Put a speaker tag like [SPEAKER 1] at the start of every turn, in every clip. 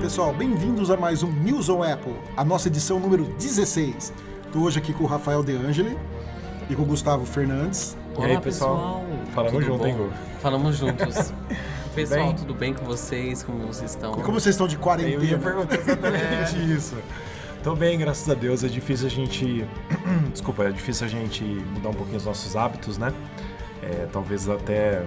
[SPEAKER 1] pessoal, bem-vindos a mais um News on Apple, a nossa edição número 16. Estou hoje aqui com o Rafael De Angeli e com o Gustavo Fernandes.
[SPEAKER 2] E aí, pessoal?
[SPEAKER 3] Falamos
[SPEAKER 2] Tudo
[SPEAKER 3] junto,
[SPEAKER 2] bom?
[SPEAKER 3] hein, Gu?
[SPEAKER 2] Falamos juntos. pessoal,
[SPEAKER 3] bem?
[SPEAKER 2] tudo bem com vocês? Como vocês estão?
[SPEAKER 1] E como vocês estão de
[SPEAKER 3] Eu ia
[SPEAKER 1] quarentena?
[SPEAKER 3] perguntar exatamente isso. Tô bem, graças a Deus. É difícil a gente. Desculpa, é difícil a gente mudar um pouquinho os nossos hábitos, né? É, talvez até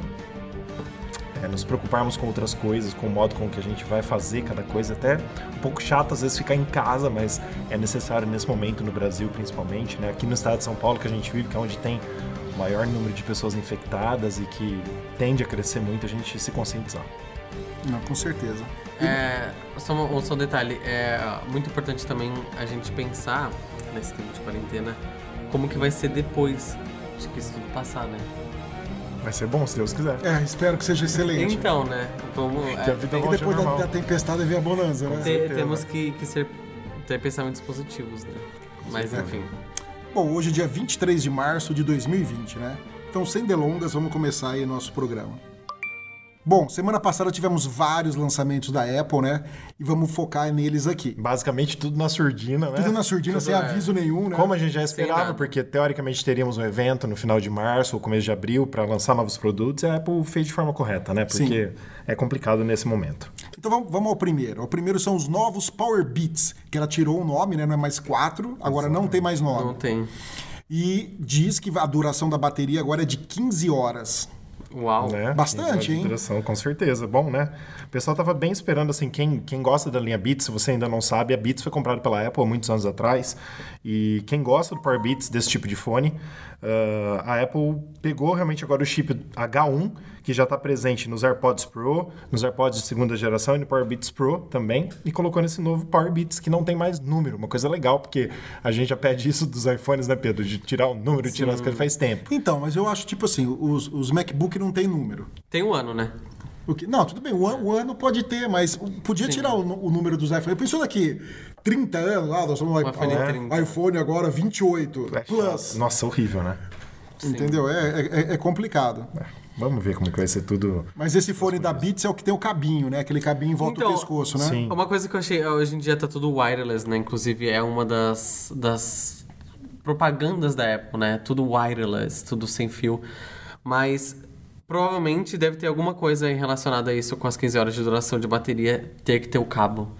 [SPEAKER 3] é, nos preocuparmos com outras coisas, com o modo com que a gente vai fazer cada coisa. Até um pouco chato às vezes ficar em casa, mas é necessário nesse momento no Brasil, principalmente, né? Aqui no estado de São Paulo que a gente vive, que é onde tem o maior número de pessoas infectadas e que tende a crescer muito, a gente se conscientizar.
[SPEAKER 1] Não, com certeza.
[SPEAKER 3] assim?
[SPEAKER 2] É, só, um, só um detalhe, é muito importante também a gente pensar nesse tempo de quarentena como que vai ser depois de que isso tudo passar, né?
[SPEAKER 3] Vai ser bom, se Deus quiser.
[SPEAKER 1] É, espero que seja excelente.
[SPEAKER 2] Então, né? Vamos.
[SPEAKER 3] Que a
[SPEAKER 2] É,
[SPEAKER 3] vida
[SPEAKER 1] É que
[SPEAKER 3] volte ao
[SPEAKER 1] depois da,
[SPEAKER 3] normal.
[SPEAKER 1] da tempestade vem a bonança, né?
[SPEAKER 2] te-
[SPEAKER 3] certeza.
[SPEAKER 2] temos que, que ser, ter pensamentos positivos, né? Mas
[SPEAKER 3] certeza.
[SPEAKER 2] enfim.
[SPEAKER 1] Bom, hoje é dia 23 de março de 2020, né? Então, sem delongas, vamos começar aí nosso programa. Bom, semana passada tivemos vários lançamentos da Apple, né? E vamos focar neles aqui.
[SPEAKER 3] Basicamente tudo na surdina, né?
[SPEAKER 1] Tudo na surdina, sem
[SPEAKER 2] é.
[SPEAKER 1] aviso nenhum, né?
[SPEAKER 3] Como a gente já esperava,
[SPEAKER 2] nada.
[SPEAKER 3] porque teoricamente teríamos um evento no final de março ou começo de abril para lançar novos produtos, e a Apple fez de forma correta, né? Porque é complicado nesse momento.
[SPEAKER 1] Então vamos, vamos ao primeiro. O primeiro são os novos Power Beats, que ela tirou o nome, né? Não é mais quatro, agora não tem mais nome.
[SPEAKER 2] Não tem.
[SPEAKER 1] E diz que a duração da bateria agora é de 15 horas.
[SPEAKER 2] Uau.
[SPEAKER 3] Né?
[SPEAKER 1] Bastante,
[SPEAKER 3] Em
[SPEAKER 1] hein?
[SPEAKER 3] duração, com certeza. Bom, né? O pessoal tava bem esperando, assim, quem, quem gosta da linha Beats, se você ainda não sabe, a Beats foi comprada pela Apple há muitos anos atrás. E quem gosta do Power Beats, desse tipo de fone, ah, a Apple pegou realmente agora o chip H1, que já está presente nos AirPods Pro, nos AirPods de segunda geração e no Power Beats Pro também, e colocou nesse novo Power Beats que não tem mais número. Uma coisa legal, porque a gente já pede isso dos iPhones, né, Pedro? De tirar o número, tirar as coisas faz tempo.
[SPEAKER 1] Então, mas eu acho, tipo assim, os, os MacBook não tem número.
[SPEAKER 2] Tem um ano, né?
[SPEAKER 1] O que- não, tudo bem, o, an- o ano pode ter, mas o- podia tirar o, nu- o número dos iPhones. Pensou daqui 30 anos, lá, nós somos
[SPEAKER 2] Um iPhone É.
[SPEAKER 1] iPhone,
[SPEAKER 2] 30.
[SPEAKER 1] iPhone agora 28 Plus.
[SPEAKER 3] Nossa, horrível, né?
[SPEAKER 1] Entendeu? É, é- é complicado.
[SPEAKER 3] Vamos ver como é que vai ser tudo.
[SPEAKER 1] Mas esse fone da Beats é o que tem o cabinho, né? Aquele cabinho em volta do
[SPEAKER 2] Então,
[SPEAKER 1] pescoço, né?
[SPEAKER 3] sim.
[SPEAKER 2] Uma coisa que eu achei, hoje em dia tá tudo wireless, né? Inclusive é uma das, das propagandas da Apple, né? Tudo wireless, tudo sem fio. Mas provavelmente deve ter alguma coisa aí relacionada a isso com as 15 horas de duração de bateria ter que ter o cabo,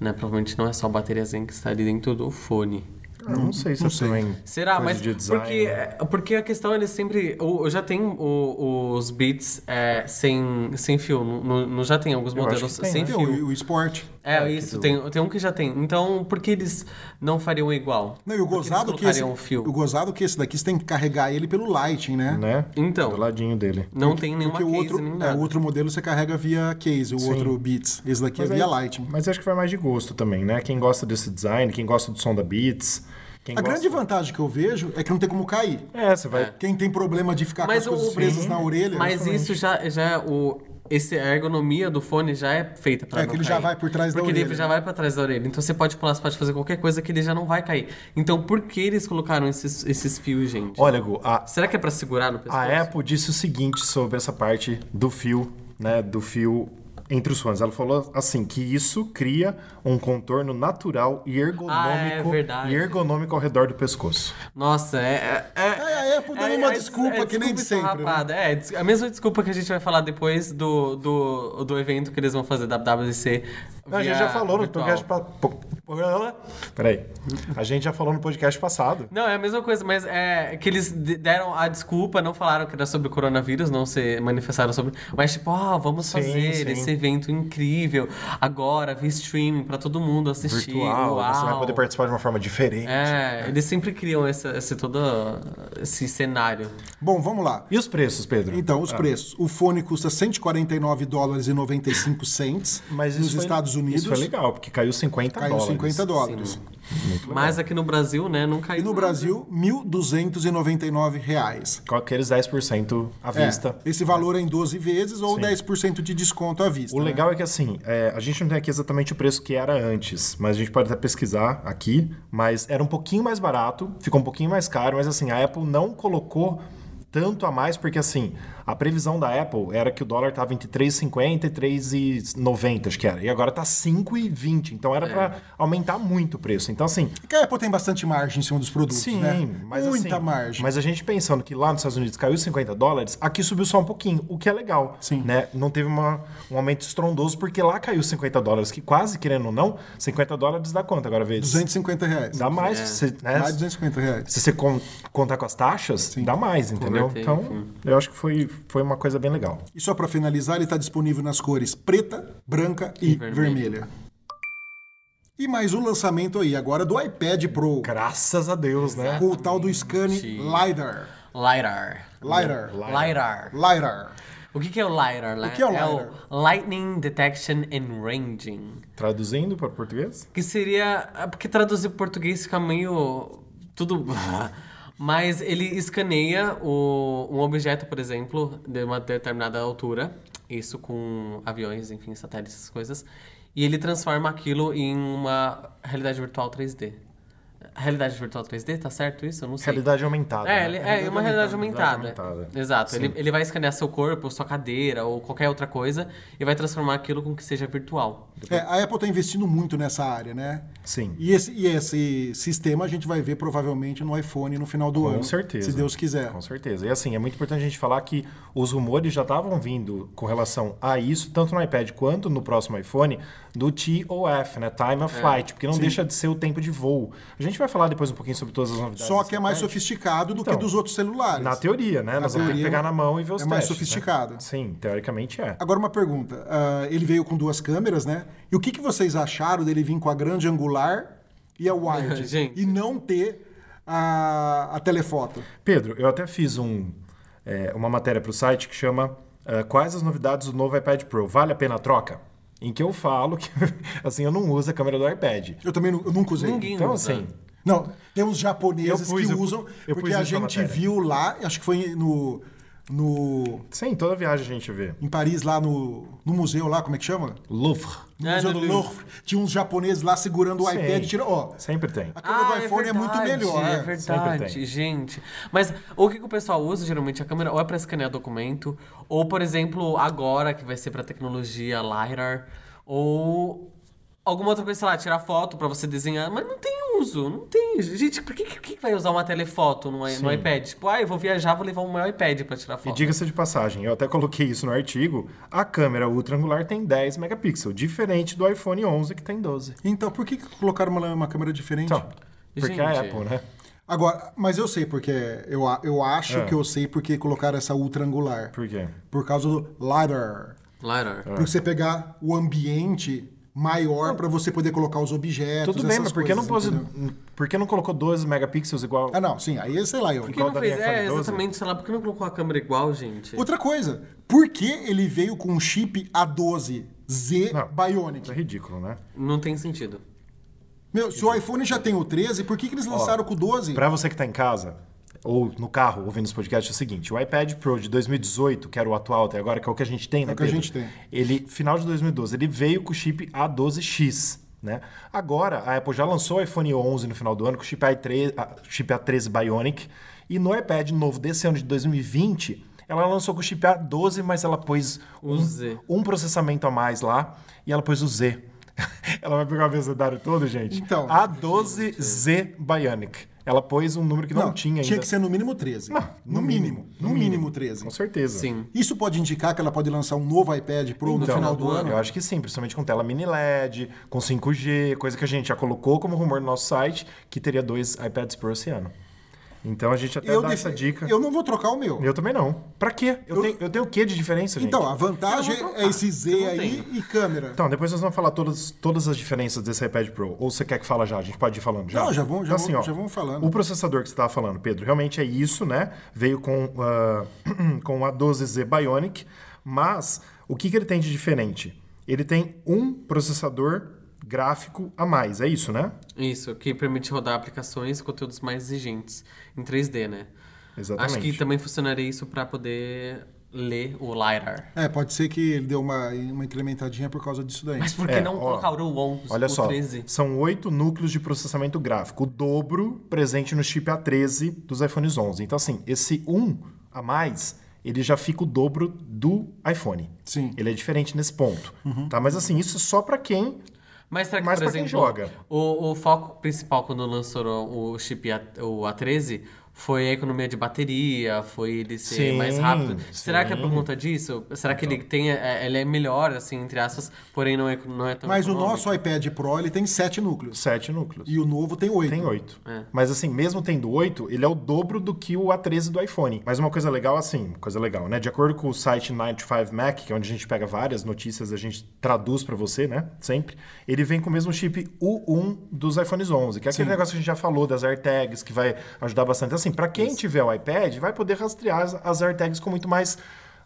[SPEAKER 2] né? Provavelmente não é só a bateriazinha que está ali dentro do fone.
[SPEAKER 3] Ah, Não, sei se eu também.
[SPEAKER 2] Será?
[SPEAKER 3] coisa
[SPEAKER 2] Mas
[SPEAKER 3] de design,
[SPEAKER 2] porque, é,
[SPEAKER 3] né?
[SPEAKER 2] porque a questão eles sempre. o- o- já tem o- os beats é, sem, sem fio. No, no- no- já tem alguns
[SPEAKER 3] Eu acho
[SPEAKER 2] modelos
[SPEAKER 3] que tem,
[SPEAKER 2] sem
[SPEAKER 3] né?
[SPEAKER 1] Tem
[SPEAKER 2] fio.
[SPEAKER 1] o, o esporte.
[SPEAKER 2] É, isso, tem, tem um que já tem. Então, por que eles não fariam igual?
[SPEAKER 1] Não, e o
[SPEAKER 2] Por que
[SPEAKER 1] gozado
[SPEAKER 2] eles
[SPEAKER 1] que esse,
[SPEAKER 2] colocariam o fio?
[SPEAKER 1] o gozado que esse daqui você tem que carregar ele pelo Lightning, né?
[SPEAKER 3] Né?
[SPEAKER 2] Então.
[SPEAKER 3] Do ladinho dele.
[SPEAKER 2] Não tem nenhuma
[SPEAKER 1] Porque o
[SPEAKER 2] case,
[SPEAKER 1] outro,
[SPEAKER 2] nem
[SPEAKER 1] é,
[SPEAKER 2] nada.
[SPEAKER 1] o outro modelo você carrega via case, o outro Beats. Esse daqui é via
[SPEAKER 3] aí-
[SPEAKER 1] Lightning.
[SPEAKER 3] Mas acho que vai mais de gosto também, né? Quem gosta desse design, quem gosta do som da Beats. Quem
[SPEAKER 1] A
[SPEAKER 3] gosta...
[SPEAKER 1] grande vantagem que eu vejo é que não tem como cair.
[SPEAKER 3] É, você vai.
[SPEAKER 1] Quem tem problema de ficar
[SPEAKER 2] Mas
[SPEAKER 1] com as coisas
[SPEAKER 2] o-
[SPEAKER 1] presas
[SPEAKER 2] Sim.
[SPEAKER 1] na orelha, né?
[SPEAKER 2] Mas isso já, já é o... Esse, a ergonomia do fone já é feita para
[SPEAKER 1] É,
[SPEAKER 2] não
[SPEAKER 1] que ele já
[SPEAKER 2] cair.
[SPEAKER 1] vai por trás da
[SPEAKER 2] Porque
[SPEAKER 1] orelha. né?
[SPEAKER 2] ele já vai para trás da orelha. Então você pode pular, você pode fazer qualquer coisa que ele já não vai cair. Então por que eles colocaram esses, esses fios, gente?
[SPEAKER 3] Olha, Gu, a,
[SPEAKER 2] Será que é para segurar no pescoço?
[SPEAKER 3] A Apple disse o seguinte sobre essa parte do fio, né? Do fio entre os fones. Ela falou assim que isso cria um contorno natural e ergonômico,
[SPEAKER 2] Ah, é verdade.
[SPEAKER 3] e ergonômico ao redor do pescoço.
[SPEAKER 2] Nossa, é. É,
[SPEAKER 1] É, a Apple dando uma desculpa que nem de sempre, né?
[SPEAKER 2] esfarrapada. É, des- a mesma desculpa que a gente vai falar depois do, do, do evento que eles vão fazer da WWDC.
[SPEAKER 3] Não, a gente
[SPEAKER 2] via
[SPEAKER 3] já falou no
[SPEAKER 2] virtual.
[SPEAKER 3] podcast passado. Peraí. A gente já falou no podcast passado.
[SPEAKER 2] Não, é a mesma coisa, mas é que eles de- deram a desculpa, não falaram que era sobre o coronavírus, não se manifestaram sobre. Mas tipo, ah, vamos
[SPEAKER 3] Sim,
[SPEAKER 2] fazer
[SPEAKER 3] sim.
[SPEAKER 2] esse evento incrível agora, via streaming, pra todo mundo assistir.
[SPEAKER 3] Virtual, né?
[SPEAKER 2] uau.
[SPEAKER 3] você vai poder participar de uma forma diferente.
[SPEAKER 2] É, eles sempre criam esse, esse todo esse cenário.
[SPEAKER 1] Bom, vamos lá.
[SPEAKER 3] E os preços, Pedro?
[SPEAKER 1] Então, os
[SPEAKER 3] Ah,
[SPEAKER 1] preços. O fone custa 149 dólares e 95 cents
[SPEAKER 3] Mas isso
[SPEAKER 1] nos
[SPEAKER 3] foi-
[SPEAKER 1] Estados Unidos.
[SPEAKER 3] Isso foi legal, porque caiu 50
[SPEAKER 1] Caiu
[SPEAKER 3] dólares.
[SPEAKER 1] 50 dólares.
[SPEAKER 2] Mas aqui no Brasil, né, não caiu.
[SPEAKER 1] é. E no
[SPEAKER 2] nada.
[SPEAKER 1] Brasil, 1.299 reais.
[SPEAKER 3] Com aqueles 10% à
[SPEAKER 1] É,
[SPEAKER 3] vista.
[SPEAKER 1] esse valor é em 12 vezes ou
[SPEAKER 3] Sim.
[SPEAKER 1] 10% de desconto à vista.
[SPEAKER 3] O
[SPEAKER 1] né?
[SPEAKER 3] legal é que assim, é, a gente não tem aqui exatamente o preço que era antes, mas a gente pode até pesquisar aqui, mas era um pouquinho mais barato, ficou um pouquinho mais caro, mas assim, a Apple não colocou tanto a mais, porque assim, a previsão da Apple era que o dólar estava entre 3,50 e 3,90, acho que era. E agora tá 5,20. Então era pra para aumentar muito o preço. Então, assim,
[SPEAKER 1] Porque a Apple tem bastante margem em cima dos produtos,
[SPEAKER 3] Sim,
[SPEAKER 1] né?
[SPEAKER 3] mas
[SPEAKER 1] Muita
[SPEAKER 3] assim,
[SPEAKER 1] margem.
[SPEAKER 3] Mas a gente pensando que lá nos Estados Unidos caiu 50 dólares, aqui subiu só um pouquinho, o que é legal.
[SPEAKER 1] Sim.
[SPEAKER 3] Né? Não teve uma- um aumento estrondoso, porque lá caiu 50 dólares, que quase, querendo ou não, 50 dólares dá quanto agora, vezes?
[SPEAKER 1] 250 reais.
[SPEAKER 3] Dá mais.
[SPEAKER 2] É.
[SPEAKER 3] se- né?
[SPEAKER 1] Mais de 250 reais.
[SPEAKER 3] Se você con- contar com as taxas, dá mais, entendeu?
[SPEAKER 2] Converter,
[SPEAKER 3] então,
[SPEAKER 2] enfim.
[SPEAKER 3] eu acho que foi, foi uma coisa bem legal.
[SPEAKER 1] E só para finalizar, ele está disponível nas cores preta, branca e,
[SPEAKER 2] vermelha.
[SPEAKER 1] vermelha. E mais um lançamento aí, agora do iPad Pro,
[SPEAKER 3] Graças a Deus, né?
[SPEAKER 1] com o tal do scan LiDAR.
[SPEAKER 2] LiDAR.
[SPEAKER 1] LiDAR.
[SPEAKER 2] LiDAR.
[SPEAKER 1] LiDAR.
[SPEAKER 2] O que, que é o LiDAR? O
[SPEAKER 1] que é o
[SPEAKER 2] Lightning Detection and Ranging.
[SPEAKER 3] Traduzindo para português?
[SPEAKER 2] Que seria. ah, Porque traduzir para português fica meio. Tudo. Mas ele escaneia o- um objeto, por exemplo, de uma determinada altura, isso com aviões, enfim, satélites, essas coisas, e ele transforma aquilo em uma realidade virtual 3D. Realidade virtual 3D, tá certo isso? Eu não sei.
[SPEAKER 3] Realidade aumentada.
[SPEAKER 2] É,
[SPEAKER 3] né?
[SPEAKER 2] ele- é, uma realidade aumentada.
[SPEAKER 3] aumentada.
[SPEAKER 2] Exato. Ele, ele vai escanear seu corpo, sua cadeira ou qualquer outra coisa e vai transformar aquilo com que seja virtual.
[SPEAKER 1] É, a Apple está investindo muito nessa área, né?
[SPEAKER 3] Sim.
[SPEAKER 1] E esse, e esse sistema a gente vai ver provavelmente no iPhone no final do ano.
[SPEAKER 3] Com certeza.
[SPEAKER 1] Se Deus quiser.
[SPEAKER 3] Com certeza. E assim, é muito importante a gente falar que os rumores já estavam vindo com relação a isso, tanto no iPad quanto no próximo iPhone, do TOF, né? Time
[SPEAKER 1] É.
[SPEAKER 3] of Flight, porque não deixa de ser o tempo de voo. A gente vai falar depois um pouquinho sobre todas as novidades.
[SPEAKER 1] Só
[SPEAKER 3] desse
[SPEAKER 1] que é mais
[SPEAKER 3] iPad.
[SPEAKER 1] sofisticado do que
[SPEAKER 3] Então,
[SPEAKER 1] dos outros celulares.
[SPEAKER 3] Na teoria, né? Nós vamos ter que
[SPEAKER 1] teoria,
[SPEAKER 3] pegar na mão e ver os
[SPEAKER 1] é
[SPEAKER 3] testes.
[SPEAKER 1] mais
[SPEAKER 3] né?
[SPEAKER 1] sofisticado.
[SPEAKER 3] Sim, teoricamente é.
[SPEAKER 1] Agora uma pergunta. Ah, ele veio com duas câmeras, né? E o que, que vocês acharam dele vir com a grande angular e a wide?
[SPEAKER 2] Gente.
[SPEAKER 1] E não ter a, a telefoto.
[SPEAKER 3] Pedro, eu até fiz um, é, uma matéria para o site que chama eh, Quais as novidades do novo iPad Pro? Vale a pena a troca? Em que eu falo que, assim, eu não uso a câmera do iPad.
[SPEAKER 1] Eu também nu- eu nunca usei.
[SPEAKER 2] Ninguém
[SPEAKER 3] Então,
[SPEAKER 2] usa.
[SPEAKER 3] assim,
[SPEAKER 1] Não, tem uns japoneses
[SPEAKER 3] Eu pus,
[SPEAKER 1] que
[SPEAKER 3] eu pu-
[SPEAKER 1] usam,
[SPEAKER 3] eu
[SPEAKER 1] porque
[SPEAKER 3] pus
[SPEAKER 1] a
[SPEAKER 3] isso na
[SPEAKER 1] gente
[SPEAKER 3] matéria.
[SPEAKER 1] viu lá, acho que foi no, no
[SPEAKER 3] Sim, toda viagem a gente vê.
[SPEAKER 1] em Paris, lá no, no museu lá, como é que chama?
[SPEAKER 3] Louvre.
[SPEAKER 1] No
[SPEAKER 2] Ah,
[SPEAKER 1] museu
[SPEAKER 2] no
[SPEAKER 1] do Louvre. Tinha uns japoneses lá segurando o
[SPEAKER 3] Sim.
[SPEAKER 1] iPad e tirando, ó,
[SPEAKER 3] Sempre tem.
[SPEAKER 1] a câmera do iPhone é, muito
[SPEAKER 2] verdade,
[SPEAKER 1] melhor.
[SPEAKER 2] É
[SPEAKER 3] Sempre
[SPEAKER 2] verdade,
[SPEAKER 3] tem.
[SPEAKER 2] gente. Mas o que, que o pessoal usa geralmente? A câmera ou é pra escanear documento, ou, por exemplo, agora que vai ser pra tecnologia LiDAR, ou alguma outra coisa, sei lá, tirar foto pra você desenhar. Mas não tem uso, não tem. Gente, por que, que, que vai usar uma telefoto no, i- no iPad? Tipo, ah, eu vou viajar, vou levar o meu iPad pra tirar
[SPEAKER 3] E
[SPEAKER 2] foto.
[SPEAKER 3] diga-se de passagem, eu até coloquei isso no artigo, a câmera ultra-angular tem 10 megapixels, diferente do iPhone 11 que tem 12.
[SPEAKER 1] Então, por que que colocaram uma, uma câmera diferente?
[SPEAKER 3] Então, porque é a
[SPEAKER 2] Gente.
[SPEAKER 3] Apple, né?
[SPEAKER 1] Agora, mas eu sei porque. Eu, a- eu acho que eu sei porque colocaram essa ultra angular.
[SPEAKER 3] É. Por quê?
[SPEAKER 1] Por causa do LiDAR.
[SPEAKER 2] LiDAR.
[SPEAKER 3] É.
[SPEAKER 1] Porque você pegar o ambiente maior para você poder colocar os objetos.
[SPEAKER 3] Tudo bem,
[SPEAKER 1] essas
[SPEAKER 3] mas por que, não
[SPEAKER 1] coisas,
[SPEAKER 3] pôs-
[SPEAKER 1] entendeu?
[SPEAKER 3] por que não colocou 12 megapixels igual...
[SPEAKER 1] Ah, não, sim, aí sei lá. Eu...
[SPEAKER 2] Por que não
[SPEAKER 3] da
[SPEAKER 2] fez?
[SPEAKER 3] minha
[SPEAKER 2] É,
[SPEAKER 3] iPhone 12?
[SPEAKER 2] exatamente, sei lá, por que não colocou a câmera igual, gente?
[SPEAKER 1] Outra coisa, por que ele veio com um chip A12Z
[SPEAKER 3] Não.
[SPEAKER 1] Bionic?
[SPEAKER 3] É ridículo, né?
[SPEAKER 2] Não tem sentido.
[SPEAKER 1] Meu, se o iPhone já tem o 13, por que, que eles lançaram com o 12?
[SPEAKER 3] Pra você que tá em casa ou no carro ouvindo esse podcast é o seguinte, o iPad Pro de 2018, que era o atual até agora, que é o que a gente tem, né,
[SPEAKER 1] o que a
[SPEAKER 3] Pedro?
[SPEAKER 1] gente tem.
[SPEAKER 3] Ele final de 2012, ele veio com o chip A12X, né? Agora a Apple já lançou o iPhone 11 no final do ano com o chip A3, a- chip A13 Bionic e no iPad novo desse ano de 2020, ela lançou com o chip A12, mas ela pôs
[SPEAKER 2] O Z.
[SPEAKER 3] um processamento a mais lá e ela pôs o Z. ela vai pegar o abecedário todo, gente.
[SPEAKER 1] Então.
[SPEAKER 3] A12Z Bionic. Ela pôs um número que não, tinha ainda.
[SPEAKER 1] tinha que ser no mínimo 13. no, mínimo, No mínimo 13.
[SPEAKER 3] Com certeza. Então,
[SPEAKER 2] Sim.
[SPEAKER 1] Isso pode indicar que ela pode lançar um novo iPad Pro no final do ano?
[SPEAKER 3] Eu acho que sim, principalmente com tela mini LED, com 5G, coisa que a gente já colocou como rumor no nosso site, que teria dois iPads Pro esse ano. Então a gente até dá
[SPEAKER 1] dei-
[SPEAKER 3] essa dica. Eu,
[SPEAKER 1] Eu não vou trocar o meu.
[SPEAKER 3] também não. Pra quê? Eu, tenho, eu tenho o quê de diferença, gente?
[SPEAKER 1] Então, a vantagem
[SPEAKER 2] Eu não vou
[SPEAKER 1] é esse
[SPEAKER 2] trocar,
[SPEAKER 1] Z
[SPEAKER 2] eu não
[SPEAKER 1] aí e câmera.
[SPEAKER 3] Então, depois nós vamos falar todas, todas as diferenças desse iPad Pro. Ou você quer que fala já? A gente pode ir falando já?
[SPEAKER 1] Não, já vamos- já
[SPEAKER 3] Então,
[SPEAKER 1] vamos- já vamos falando.
[SPEAKER 3] O processador que você estava falando, Pedro, realmente é isso, né? Veio com, ah, com a 12Z Bionic, mas o que, que ele tem de diferente? Ele tem um processador gráfico a mais, é isso, né?
[SPEAKER 2] Isso, que permite rodar aplicações e conteúdos mais exigentes em 3D, né?
[SPEAKER 3] Exatamente.
[SPEAKER 2] Acho que também funcionaria isso para poder ler o LiDAR.
[SPEAKER 1] É, pode ser que ele deu uma, uma incrementadinha por causa disso daí.
[SPEAKER 2] Mas por que
[SPEAKER 3] É,
[SPEAKER 2] não
[SPEAKER 3] ó,
[SPEAKER 2] colocar o 11,
[SPEAKER 3] Olha
[SPEAKER 2] o
[SPEAKER 3] só,
[SPEAKER 2] 13?
[SPEAKER 3] são oito núcleos de processamento gráfico, o dobro presente no chip A13 dos iPhones 11. Então, assim, esse 1 a mais, ele já fica o dobro do iPhone.
[SPEAKER 1] Sim.
[SPEAKER 3] Ele é diferente nesse ponto. Tá? Mas assim, isso é só pra quem.
[SPEAKER 2] Mas será que,
[SPEAKER 3] Mas
[SPEAKER 2] por
[SPEAKER 3] pra quem
[SPEAKER 2] exemplo,
[SPEAKER 3] joga?
[SPEAKER 2] O, o foco principal quando lançou o chip A, o A13 foi a economia de bateria, foi ele ser
[SPEAKER 3] Sim,
[SPEAKER 2] mais rápido. Será que é por
[SPEAKER 3] sim. Então.
[SPEAKER 2] conta disso? Será que ele tem, é, ele é melhor, assim, entre aspas, porém não é, não é tão
[SPEAKER 1] Mas o
[SPEAKER 2] econômico?
[SPEAKER 1] nosso iPad Pro ele tem sete núcleos
[SPEAKER 3] Sete núcleos.
[SPEAKER 1] e o novo tem oito.
[SPEAKER 3] Tem oito.
[SPEAKER 2] É.
[SPEAKER 3] Mas assim, mesmo tendo oito, ele é o dobro do que o A13 do iPhone. Mas uma coisa legal, assim, coisa legal, né? De acordo com o site 95Mac, que é onde a gente pega várias notícias, a gente traduz pra você, né? Sempre. Ele vem com o mesmo chip U1 dos iPhones 11, que é aquele negócio que a gente já falou das AirTags, que vai ajudar bastante. Assim, pra quem tiver o iPad, vai poder rastrear as, as AirTags com muito mais...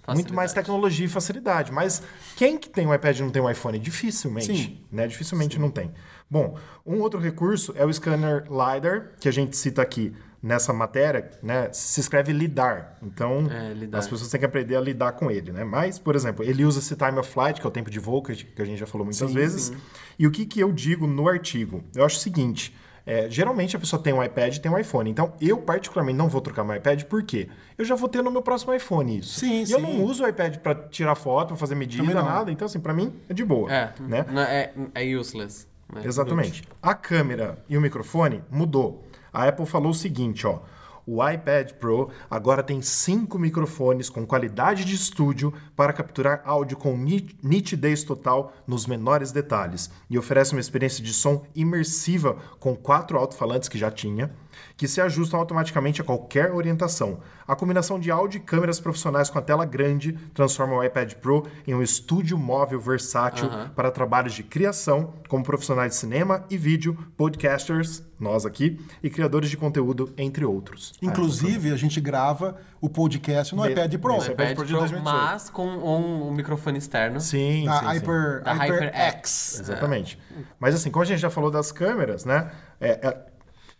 [SPEAKER 3] Muito mais
[SPEAKER 2] Facilidade.
[SPEAKER 3] tecnologia e facilidade. Mas quem que tem um iPad e não tem um iPhone? Dificilmente
[SPEAKER 1] Sim.
[SPEAKER 3] né? Dificilmente não tem. Bom, um outro recurso é o scanner LiDAR, que a gente cita aqui nessa matéria, né? Se escreve LiDAR. Então,
[SPEAKER 2] É, LiDAR.
[SPEAKER 3] as pessoas têm que aprender a lidar com ele, né? Mas, por exemplo, ele usa esse time of flight, que é o tempo de voo, que a gente- que a gente já falou muitas vezes. E o que, que eu digo no artigo? Eu acho o seguinte... é, geralmente a pessoa tem um iPad e tem um iPhone. Então, eu particularmente não vou trocar meu iPad, por quê? Eu já vou ter no meu próximo iPhone isso.
[SPEAKER 1] Sim,
[SPEAKER 3] e eu
[SPEAKER 1] sim.
[SPEAKER 3] não uso o iPad para tirar foto, para fazer medida,
[SPEAKER 1] Também não.
[SPEAKER 3] nada. Então, assim, para mim é de boa.
[SPEAKER 2] É,
[SPEAKER 3] né?
[SPEAKER 2] não, é, é useless. né?
[SPEAKER 3] Exatamente. A câmera e o microfone mudou. A Apple falou o seguinte, ó. O iPad Pro agora tem cinco microfones com qualidade de estúdio para capturar áudio com ni- nitidez total nos menores detalhes e oferece uma experiência de som imersiva com quatro alto-falantes que já tinha, que se ajustam automaticamente a qualquer orientação. A combinação de áudio e câmeras profissionais com a tela grande transforma o iPad Pro em um estúdio móvel versátil
[SPEAKER 2] Aham.
[SPEAKER 3] para trabalhos de criação, como profissionais de cinema e vídeo, podcasters, nós aqui, e criadores de conteúdo, entre outros.
[SPEAKER 1] Inclusive, a gente grava o podcast no
[SPEAKER 3] Ne-
[SPEAKER 1] iPad Pro.
[SPEAKER 3] nesse
[SPEAKER 2] iPad
[SPEAKER 3] iPad Pro de
[SPEAKER 2] Pro,
[SPEAKER 3] 2018.
[SPEAKER 2] mas com um, um microfone externo.
[SPEAKER 3] Sim,
[SPEAKER 1] Da
[SPEAKER 3] sim, sim.
[SPEAKER 1] Hyper,
[SPEAKER 2] Da
[SPEAKER 1] HyperX.
[SPEAKER 2] HyperX.
[SPEAKER 3] Exatamente. Mas assim, como a gente já falou das câmeras, né? é, é,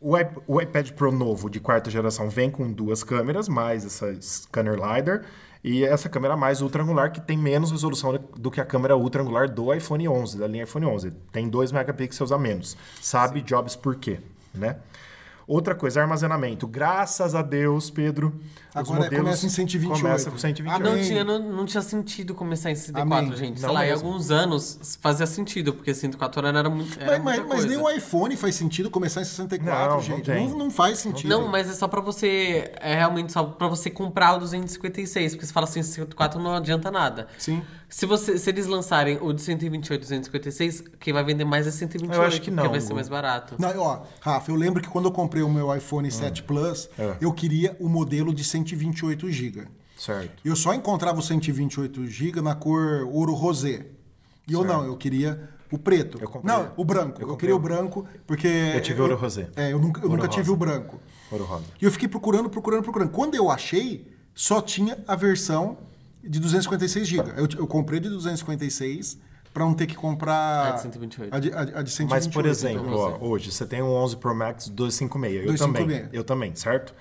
[SPEAKER 3] o, iP- o iPad Pro novo de quarta geração vem com duas câmeras, mais essa scanner LiDAR e essa câmera mais ultra-angular, que tem menos resolução do que a câmera ultra-angular do iPhone 11, da linha iPhone 11. Tem 2 megapixels a menos. Sabe Jobs por quê, né? Outra coisa, armazenamento. Graças a Deus, Pedro, os
[SPEAKER 1] Agora
[SPEAKER 3] modelos
[SPEAKER 1] começa em 128.
[SPEAKER 3] começa com
[SPEAKER 1] Ah,
[SPEAKER 2] Não
[SPEAKER 3] 128.
[SPEAKER 1] Amém.
[SPEAKER 2] tinha, não, não tinha sentido começar em 64,
[SPEAKER 1] Amém.
[SPEAKER 2] gente. Sei
[SPEAKER 3] Não
[SPEAKER 2] lá, em
[SPEAKER 3] mesmo.
[SPEAKER 2] alguns anos fazia sentido, porque 64 era, era muito.
[SPEAKER 1] Mas,
[SPEAKER 2] Era
[SPEAKER 1] mas-
[SPEAKER 2] muita
[SPEAKER 1] mas nem
[SPEAKER 2] coisa.
[SPEAKER 1] o iPhone faz sentido começar em 64,
[SPEAKER 3] Não, não
[SPEAKER 1] gente.
[SPEAKER 3] tem.
[SPEAKER 1] Não, não faz sentido.
[SPEAKER 2] Não, mas é só pra você. É realmente só pra você comprar o 256, porque você fala assim, 154 não adianta nada.
[SPEAKER 1] Sim.
[SPEAKER 2] Se, você, se eles lançarem o de 128 e 256, quem vai vender mais é 128,
[SPEAKER 3] Eu acho que não,
[SPEAKER 2] porque vai ser
[SPEAKER 3] Lu.
[SPEAKER 2] mais barato.
[SPEAKER 1] Não, ó, Rafa, eu lembro que quando eu comprei o meu iPhone 7 Plus,
[SPEAKER 3] É.
[SPEAKER 1] eu queria o modelo de 128 GB.
[SPEAKER 3] Certo.
[SPEAKER 1] Eu só encontrava o 128 GB na cor ouro rosé. E eu não, eu queria o preto.
[SPEAKER 3] Eu comprei.
[SPEAKER 1] não, o branco. Eu, queria o branco porque... Eu
[SPEAKER 3] tive ouro rosé.
[SPEAKER 1] É, eu nunca, eu
[SPEAKER 3] Ouro
[SPEAKER 1] nunca tive
[SPEAKER 3] rosa.
[SPEAKER 1] o branco.
[SPEAKER 3] Ouro rosa.
[SPEAKER 1] E eu fiquei procurando, procurando, procurando. Quando eu achei, só tinha a versão de 256 GB. Eu, eu comprei de 256 para não ter que comprar
[SPEAKER 2] A de 128.
[SPEAKER 1] A de, a de- a de 128.
[SPEAKER 3] Mas, por exemplo,
[SPEAKER 2] então,
[SPEAKER 3] ó,
[SPEAKER 1] assim.
[SPEAKER 2] você.
[SPEAKER 3] hoje você tem um 11 Pro Max 256. Eu
[SPEAKER 1] 256.
[SPEAKER 3] também. Eu também, certo?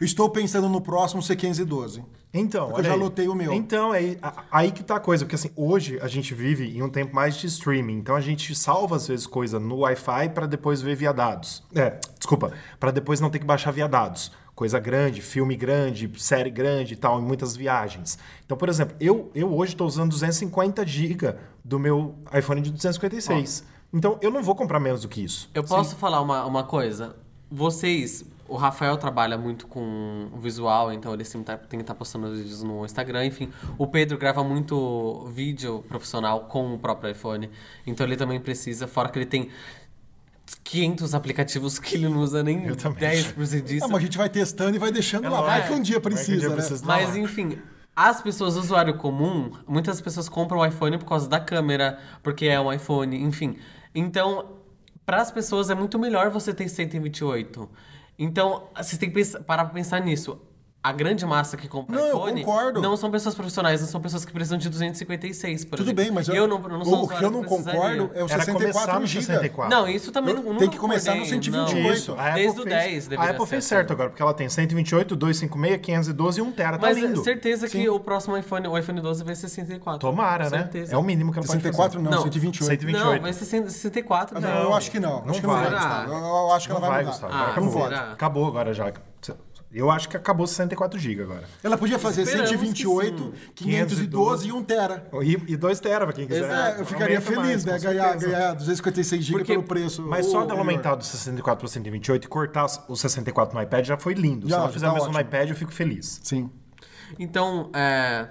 [SPEAKER 1] Eu estou pensando no próximo C512.
[SPEAKER 3] Então,
[SPEAKER 1] Porque eu
[SPEAKER 3] olha
[SPEAKER 1] já
[SPEAKER 3] aí.
[SPEAKER 1] lotei o meu.
[SPEAKER 3] Então, aí, a- aí que tá a coisa, porque assim, hoje a gente vive em um tempo mais de streaming, então a gente salva às vezes coisa no Wi-Fi pra depois ver via dados. É, desculpa, pra depois não ter que baixar via dados. Coisa grande, filme grande, série grande e tal, em muitas viagens. Então, por exemplo, eu, eu hoje estou usando 250 GB do meu iPhone de 256. Então, eu não vou comprar menos do que isso.
[SPEAKER 2] Eu posso falar uma, uma coisa? Vocês, o Rafael trabalha muito com visual, então ele sempre tá- tem que estar postando os vídeos no Instagram, enfim. O Pedro grava muito vídeo profissional com o próprio iPhone, então ele também precisa, fora que ele tem 500 aplicativos que ele não usa nem
[SPEAKER 3] Eu também.
[SPEAKER 2] 10% disso.
[SPEAKER 1] Ah, mas a gente vai testando e vai
[SPEAKER 3] É
[SPEAKER 1] deixando lá. Vai que um dia precisa, né?
[SPEAKER 2] Mas enfim, as pessoas, usuário comum, muitas pessoas compram o iPhone por causa da câmera, porque é um iPhone, enfim. Então, para as pessoas é muito melhor você ter 128. Então, vocês têm que pensar- parar pra pensar nisso. A grande massa que compra
[SPEAKER 1] Não, eu
[SPEAKER 2] iPhone
[SPEAKER 1] concordo.
[SPEAKER 2] não são pessoas profissionais, não são pessoas que precisam de 256, por
[SPEAKER 1] Tudo
[SPEAKER 2] exemplo.
[SPEAKER 1] bem, mas eu,
[SPEAKER 2] eu não, eu não sou um
[SPEAKER 1] o que eu
[SPEAKER 2] usuário,
[SPEAKER 1] não
[SPEAKER 2] precisaria.
[SPEAKER 1] concordo é o
[SPEAKER 3] Era começar
[SPEAKER 1] 64
[SPEAKER 3] no
[SPEAKER 1] GB.
[SPEAKER 3] 64.
[SPEAKER 2] Não, isso também
[SPEAKER 1] Eu-
[SPEAKER 2] não
[SPEAKER 1] tem que começar no
[SPEAKER 2] concordei,
[SPEAKER 1] 128.
[SPEAKER 2] não.
[SPEAKER 1] Isso,
[SPEAKER 3] a
[SPEAKER 2] Desde
[SPEAKER 3] Apple
[SPEAKER 2] o 10
[SPEAKER 3] fez- A
[SPEAKER 2] deveria
[SPEAKER 3] Apple fez
[SPEAKER 2] ser né? assim.
[SPEAKER 3] certo agora, porque ela tem 128, 256, 512 e 1 tera. Tá
[SPEAKER 2] Mas
[SPEAKER 3] lindo.
[SPEAKER 2] certeza que o próximo iPhone, o iPhone 12 vai ser 64.
[SPEAKER 3] Tomara, né?
[SPEAKER 2] certeza.
[SPEAKER 3] É o mínimo que ela pode
[SPEAKER 1] 64 não,
[SPEAKER 2] Não,
[SPEAKER 1] 128.
[SPEAKER 3] 128.
[SPEAKER 2] Não, vai ser 64.
[SPEAKER 1] Ah,
[SPEAKER 2] né?
[SPEAKER 1] não, eu acho que não.
[SPEAKER 3] Não
[SPEAKER 1] acho que não
[SPEAKER 3] vai,
[SPEAKER 1] vai, Gustavo.
[SPEAKER 2] Gustavo.
[SPEAKER 1] Eu, eu acho que
[SPEAKER 3] Não
[SPEAKER 1] ela vai,
[SPEAKER 3] vai,
[SPEAKER 1] mudar.
[SPEAKER 3] Gustavo.
[SPEAKER 2] Ah,
[SPEAKER 1] não
[SPEAKER 3] acabou.
[SPEAKER 2] será?
[SPEAKER 3] Acabou agora já. Eu acho que acabou 64 GB agora.
[SPEAKER 1] Ela podia fazer
[SPEAKER 2] Esperamos que
[SPEAKER 1] 128,
[SPEAKER 2] sim.
[SPEAKER 1] 512 e 1 tera.
[SPEAKER 3] E 2 tera pra quem quiser.
[SPEAKER 1] É, eu ficaria
[SPEAKER 3] Aumenta
[SPEAKER 1] feliz,
[SPEAKER 3] mais,
[SPEAKER 1] né?
[SPEAKER 3] com
[SPEAKER 1] Ganhar,
[SPEAKER 3] certeza.
[SPEAKER 1] ganhar 256 GB pelo preço.
[SPEAKER 3] Mas só
[SPEAKER 1] ou-
[SPEAKER 3] dela aumentar do 64 para 128 e cortar o 64 no iPad já foi lindo.
[SPEAKER 1] Já,
[SPEAKER 3] Se ela
[SPEAKER 1] já
[SPEAKER 3] fizer
[SPEAKER 1] tá
[SPEAKER 3] o mesmo no
[SPEAKER 1] ótimo.
[SPEAKER 3] iPad, eu fico feliz.
[SPEAKER 1] Sim.
[SPEAKER 2] Então, é,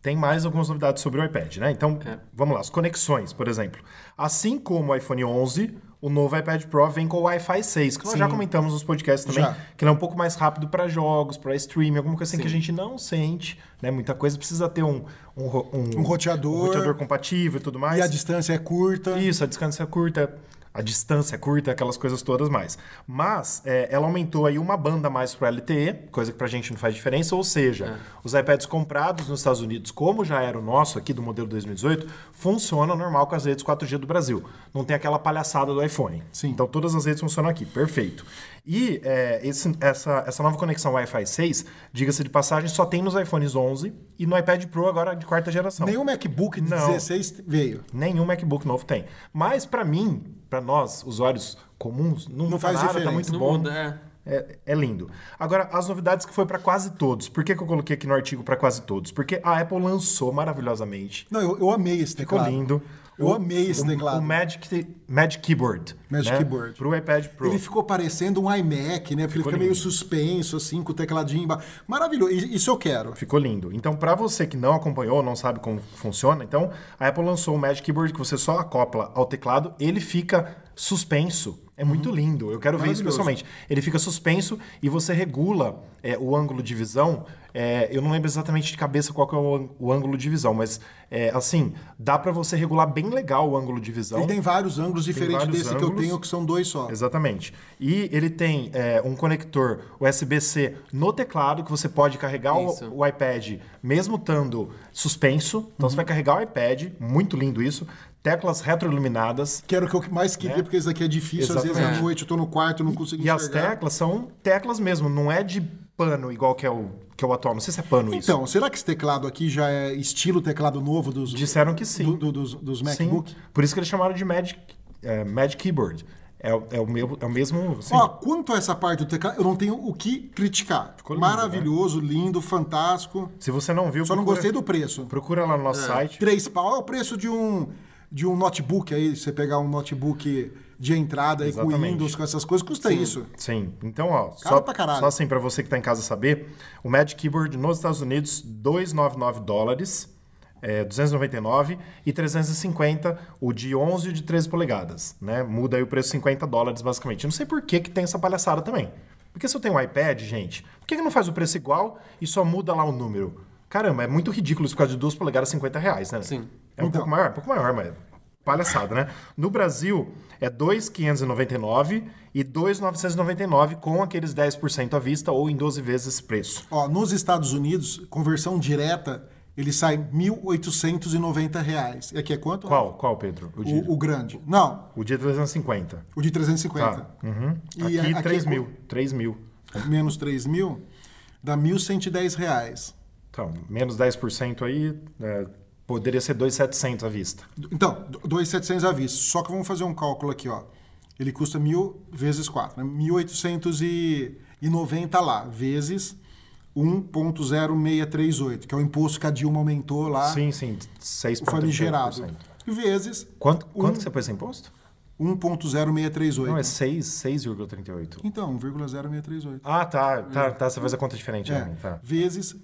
[SPEAKER 3] Tem mais algumas novidades sobre o iPad, né? Então,
[SPEAKER 2] É.
[SPEAKER 3] vamos lá. As conexões, por exemplo. Assim como o iPhone 11, o novo iPad Pro vem com o Wi-Fi 6, que nós
[SPEAKER 1] Sim.
[SPEAKER 3] já comentamos nos podcasts também,
[SPEAKER 1] Já.
[SPEAKER 3] que ele é um pouco mais rápido para jogos, para streaming, alguma coisa assim que a gente não sente, né? Muita coisa precisa ter um, um, ro-
[SPEAKER 1] Um roteador.
[SPEAKER 3] um roteador compatível e tudo mais.
[SPEAKER 1] E a distância é curta.
[SPEAKER 3] Isso, a distância curta, a distância é curta, aquelas coisas todas mais. Mas é, ela aumentou aí uma banda a mais para LTE, coisa que pra gente não faz diferença, ou
[SPEAKER 1] É.
[SPEAKER 3] seja, os iPads comprados nos Estados Unidos, como já era o nosso aqui do modelo 2018, funciona normal com as redes 4G do Brasil. Não tem aquela palhaçada do iPhone.
[SPEAKER 1] Sim.
[SPEAKER 3] Então todas as redes funcionam aqui, perfeito. E é, esse- essa, essa nova conexão Wi-Fi 6, diga-se de passagem, só tem nos iPhones 11 e no iPad Pro agora de quarta geração.
[SPEAKER 1] Nenhum MacBook de
[SPEAKER 3] Não.
[SPEAKER 1] 16 veio.
[SPEAKER 3] Nenhum MacBook novo tem. Mas pra mim, pra nós, usuários comuns, não,
[SPEAKER 1] Não
[SPEAKER 3] tá
[SPEAKER 1] faz
[SPEAKER 3] nada,
[SPEAKER 1] diferença.
[SPEAKER 3] tá muito
[SPEAKER 2] não
[SPEAKER 3] bom.
[SPEAKER 2] muda, é.
[SPEAKER 3] É, é lindo. Agora, as novidades que foi pra quase todos. Por que, que eu coloquei aqui no artigo pra quase todos? Porque a Apple lançou maravilhosamente.
[SPEAKER 1] Não, eu, eu amei esse
[SPEAKER 3] Ficou
[SPEAKER 1] teclado.
[SPEAKER 3] lindo.
[SPEAKER 1] Eu amei esse
[SPEAKER 3] o,
[SPEAKER 1] teclado.
[SPEAKER 3] O Magic, Magic Keyboard.
[SPEAKER 1] Magic
[SPEAKER 3] né?
[SPEAKER 1] Keyboard.
[SPEAKER 3] Pro iPad Pro.
[SPEAKER 1] Ele ficou parecendo um iMac, né? Porque ele fica
[SPEAKER 3] lindo.
[SPEAKER 1] meio suspenso, assim, com o tecladinho embaixo. Maravilhoso. I- Isso eu quero.
[SPEAKER 3] Ficou lindo. Então, para você que não acompanhou, não sabe como funciona, então a Apple lançou o Magic Keyboard que você só acopla ao teclado, ele fica suspenso. É muito lindo. Eu quero ver isso
[SPEAKER 1] Uhum. Maravilhoso.
[SPEAKER 3] pessoalmente. Ele fica suspenso e você regula é, o ângulo de visão. É, eu não lembro exatamente de cabeça qual que é o, ân- o ângulo de visão, mas é, assim dá para você regular bem legal o ângulo de visão.
[SPEAKER 1] Ele tem vários ângulos diferentes
[SPEAKER 3] Então, vários
[SPEAKER 1] desse que eu
[SPEAKER 3] ângulos.
[SPEAKER 1] tenho, que são dois só.
[SPEAKER 3] Exatamente. E ele tem é, um conector USB-C no teclado que você pode carregar
[SPEAKER 2] Isso.
[SPEAKER 3] o, o iPad mesmo estando suspenso. Então
[SPEAKER 1] Uhum.
[SPEAKER 3] você vai carregar o iPad, muito lindo isso. Teclas retroiluminadas.
[SPEAKER 1] Que era o que eu mais queria, porque isso aqui é difícil. Às vezes à
[SPEAKER 2] Exatamente.
[SPEAKER 1] noite eu tô no quarto e não consigo
[SPEAKER 3] né? E as
[SPEAKER 1] enxergar.
[SPEAKER 3] teclas são teclas mesmo, não é de pano igual que é o, que é o atual. Não sei se é pano isso.
[SPEAKER 1] Então, será que esse teclado aqui já é estilo teclado novo dos,
[SPEAKER 3] Disseram que sim.
[SPEAKER 1] do- do- dos, dos MacBook?
[SPEAKER 3] Sim. Por isso que eles chamaram de Magic, é, Magic Keyboard. É, o- é o, meu, é o mesmo. assim,
[SPEAKER 1] Ó, quanto a essa parte do teclado, eu não tenho o que criticar.
[SPEAKER 3] lindo, né?
[SPEAKER 1] Maravilhoso, lindo, fantástico.
[SPEAKER 3] se você não viu,
[SPEAKER 1] Só não
[SPEAKER 3] procura-
[SPEAKER 1] gostei do preço.
[SPEAKER 3] Procura lá no nosso site.
[SPEAKER 1] Três pau é o preço de um de um notebook aí, você pegar um notebook de entrada aí com
[SPEAKER 3] Exatamente.
[SPEAKER 1] Windows, com essas coisas, custa isso.
[SPEAKER 3] Sim. Então, ó,
[SPEAKER 1] Caro
[SPEAKER 3] só,
[SPEAKER 1] pra caralho.
[SPEAKER 3] só assim pra você que tá em casa saber, o Magic Keyboard nos Estados Unidos, 299 dólares, é, 299 e 350 o de 11 e o de 13 polegadas, né? Muda aí o preço 50 dólares basicamente. Eu Não sei por que que tem essa palhaçada também. Porque se eu tenho um iPad, gente, por que que não faz o preço igual e só muda lá o número? Caramba, é muito ridículo isso por causa de 2 polegadas 50 reais, né?
[SPEAKER 2] Sim.
[SPEAKER 3] É um
[SPEAKER 1] Então.
[SPEAKER 3] pouco maior, um pouco maior, mas palhaçada, né? No Brasil, é 2,599 e 2,999 com aqueles 10% à vista ou em 12 vezes esse preço.
[SPEAKER 1] Ó, nos Estados Unidos, conversão direta, ele sai R$ 1.890 reais. E aqui é quanto?
[SPEAKER 3] Qual? Qual, Pedro? O de,
[SPEAKER 1] O, o grande. Não,
[SPEAKER 3] o de 350.
[SPEAKER 1] o de 350.
[SPEAKER 3] Tá. Uhum.
[SPEAKER 1] E
[SPEAKER 3] aqui,
[SPEAKER 1] a- aqui
[SPEAKER 3] 3
[SPEAKER 1] é
[SPEAKER 3] mil. 3 mil.
[SPEAKER 1] Menos 3 mil, dá R$ 1.110 reais.
[SPEAKER 3] Então, menos 10% aí, é, poderia ser 2,700 à vista.
[SPEAKER 1] Então, do- 2.700 à vista. Só que vamos fazer um cálculo aqui, ó. Ele custa mil vezes 4, né? 1.890 lá, vezes 1.0638, que é o imposto que a Dilma aumentou lá,
[SPEAKER 3] Sim, sim,
[SPEAKER 1] Ah. o Um
[SPEAKER 3] 6,3%.
[SPEAKER 1] famigerado. Vezes
[SPEAKER 3] Quanto, quanto que você pôs em imposto? Não, é
[SPEAKER 1] 1.0638.
[SPEAKER 3] 6, 6,38.
[SPEAKER 1] Então, 1,0638.
[SPEAKER 3] Ah, tá, tá, tá, você fez a conta diferente.
[SPEAKER 1] É,
[SPEAKER 3] né? Tá.
[SPEAKER 1] vezes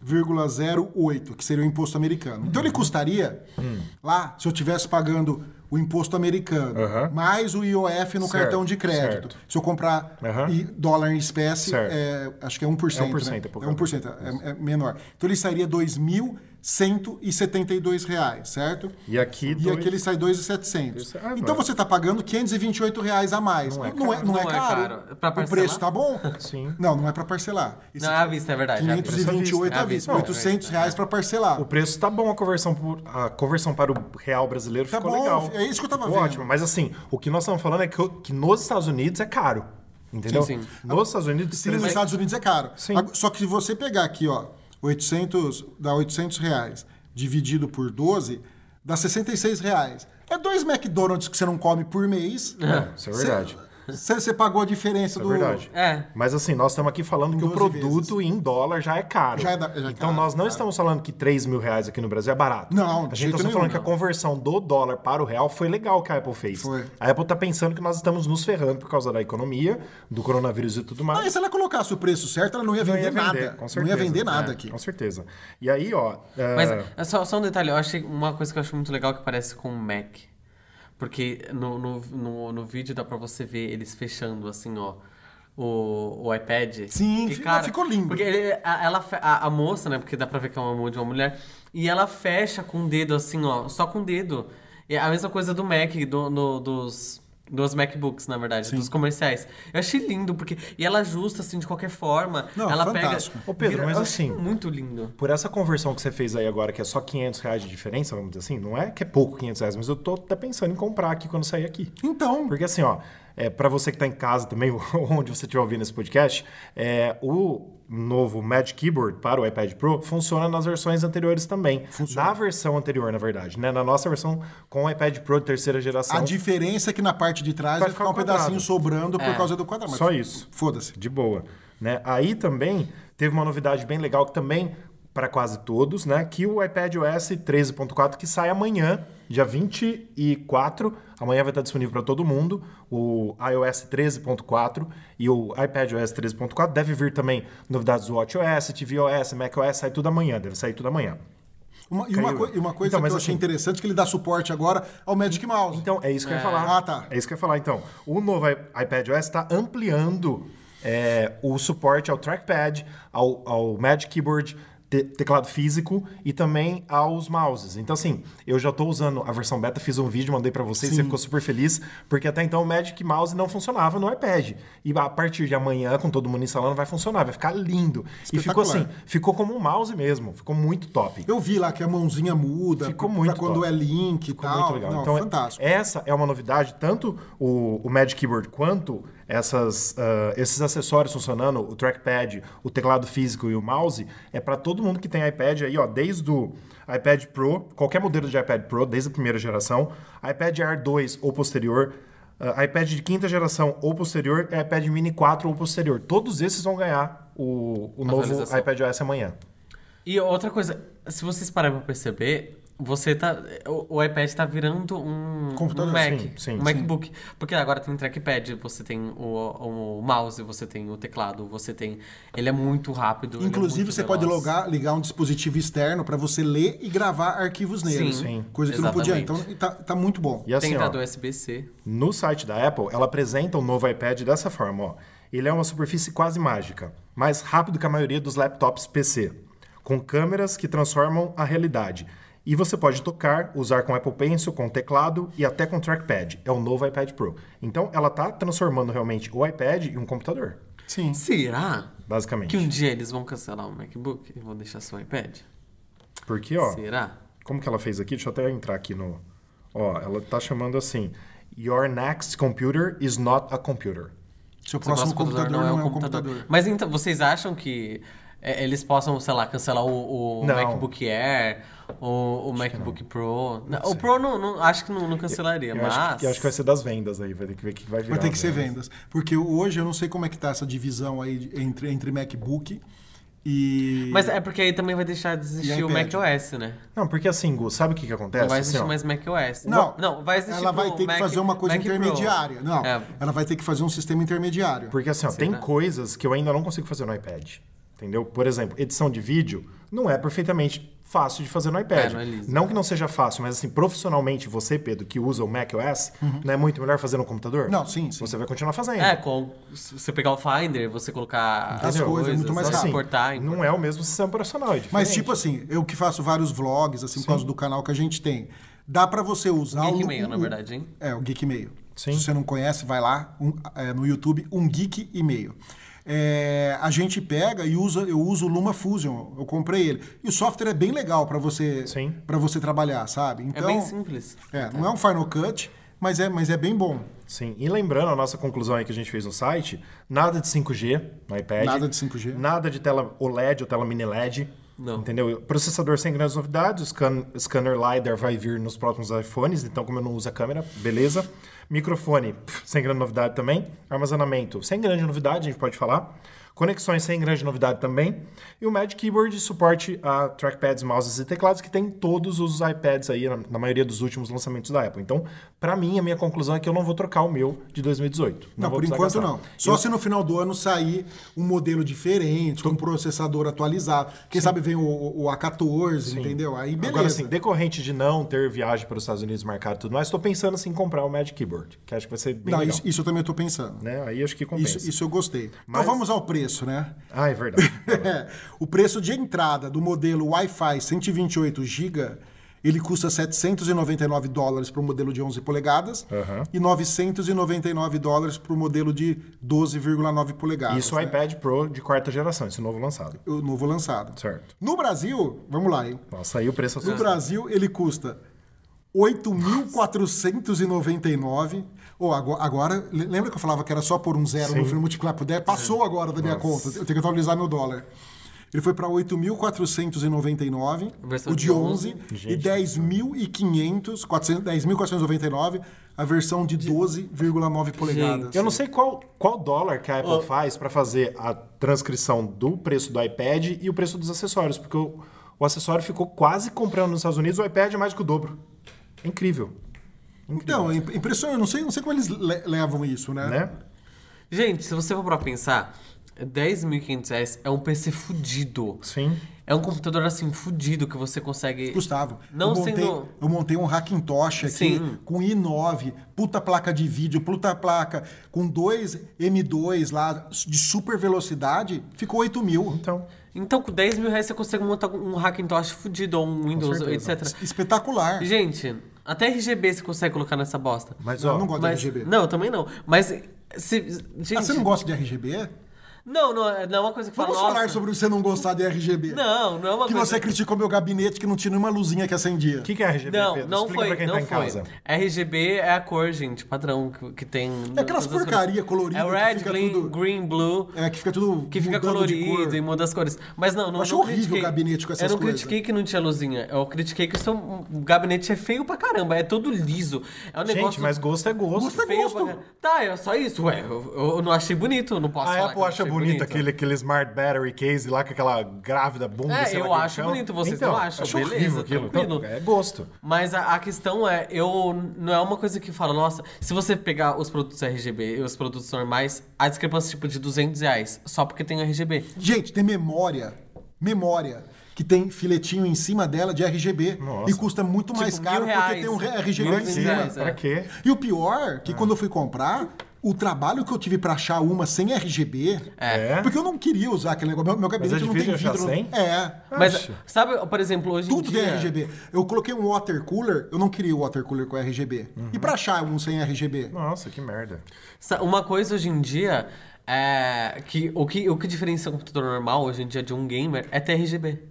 [SPEAKER 1] 1,08, que seria o imposto americano. Então ele custaria,
[SPEAKER 3] Hum.
[SPEAKER 1] lá, se eu estivesse pagando o imposto americano,
[SPEAKER 3] Aham.
[SPEAKER 1] mais o IOF no
[SPEAKER 3] Certo,
[SPEAKER 1] cartão de crédito.
[SPEAKER 3] certo.
[SPEAKER 1] Se eu comprar
[SPEAKER 3] Aham.
[SPEAKER 1] e- dólar em espécie,
[SPEAKER 3] Certo.
[SPEAKER 1] é, acho que é 1%.
[SPEAKER 3] É 1%,
[SPEAKER 1] né?
[SPEAKER 3] é pouco.
[SPEAKER 1] é, 1% é, é menor. Então ele sairia R$ 2.172, reais, certo?
[SPEAKER 3] E aqui,
[SPEAKER 1] E aqui ele sai 2,700.
[SPEAKER 3] Ah, não
[SPEAKER 1] então
[SPEAKER 3] é.
[SPEAKER 1] você está pagando 528 reais a mais. Não é caro. Não é,
[SPEAKER 2] Não é caro. Pra
[SPEAKER 1] o
[SPEAKER 2] parcelar?
[SPEAKER 1] preço tá bom?
[SPEAKER 3] Sim.
[SPEAKER 1] Não, não é para parcelar. Isso
[SPEAKER 2] Não, é à vista, é verdade. é à vista.
[SPEAKER 1] 528 à
[SPEAKER 2] É
[SPEAKER 1] vista,
[SPEAKER 2] é
[SPEAKER 1] 800 reais para parcelar.
[SPEAKER 3] O preço tá bom, a conversão, por- a conversão para o real brasileiro
[SPEAKER 1] Tá
[SPEAKER 3] ficou
[SPEAKER 1] bom,
[SPEAKER 3] legal.
[SPEAKER 1] é isso que eu tava
[SPEAKER 3] Ficou
[SPEAKER 1] vendo.
[SPEAKER 3] Ótimo, mas assim, o que nós estamos falando é que, o- que nos Estados Unidos é caro. Entendeu?
[SPEAKER 2] Sim, sim.
[SPEAKER 3] Nos Estados Unidos,
[SPEAKER 1] Sim, nos
[SPEAKER 3] trezentos-
[SPEAKER 1] Estados Unidos é caro.
[SPEAKER 3] Sim.
[SPEAKER 1] Ag- Só que se você pegar aqui, ó, 800, dá 800 reais dividido por 12, dá 66 reais. É dois McDonald's que você não come por mês.
[SPEAKER 3] É, isso é verdade.
[SPEAKER 1] Você você pagou a diferença
[SPEAKER 3] É
[SPEAKER 1] do.
[SPEAKER 3] verdade.
[SPEAKER 2] É.
[SPEAKER 3] Mas assim, nós estamos aqui falando que o
[SPEAKER 1] 12
[SPEAKER 3] produto em dólar já é caro.
[SPEAKER 1] Já é da- já é
[SPEAKER 3] então
[SPEAKER 1] caro,
[SPEAKER 3] nós não
[SPEAKER 1] claro.
[SPEAKER 3] estamos falando que 3 mil reais aqui no Brasil é barato.
[SPEAKER 1] Não,
[SPEAKER 3] A
[SPEAKER 1] de
[SPEAKER 3] gente
[SPEAKER 1] jeito
[SPEAKER 3] está
[SPEAKER 1] nenhum,
[SPEAKER 3] falando que a
[SPEAKER 1] não.
[SPEAKER 3] conversão do dólar para o real foi legal que a Apple fez.
[SPEAKER 1] Foi.
[SPEAKER 3] A Apple tá pensando que nós estamos nos ferrando por causa da economia, do coronavírus e tudo mais.
[SPEAKER 1] Ah, e se ela colocasse o preço certo, ela não ia
[SPEAKER 3] Não
[SPEAKER 1] vender,
[SPEAKER 3] ia vender,
[SPEAKER 1] nada.
[SPEAKER 3] com
[SPEAKER 1] não
[SPEAKER 3] certeza.
[SPEAKER 1] ia vender nada
[SPEAKER 3] É,
[SPEAKER 1] aqui.
[SPEAKER 3] Com certeza. E aí, ó. é,
[SPEAKER 2] Mas é só, só um detalhe, eu achei uma coisa que eu acho muito legal que parece com o Mac. Porque no, no, no, no vídeo dá pra você ver eles fechando assim, ó. O, o iPad.
[SPEAKER 1] Sim,
[SPEAKER 2] E,
[SPEAKER 1] fi- ficou lindo.
[SPEAKER 2] Porque ele- a, ela, fe- a, a moça, né? Porque dá pra ver que é uma mão de uma mulher. E ela fecha com o dedo, assim, ó. Só com o dedo. É a mesma coisa do Mac, do, no- dos, dos MacBooks, na verdade, dos comerciais. Eu achei lindo, porque. E ela ajusta, assim, de qualquer forma.
[SPEAKER 1] Não,
[SPEAKER 2] ela
[SPEAKER 1] fantástico.
[SPEAKER 2] pega.
[SPEAKER 3] Ô, Pedro, mas
[SPEAKER 2] eu achei
[SPEAKER 3] assim-
[SPEAKER 2] Muito lindo.
[SPEAKER 3] Por essa conversão que você fez aí agora, que é só 500 reais de diferença, vamos dizer assim, não é que é pouco 500 reais, mas eu tô até pensando em comprar aqui quando sair aqui.
[SPEAKER 1] Então,
[SPEAKER 3] Porque assim, ó, é, para você que tá em casa também, ou onde você estiver ouvindo esse podcast, é, o novo Magic Keyboard para o iPad Pro funciona nas versões anteriores também. Funciona. Na versão anterior, na verdade, né? Na nossa versão com o iPad Pro de terceira geração.
[SPEAKER 1] a diferença é que na parte de trás
[SPEAKER 3] Vai
[SPEAKER 1] vai,
[SPEAKER 3] ficar
[SPEAKER 1] ficar um
[SPEAKER 3] um quadrado.
[SPEAKER 1] pedacinho sobrando por
[SPEAKER 2] É.
[SPEAKER 1] causa do quadrado. mas
[SPEAKER 3] Só isso.
[SPEAKER 1] Foda-se.
[SPEAKER 3] de boa, né? Aí também teve uma novidade bem legal que também para quase todos, né? Que o iPad OS 13.4 que sai amanhã, dia 24, amanhã vai estar disponível para todo mundo, o iOS 13.4 e o iPad OS 13.4 deve vir também novidades do WatchOS, tvOS, macOS, sai tudo amanhã, deve sair tudo amanhã.
[SPEAKER 1] Uma- e, uma
[SPEAKER 3] Caiu.
[SPEAKER 1] coi- e uma coisa
[SPEAKER 3] Então,
[SPEAKER 1] que
[SPEAKER 3] mas
[SPEAKER 1] eu achei
[SPEAKER 3] assim-
[SPEAKER 1] interessante é que ele dá suporte agora ao Magic Mouse.
[SPEAKER 3] Então, é isso que eu ia falar.
[SPEAKER 1] Ah, tá.
[SPEAKER 3] É isso que eu ia falar. Então, o novo i- iPad OS está ampliando é, o suporte ao trackpad, ao, ao Magic Keyboard, te- teclado físico e também aos mouses. Então, assim, eu já estou usando a versão beta, fiz um vídeo, mandei para vocês, você ficou super feliz, porque até então o Magic Mouse não funcionava no iPad. E a partir de amanhã, com todo mundo instalando, vai funcionar, vai ficar lindo. E ficou assim,
[SPEAKER 1] Espetacular.
[SPEAKER 3] ficou como um mouse mesmo, ficou muito top.
[SPEAKER 1] Eu vi lá que a mãozinha muda
[SPEAKER 3] Ficou
[SPEAKER 1] pra
[SPEAKER 3] muito
[SPEAKER 1] quando
[SPEAKER 3] top.
[SPEAKER 1] é link e
[SPEAKER 3] Ficou
[SPEAKER 1] tal.
[SPEAKER 3] muito legal.
[SPEAKER 1] Não,
[SPEAKER 3] então, é-
[SPEAKER 1] fantástico.
[SPEAKER 3] essa é uma novidade, tanto o, o Magic Keyboard quanto essas, ah, esses acessórios funcionando, o trackpad, o teclado físico e o mouse, é para todo mundo que tem iPad aí, ó, desde o iPad Pro, qualquer modelo de iPad Pro, desde a primeira geração, iPad Air 2 ou posterior, ah, iPad de quinta geração ou posterior, e iPad Mini 4 ou posterior. Todos esses vão ganhar o, o novo
[SPEAKER 2] Atualização.
[SPEAKER 3] iPad OS amanhã.
[SPEAKER 2] E outra coisa, se vocês pararem pra perceber, você tá. O, o iPad tá virando um,
[SPEAKER 1] Computador,
[SPEAKER 2] um Mac.
[SPEAKER 3] sim, sim,
[SPEAKER 2] um
[SPEAKER 3] sim.
[SPEAKER 2] MacBook. Porque agora tem um trackpad, você tem o, o mouse, você tem o teclado, você tem. Ele é muito rápido. ele é
[SPEAKER 1] Inclusive,
[SPEAKER 2] muito
[SPEAKER 1] você pode
[SPEAKER 2] veloz.
[SPEAKER 1] logar, ligar um dispositivo externo para você ler e gravar arquivos nele. né?
[SPEAKER 2] Sim,
[SPEAKER 1] Coisa que não podia. Então,
[SPEAKER 2] exatamente.
[SPEAKER 1] tá, tá muito bom.
[SPEAKER 3] E assim,
[SPEAKER 2] tem
[SPEAKER 3] ó,
[SPEAKER 2] dado USB-C.
[SPEAKER 3] No site da Apple, ela apresenta o novo iPad dessa forma, ó. Ele é uma superfície quase mágica, mais rápido que a maioria dos laptops PC, com câmeras que transformam a realidade. E você pode tocar, usar com Apple Pencil, com teclado e até com trackpad. É o novo iPad Pro. Então, ela tá transformando realmente o iPad em um computador,
[SPEAKER 1] Sim.
[SPEAKER 2] Será?
[SPEAKER 3] basicamente.
[SPEAKER 2] Que um dia eles vão cancelar o MacBook e vão deixar só o iPad?
[SPEAKER 3] Porque, ó,
[SPEAKER 2] Será?
[SPEAKER 3] como que ela fez aqui? Deixa eu até entrar aqui no... Ó, ela tá chamando assim... Your next computer is not a computer.
[SPEAKER 1] Seu
[SPEAKER 2] Seu
[SPEAKER 1] próximo computador, não é um computador.
[SPEAKER 2] Mas então, vocês acham que é, eles possam, sei lá, cancelar o, o
[SPEAKER 3] Não.
[SPEAKER 2] MacBook Air, o, o MacBook Pro? Não, o Pro não, não- acho que não, não cancelaria,
[SPEAKER 3] Eu
[SPEAKER 2] mas.
[SPEAKER 3] acho, que, eu acho que vai ser das vendas aí, vai ter que ver o que vai virar.
[SPEAKER 1] Vai ter que ser
[SPEAKER 3] né?
[SPEAKER 1] vendas. Porque hoje eu não sei como é que tá essa divisão aí de- entre, entre MacBook e.
[SPEAKER 2] Mas é porque aí também vai deixar de existir
[SPEAKER 1] E
[SPEAKER 2] o
[SPEAKER 1] iPad. É,
[SPEAKER 2] macOS, né?
[SPEAKER 3] Não, porque assim, Gu, sabe o que, que acontece?
[SPEAKER 2] Não vai
[SPEAKER 3] Assim,
[SPEAKER 2] existir
[SPEAKER 3] ó,
[SPEAKER 2] mais macOS.
[SPEAKER 1] Não,
[SPEAKER 2] não vai existir
[SPEAKER 1] Ela vai
[SPEAKER 2] pro
[SPEAKER 1] ter
[SPEAKER 2] Mac-
[SPEAKER 1] que fazer uma coisa
[SPEAKER 2] Mac Pro.
[SPEAKER 1] intermediária. Não,
[SPEAKER 2] É.
[SPEAKER 1] ela vai ter que fazer um sistema intermediário.
[SPEAKER 3] Porque assim, ó, tem
[SPEAKER 2] né?
[SPEAKER 3] coisas que eu ainda não consigo fazer no iPad. Entendeu? Por exemplo, edição de vídeo não é perfeitamente fácil de fazer no iPad.
[SPEAKER 2] É, não é liso.
[SPEAKER 3] que não seja fácil, mas assim, profissionalmente, você, Pedro, que usa o macOS, não é muito melhor fazer no computador?
[SPEAKER 1] Uhum. Não, sim, sim.
[SPEAKER 3] Você vai continuar fazendo.
[SPEAKER 2] É, com, se você pegar o Finder, você colocar
[SPEAKER 1] As coisas, é muito mais
[SPEAKER 2] né?
[SPEAKER 1] rápido.
[SPEAKER 2] Importar, importar.
[SPEAKER 3] não é o mesmo sistema operacional, é diferente.
[SPEAKER 1] Mas, tipo assim, eu que faço vários vlogs, assim, por causa do canal que a gente tem. Dá pra você usar
[SPEAKER 2] Geek
[SPEAKER 1] o-
[SPEAKER 2] Mail,
[SPEAKER 1] o-
[SPEAKER 2] na verdade, hein?
[SPEAKER 1] É, o Geek Mail.
[SPEAKER 3] Sim.
[SPEAKER 1] Se você não conhece, vai lá um- é, no YouTube, um Geek e-mail. É, a gente pega e usa, eu uso o Luma Fusion, eu comprei ele. E o software é bem legal pra você
[SPEAKER 3] Sim.
[SPEAKER 1] para você trabalhar, sabe? Então,
[SPEAKER 2] É bem simples.
[SPEAKER 1] é, não é um Final Cut, mas é, mas é bem bom.
[SPEAKER 3] Sim, e lembrando a nossa conclusão aí que a gente fez no site, nada de 5G no iPad.
[SPEAKER 1] Nada de 5G.
[SPEAKER 3] Nada de tela OLED ou tela mini LED.
[SPEAKER 2] Não.
[SPEAKER 3] Entendeu? Processador sem grandes novidades, o scan- scanner LiDAR vai vir nos próximos iPhones, então como eu não uso a câmera, beleza. Microfone, pff, sem grande novidade também. Armazenamento, sem grande novidade, a gente pode falar. Conexões sem grande novidade também. E o Magic Keyboard, suporte a trackpads, mouses e teclados, que tem todos os iPads aí, na, na maioria dos últimos lançamentos da Apple. Então, pra mim, a minha conclusão é que eu não vou trocar o meu de 2018.
[SPEAKER 1] Não, por
[SPEAKER 3] vou precisar
[SPEAKER 1] enquanto
[SPEAKER 3] gastar.
[SPEAKER 1] não. Só se no final do ano sair um modelo diferente, com um processador atualizado. Quem sabe vem o, o A14, entendeu? Aí beleza.
[SPEAKER 3] Agora, assim, decorrente de não ter viagem para os Estados Unidos marcada e tudo mais, estou pensando assim, em comprar o Magic Keyboard, que acho que vai ser bem
[SPEAKER 1] não,
[SPEAKER 3] legal.
[SPEAKER 1] isso, isso eu também tô pensando.
[SPEAKER 3] Né? Aí acho que compensa.
[SPEAKER 1] Isso, isso eu gostei.
[SPEAKER 3] Mas-
[SPEAKER 1] Então vamos ao preço, né?
[SPEAKER 3] Ah, é verdade.
[SPEAKER 1] o preço de entrada do modelo Wi-Fi 128 GB ele custa 799 dólares para o modelo de 11 polegadas
[SPEAKER 3] Aham.
[SPEAKER 1] e 999 dólares para o modelo de 12,9 polegadas.
[SPEAKER 3] Isso o
[SPEAKER 1] né?
[SPEAKER 3] iPad Pro de quarta geração, esse novo lançado.
[SPEAKER 1] O novo lançado.
[SPEAKER 3] Certo.
[SPEAKER 1] No Brasil, vamos lá, hein?
[SPEAKER 3] Nossa, aí o preço
[SPEAKER 1] No Brasil, ele custa 8.499. Ou agora, agora, le- lembra que eu falava que era só por um zero no final multiplicar por 10? Passou agora da minha conta. Eu tenho que atualizar meu dólar. Ele foi para 8.499,
[SPEAKER 2] A versão
[SPEAKER 1] o de
[SPEAKER 2] de
[SPEAKER 1] 11, e 10.500, 400 10.499, a versão de 12,9 polegadas.
[SPEAKER 3] Eu não sei qual, qual dólar que a Apple faz para fazer a transcrição do preço do iPad e o preço dos acessórios, porque o, o acessório ficou quase comprando nos Estados Unidos, o iPad é mais que o dobro. É incrível.
[SPEAKER 1] Então, é imp- impressionante, eu não sei, não sei como eles le- levam isso, né?
[SPEAKER 3] Né?
[SPEAKER 2] Gente, se você for pra pensar, 10.500 reais é um PC fudido.
[SPEAKER 3] Sim.
[SPEAKER 2] É um computador assim fudido que você consegue.
[SPEAKER 1] Gustavo,
[SPEAKER 2] Não
[SPEAKER 1] eu, montei,
[SPEAKER 2] sendo-
[SPEAKER 1] eu montei um Hackintosh aqui
[SPEAKER 2] Sim.
[SPEAKER 1] com i9, puta placa de vídeo, puta placa, com dois M2 lá de super velocidade, ficou 8 mil.
[SPEAKER 3] Então,
[SPEAKER 2] Então, com 10 mil reais você consegue montar um Hackintosh fudido ou um Windows, etc.
[SPEAKER 1] Espetacular.
[SPEAKER 2] Gente, até RGB você consegue colocar nessa bosta.
[SPEAKER 3] mas
[SPEAKER 1] Não,
[SPEAKER 3] ó,
[SPEAKER 1] eu não gosto
[SPEAKER 2] Mas-
[SPEAKER 1] de RGB.
[SPEAKER 2] Não, eu também não. Mas se. Gente,
[SPEAKER 1] Ah, você não gosta de RGB?
[SPEAKER 2] não, não, é- não é uma coisa que fala.
[SPEAKER 1] Vamos
[SPEAKER 2] nossa,
[SPEAKER 1] falar sobre você não gostar de RGB.
[SPEAKER 2] Não, não é uma
[SPEAKER 1] Que
[SPEAKER 2] coisa.
[SPEAKER 1] você criticou meu gabinete que não tinha nenhuma luzinha que acendia.
[SPEAKER 3] o que, que é RGB,
[SPEAKER 2] Não,
[SPEAKER 3] Pedro?
[SPEAKER 2] não
[SPEAKER 3] Explica
[SPEAKER 2] foi,
[SPEAKER 3] pra quem
[SPEAKER 2] não
[SPEAKER 3] tá em
[SPEAKER 2] foi.
[SPEAKER 3] casa.
[SPEAKER 2] RGB é a cor, gente, padrão que, que tem.
[SPEAKER 1] É aquelas
[SPEAKER 2] todas as cores.
[SPEAKER 1] porcaria colorida
[SPEAKER 2] É
[SPEAKER 1] que
[SPEAKER 2] red,
[SPEAKER 1] fica
[SPEAKER 2] green,
[SPEAKER 1] tudo-
[SPEAKER 2] green, blue.
[SPEAKER 1] É, que fica tudo
[SPEAKER 2] Que fica
[SPEAKER 1] mudando de
[SPEAKER 2] colorido
[SPEAKER 1] cor.
[SPEAKER 2] e muda as cores. Mas não, não.
[SPEAKER 1] Eu acho
[SPEAKER 2] não
[SPEAKER 1] horrível
[SPEAKER 2] critiquei.
[SPEAKER 1] o gabinete com essas
[SPEAKER 2] Eu não
[SPEAKER 1] coisas.
[SPEAKER 2] critiquei que não tinha luzinha. Eu critiquei que o seu gabinete é feio pra caramba. É todo liso. É um
[SPEAKER 3] Gente,
[SPEAKER 2] negócio.
[SPEAKER 3] mas gosto é gosto.
[SPEAKER 1] Gosto é
[SPEAKER 2] feio pra caramba. Tá, é só isso. Ué, eu, eu não achei bonito. Não
[SPEAKER 1] Ah, é
[SPEAKER 2] posso falar. que
[SPEAKER 3] A Apple
[SPEAKER 2] eu
[SPEAKER 3] acha
[SPEAKER 2] achei
[SPEAKER 3] bonito
[SPEAKER 2] bonito né?
[SPEAKER 3] aquele, aquele Smart Battery Case lá com aquela grávida bomba.
[SPEAKER 2] É,
[SPEAKER 3] sei
[SPEAKER 2] eu
[SPEAKER 3] lá que eles
[SPEAKER 2] acho
[SPEAKER 3] chamam.
[SPEAKER 2] bonito, vocês
[SPEAKER 3] então,
[SPEAKER 2] não acham?
[SPEAKER 3] acho horrível
[SPEAKER 2] Beleza,
[SPEAKER 3] aquilo.
[SPEAKER 2] tranquilo.
[SPEAKER 3] Então, é gosto.
[SPEAKER 2] Mas a, a questão é, eu não é uma coisa que fala, nossa, se você pegar os produtos RGB e os produtos normais, a discrepância tipo de 200 reais, só porque tem RGB.
[SPEAKER 1] Gente, tem memória. Memória. Que tem filetinho em cima dela de RGB.
[SPEAKER 3] Nossa.
[SPEAKER 1] E custa muito mais
[SPEAKER 2] Tipo, mil
[SPEAKER 1] caro porque
[SPEAKER 2] reais.
[SPEAKER 1] tem um RGB
[SPEAKER 2] Mil
[SPEAKER 1] em
[SPEAKER 2] e
[SPEAKER 1] cima.
[SPEAKER 2] reais, é.
[SPEAKER 3] Pra quê?
[SPEAKER 1] E o pior,
[SPEAKER 3] É.
[SPEAKER 1] que quando eu fui comprar, o trabalho que eu tive pra achar uma sem RGB.
[SPEAKER 3] É.
[SPEAKER 1] Porque eu não queria usar aquele negócio. Meu, meu
[SPEAKER 3] Mas é
[SPEAKER 1] gabinete não tem
[SPEAKER 3] difícil achar
[SPEAKER 1] vidro.
[SPEAKER 3] sem?
[SPEAKER 1] É.
[SPEAKER 2] Mas,
[SPEAKER 3] Acho.
[SPEAKER 2] sabe, por exemplo, hoje em
[SPEAKER 1] Tudo tem
[SPEAKER 2] dia...
[SPEAKER 1] RGB. Eu coloquei um water cooler, eu não queria o water cooler com RGB.
[SPEAKER 3] Uhum.
[SPEAKER 1] E pra achar um sem RGB?
[SPEAKER 3] Nossa, que merda.
[SPEAKER 2] Sa- Uma coisa hoje em dia é que o que, o que diferencia um computador normal hoje em dia de um gamer é ter RGB.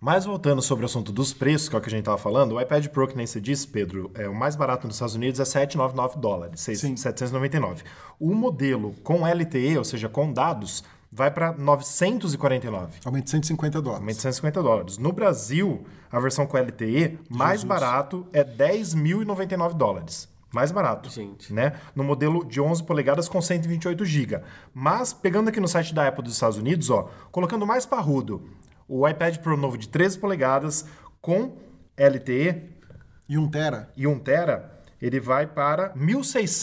[SPEAKER 3] Mas voltando sobre o assunto dos preços, que é o que a gente tava falando, o iPad Pro, que nem você disse, Pedro, é, o mais barato nos Estados Unidos é 799 dólares, seis- 799. O modelo com LTE, ou seja, com dados, vai para 949.
[SPEAKER 1] Aumento de 150 dólares.
[SPEAKER 3] Aumento de 150 é dólares. No Brasil, a versão com LTE, mais barato é 10.099 dólares. Mais barato.
[SPEAKER 2] Gente.
[SPEAKER 3] Né? No modelo de 11 polegadas com 128 GB. Mas, pegando aqui no site da Apple dos Estados Unidos, ó, colocando mais parrudo, o iPad Pro novo de 13 polegadas com LTE
[SPEAKER 1] E um tera?
[SPEAKER 3] e 1 tera, ele vai para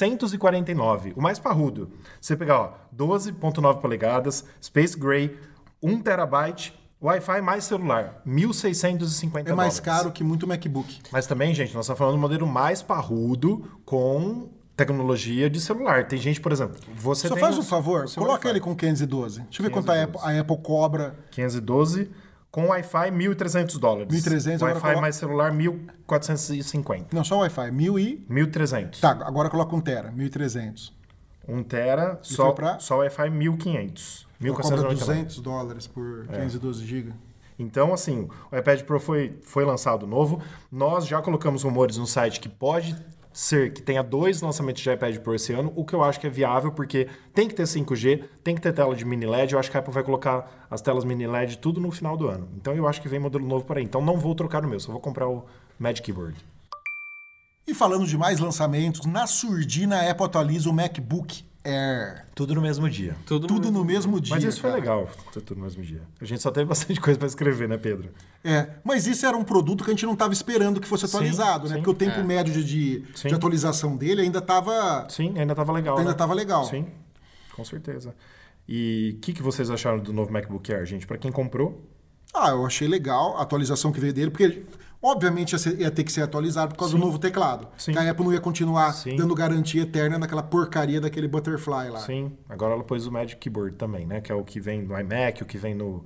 [SPEAKER 3] 1649, o mais parrudo. Você pegar, ó, 12.9 polegadas, Space Gray, 1 terabyte, Wi-Fi mais celular, 1650
[SPEAKER 1] É mais
[SPEAKER 3] dólares.
[SPEAKER 1] caro que muito MacBook.
[SPEAKER 3] Mas também, gente, nós estamos falando do modelo mais parrudo com tecnologia de celular. Tem gente, por exemplo, você
[SPEAKER 1] Só
[SPEAKER 3] tem
[SPEAKER 1] faz
[SPEAKER 3] o
[SPEAKER 1] um favor,
[SPEAKER 3] seu
[SPEAKER 1] coloca
[SPEAKER 3] Wi-Fi.
[SPEAKER 1] ele com 512. Deixa eu ver quanto a Apple, a Apple cobra.
[SPEAKER 3] 512 com Wi-Fi 1.300 dólares.
[SPEAKER 1] 1.300, agora
[SPEAKER 3] Wi-Fi
[SPEAKER 1] coloca-
[SPEAKER 3] mais celular 1.450.
[SPEAKER 1] Não, só Wi-Fi. 1000 e...
[SPEAKER 3] 1.300.
[SPEAKER 1] Tá, agora coloca um tera. 1.300.
[SPEAKER 3] 1 tera,
[SPEAKER 1] foi
[SPEAKER 3] só,
[SPEAKER 1] pra-
[SPEAKER 3] só Wi-Fi 1.500.
[SPEAKER 1] Ela cobra
[SPEAKER 3] 1.499.
[SPEAKER 1] 200 dólares por
[SPEAKER 3] É.
[SPEAKER 1] 512 GB.
[SPEAKER 3] Então, assim, o iPad Pro foi, foi lançado novo. Nós já colocamos rumores no site que pode ser que tenha dois lançamentos de iPad Pro esse ano, o que eu acho que é viável, porque tem que ter 5G, tem que ter tela de mini LED. Eu acho que a Apple vai colocar as telas mini LED tudo no final do ano. Então, eu acho que vem modelo novo por aí. Então, não vou trocar o meu, só vou comprar o Magic Keyboard.
[SPEAKER 1] E E falando de mais lançamentos, na surdina a Apple atualiza o MacBook Air.
[SPEAKER 3] Tudo no mesmo dia.
[SPEAKER 2] Tudo,
[SPEAKER 1] Tudo no mesmo dia.
[SPEAKER 3] Mas isso foi
[SPEAKER 1] cara.
[SPEAKER 3] legal, foi tudo no mesmo dia. A gente só teve bastante coisa pra escrever, né, Pedro?
[SPEAKER 1] É, mas isso era um produto que a gente não estava esperando que fosse atualizado, né?
[SPEAKER 3] sim. É.
[SPEAKER 1] Porque o tempo médio de- de,
[SPEAKER 3] Sim.
[SPEAKER 1] de atualização dele ainda estava
[SPEAKER 3] Sim, ainda tava legal.
[SPEAKER 1] ainda
[SPEAKER 3] né?
[SPEAKER 1] tava legal.
[SPEAKER 3] Sim, com certeza. E o que, que vocês acharam do novo MacBook Air, gente? Pra quem comprou,
[SPEAKER 1] Ah, eu achei legal a atualização que veio dele, porque obviamente ia ser- ia ter que ser atualizado por causa do novo teclado.
[SPEAKER 3] Sim.
[SPEAKER 1] Que a Apple não ia continuar
[SPEAKER 3] Sim.
[SPEAKER 1] dando garantia eterna naquela porcaria daquele butterfly lá.
[SPEAKER 3] sim. Agora ela pôs o Magic Keyboard também, né? Que é o que vem no iMac, o que vem no,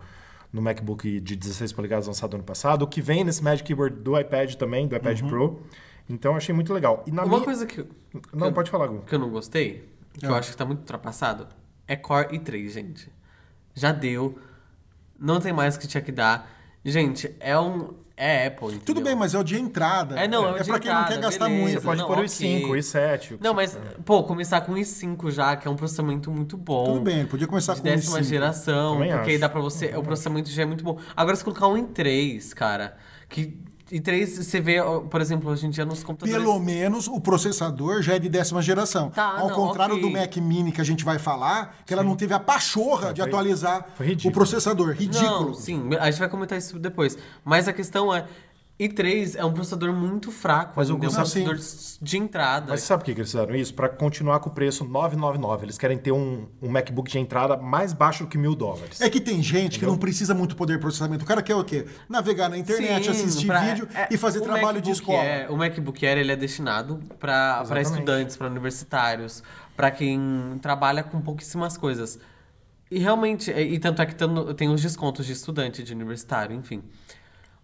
[SPEAKER 3] no MacBook de 16 polegadas lançado ano passado, o que vem nesse Magic Keyboard do iPad também, do
[SPEAKER 1] Uhum.
[SPEAKER 3] iPad Pro. Então achei muito legal. E na
[SPEAKER 2] Uma
[SPEAKER 3] minha-
[SPEAKER 2] coisa que, que
[SPEAKER 3] Não, pode falar, Gu.
[SPEAKER 2] eu não gostei, que
[SPEAKER 1] É.
[SPEAKER 2] eu acho que tá muito ultrapassado, é Core i3, gente. Já deu. Não tem mais o que tinha que dar. Gente, é um. É Apple. Entendeu?
[SPEAKER 1] Tudo bem, mas é o de entrada.
[SPEAKER 2] É, não, é o
[SPEAKER 1] é
[SPEAKER 2] de
[SPEAKER 1] pra quem não quer
[SPEAKER 2] entrada,
[SPEAKER 1] gastar
[SPEAKER 2] beleza.
[SPEAKER 1] muito.
[SPEAKER 3] Você pode
[SPEAKER 2] Não,
[SPEAKER 3] pôr o
[SPEAKER 2] ok.
[SPEAKER 3] i5, o i7. o que
[SPEAKER 2] Não,
[SPEAKER 3] você
[SPEAKER 1] É.
[SPEAKER 2] mas, pô, começar com o i5 já, que é um processamento muito bom.
[SPEAKER 1] Tudo bem, ele podia começar
[SPEAKER 2] de
[SPEAKER 1] com
[SPEAKER 2] décima
[SPEAKER 1] um i5.
[SPEAKER 2] geração,
[SPEAKER 3] Também
[SPEAKER 2] porque aí
[SPEAKER 3] acho.
[SPEAKER 2] dá pra você. o processamento já é muito bom. Agora, se colocar um em 3, cara, que em 3 você vê, ó, por exemplo, hoje em dia nos computadores.
[SPEAKER 1] Pelo menos o processador já é de décima geração.
[SPEAKER 2] Tá,
[SPEAKER 1] Ao
[SPEAKER 2] não,
[SPEAKER 1] contrário do
[SPEAKER 2] ok.
[SPEAKER 1] Mac Mini que a gente vai falar, que ela não teve a pachorra de
[SPEAKER 3] foi-
[SPEAKER 1] atualizar
[SPEAKER 3] foi ridículo.
[SPEAKER 1] o processador. Ridículo.
[SPEAKER 2] Não, sim, a gente vai comentar isso depois. Mas a questão é. i3 é um processador muito fraco,
[SPEAKER 3] Mas o
[SPEAKER 2] ainda, é um
[SPEAKER 1] Gustavo, sim.
[SPEAKER 2] processador de entrada.
[SPEAKER 3] Mas sabe por que que eles fizeram isso? Pra continuar com o preço 999. Eles querem ter um, um MacBook de entrada mais baixo do que mil dólares.
[SPEAKER 1] É que tem gente que não precisa muito poder de processamento. O cara quer o quê? Navegar na internet,
[SPEAKER 2] Sim,
[SPEAKER 1] assistir
[SPEAKER 2] pra-
[SPEAKER 1] vídeo
[SPEAKER 2] é,
[SPEAKER 1] e fazer
[SPEAKER 2] o
[SPEAKER 1] trabalho de
[SPEAKER 2] MacBook é,
[SPEAKER 1] escola.
[SPEAKER 2] Air- o MacBook Air ele é destinado para
[SPEAKER 3] Exatamente.
[SPEAKER 2] estudantes, para universitários, para quem trabalha com pouquíssimas coisas. E realmente, e, e tanto é que tando- tem os descontos de estudante, de universitário, enfim.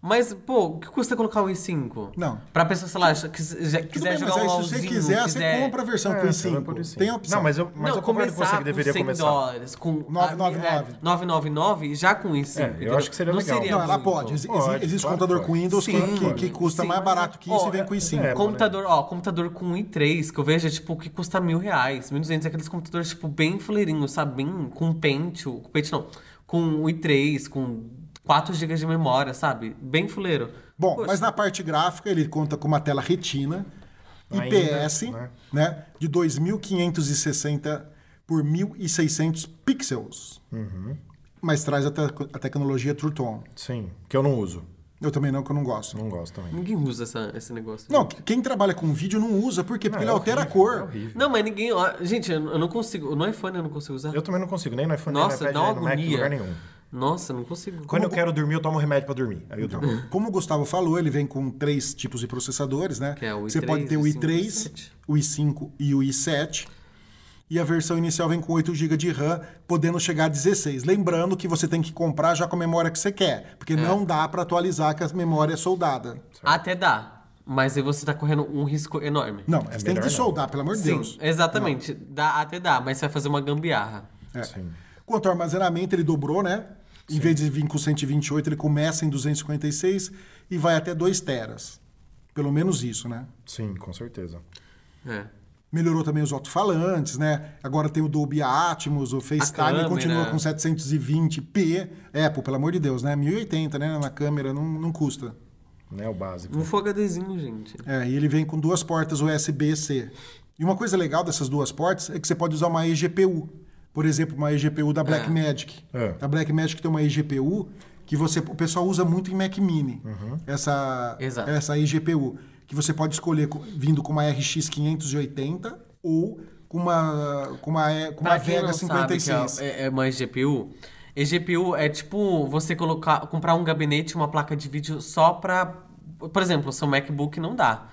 [SPEAKER 2] Mas, pô, o que custa colocar o i5?
[SPEAKER 1] Não.
[SPEAKER 2] Pra pessoa, sei lá, que se- já-
[SPEAKER 1] Tudo
[SPEAKER 2] quiser
[SPEAKER 1] bem,
[SPEAKER 2] jogar
[SPEAKER 1] mas aí
[SPEAKER 2] um
[SPEAKER 1] se você
[SPEAKER 2] LOLzinho,
[SPEAKER 1] quiser, você
[SPEAKER 2] quiser-
[SPEAKER 1] compra a versão
[SPEAKER 3] É,
[SPEAKER 1] com
[SPEAKER 3] você vai por
[SPEAKER 1] i5.
[SPEAKER 3] isso.
[SPEAKER 1] Tem a opção.
[SPEAKER 3] Não, mas eu, mas
[SPEAKER 2] não,
[SPEAKER 3] eu concordo com
[SPEAKER 2] começar
[SPEAKER 3] você
[SPEAKER 2] com
[SPEAKER 3] que deveria
[SPEAKER 2] 100
[SPEAKER 3] começar.
[SPEAKER 2] dólares, com...
[SPEAKER 1] 999.
[SPEAKER 2] é, 999, já com i5.
[SPEAKER 3] É, eu
[SPEAKER 2] entendeu?
[SPEAKER 3] acho que seria
[SPEAKER 2] Não
[SPEAKER 3] legal.
[SPEAKER 2] seria
[SPEAKER 1] Não, ela
[SPEAKER 2] muito.
[SPEAKER 1] pode. Exi-
[SPEAKER 3] Pode,
[SPEAKER 1] existe
[SPEAKER 3] claro,
[SPEAKER 1] computador
[SPEAKER 3] pode.
[SPEAKER 1] com Windows que-
[SPEAKER 2] Sim,
[SPEAKER 1] que, que
[SPEAKER 2] pode.
[SPEAKER 1] custa
[SPEAKER 2] Sim,
[SPEAKER 1] mais
[SPEAKER 2] mas-
[SPEAKER 1] barato que isso
[SPEAKER 2] ó,
[SPEAKER 1] e vem com né? i5.
[SPEAKER 3] é,
[SPEAKER 2] Computador, ó, computador com i3, que eu vejo, é, tipo, que custa mil reais, mil duzentos, aqueles computadores, tipo, bem fuleirinhos, sabe? Bem com Pentium, com Pentium não, com i3, com 4 GB de memória, sabe? Bem fuleiro.
[SPEAKER 1] Bom,
[SPEAKER 2] Poxa,
[SPEAKER 1] mas na parte gráfica ele conta com uma tela retina,
[SPEAKER 3] Ainda,
[SPEAKER 1] IPS,
[SPEAKER 3] né?
[SPEAKER 1] né, de 2560 por 1600 pixels.
[SPEAKER 3] Uhum.
[SPEAKER 1] Mas traz a, te- a tecnologia True Tone.
[SPEAKER 3] Sim, que eu não uso.
[SPEAKER 1] Eu também não, que eu não gosto.
[SPEAKER 3] Não gosto também.
[SPEAKER 2] Ninguém usa essa- esse negócio.
[SPEAKER 1] Não,
[SPEAKER 2] gente.
[SPEAKER 1] qu- quem trabalha com vídeo não usa, por quê? Porque
[SPEAKER 3] Ah, é
[SPEAKER 1] ele altera
[SPEAKER 3] horrível,
[SPEAKER 1] a
[SPEAKER 3] é
[SPEAKER 1] cor.
[SPEAKER 3] horrível.
[SPEAKER 2] Não, mas ninguém... ó, gente, eu eu não consigo... No iPhone eu não consigo usar.
[SPEAKER 3] Eu também não consigo, nem no iPhone,
[SPEAKER 2] Nossa,
[SPEAKER 3] nem no
[SPEAKER 2] dá uma
[SPEAKER 3] iPad, nem no Mac, em
[SPEAKER 2] agonia. é?
[SPEAKER 3] lugar nenhum.
[SPEAKER 2] Nossa, eu não consigo.
[SPEAKER 3] Quando eu quero dormir, eu tomo remédio pra dormir. Aí eu durmo.
[SPEAKER 1] Como o Gustavo falou, ele vem com três tipos de processadores, né?
[SPEAKER 2] Que é o
[SPEAKER 1] Você
[SPEAKER 2] i3,
[SPEAKER 1] pode ter o
[SPEAKER 2] o i5,
[SPEAKER 1] i3, o i5 e o i7. E a versão inicial vem com 8 GB de RAM, podendo chegar a 16. Lembrando que você tem que comprar já com a memória que você quer,
[SPEAKER 2] É.
[SPEAKER 1] porque não dá para atualizar com a memória é soldada.
[SPEAKER 2] Até dá, mas aí você tá correndo um risco enorme.
[SPEAKER 1] Não, você tem
[SPEAKER 3] É melhor
[SPEAKER 1] que
[SPEAKER 3] não.
[SPEAKER 1] soldar, pelo amor de
[SPEAKER 2] Sim,
[SPEAKER 1] Deus.
[SPEAKER 2] exatamente. Dá, até dá, mas você vai fazer uma gambiarra.
[SPEAKER 1] É.
[SPEAKER 3] Sim.
[SPEAKER 1] Quanto ao armazenamento, ele dobrou, né? Em vez de vir com 128, ele começa em 256 e vai até 2 teras. Pelo menos isso, né?
[SPEAKER 3] Sim, com certeza.
[SPEAKER 2] É.
[SPEAKER 1] Melhorou também os alto-falantes, né? Agora tem o Dolby Atmos, o FaceTime
[SPEAKER 2] câmera.
[SPEAKER 1] continua com 720p. Apple, pelo amor de Deus, né? 1080, né? Na câmera, não, não custa.
[SPEAKER 3] Né, o básico.
[SPEAKER 2] Um Full HDzinho, gente.
[SPEAKER 1] É, e ele vem com duas portas USB-C. E uma coisa legal dessas duas portas é que você pode usar uma eGPU. Por exemplo, uma eGPU da Blackmagic.
[SPEAKER 3] É.
[SPEAKER 1] A Blackmagic tem uma eGPU que você, o pessoal usa muito em Mac Mini. Essa,
[SPEAKER 2] Exato.
[SPEAKER 1] essa eGPU. Que você pode escolher co- vindo com uma RX 580 ou com uma, com uma, eh, com uma
[SPEAKER 2] Pra quem
[SPEAKER 1] Vega
[SPEAKER 2] não sabe
[SPEAKER 1] 56.
[SPEAKER 2] que é, é uma EGPU, EGPU é tipo você colocar, comprar um gabinete, uma placa de vídeo só pra... Por exemplo, seu MacBook não dá.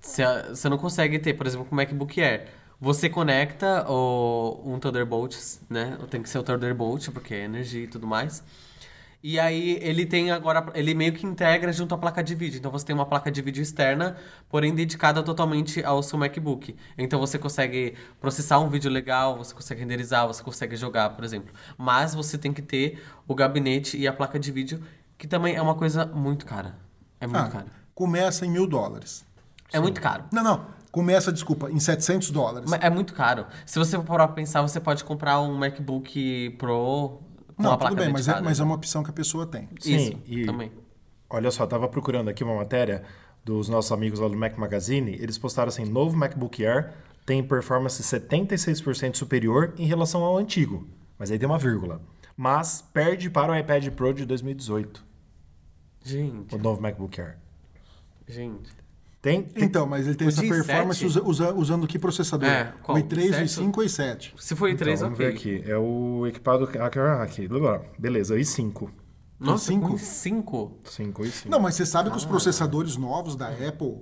[SPEAKER 2] Você você não consegue ter, por exemplo, com o MacBook Air. Você conecta o, um Thunderbolt, né? Tem que ser o Thunderbolt, porque é energia e tudo mais. E aí ele tem agora, ele meio que integra junto à placa de vídeo. Então você tem uma placa de vídeo externa, porém dedicada totalmente ao seu MacBook. Então você consegue processar um vídeo legal, você consegue renderizar, você consegue jogar, por exemplo. Mas você tem que ter o gabinete e a placa de vídeo, que também é uma coisa muito cara. É muito
[SPEAKER 1] Ah,
[SPEAKER 2] cara.
[SPEAKER 1] começa em mil dólares.
[SPEAKER 2] É muito caro.
[SPEAKER 1] Não, não. Começa, desculpa, em 700 dólares.
[SPEAKER 2] Mas é muito caro. Se você for parar pra pensar, você pode comprar um MacBook Pro com
[SPEAKER 1] não,
[SPEAKER 2] a
[SPEAKER 1] tudo
[SPEAKER 2] placa então.
[SPEAKER 1] bem, mas é,
[SPEAKER 2] dedicada.
[SPEAKER 1] mas é uma opção que a pessoa tem.
[SPEAKER 2] Isso,
[SPEAKER 3] Sim, e-
[SPEAKER 2] também.
[SPEAKER 3] Olha só, tava procurando aqui uma matéria dos nossos amigos lá do Mac Magazine, eles postaram assim: novo MacBook Air tem performance 76% superior em relação ao antigo. Mas aí tem uma vírgula. Mas perde para o iPad Pro de 2018, o
[SPEAKER 2] Gente,
[SPEAKER 3] novo MacBook Air.
[SPEAKER 2] gente.
[SPEAKER 3] Tem, tem
[SPEAKER 1] Então, mas ele tem
[SPEAKER 2] O
[SPEAKER 1] essa
[SPEAKER 2] de
[SPEAKER 1] performance
[SPEAKER 2] i7?
[SPEAKER 1] usa- usa- usando que processador?
[SPEAKER 2] É, qual?
[SPEAKER 1] o i3, o
[SPEAKER 2] i7?
[SPEAKER 1] i5 ou o i7?
[SPEAKER 2] Se for
[SPEAKER 3] Então,
[SPEAKER 2] i3,
[SPEAKER 3] vamos
[SPEAKER 2] ok.
[SPEAKER 3] ver aqui. É o equipado. Aqui, aqui. blá, blá. Beleza, i5.
[SPEAKER 2] Nossa,
[SPEAKER 1] Cinco?
[SPEAKER 2] 5? 5?
[SPEAKER 3] 5, i5.
[SPEAKER 1] Não, mas você sabe
[SPEAKER 2] Ah.
[SPEAKER 1] que os processadores novos da Apple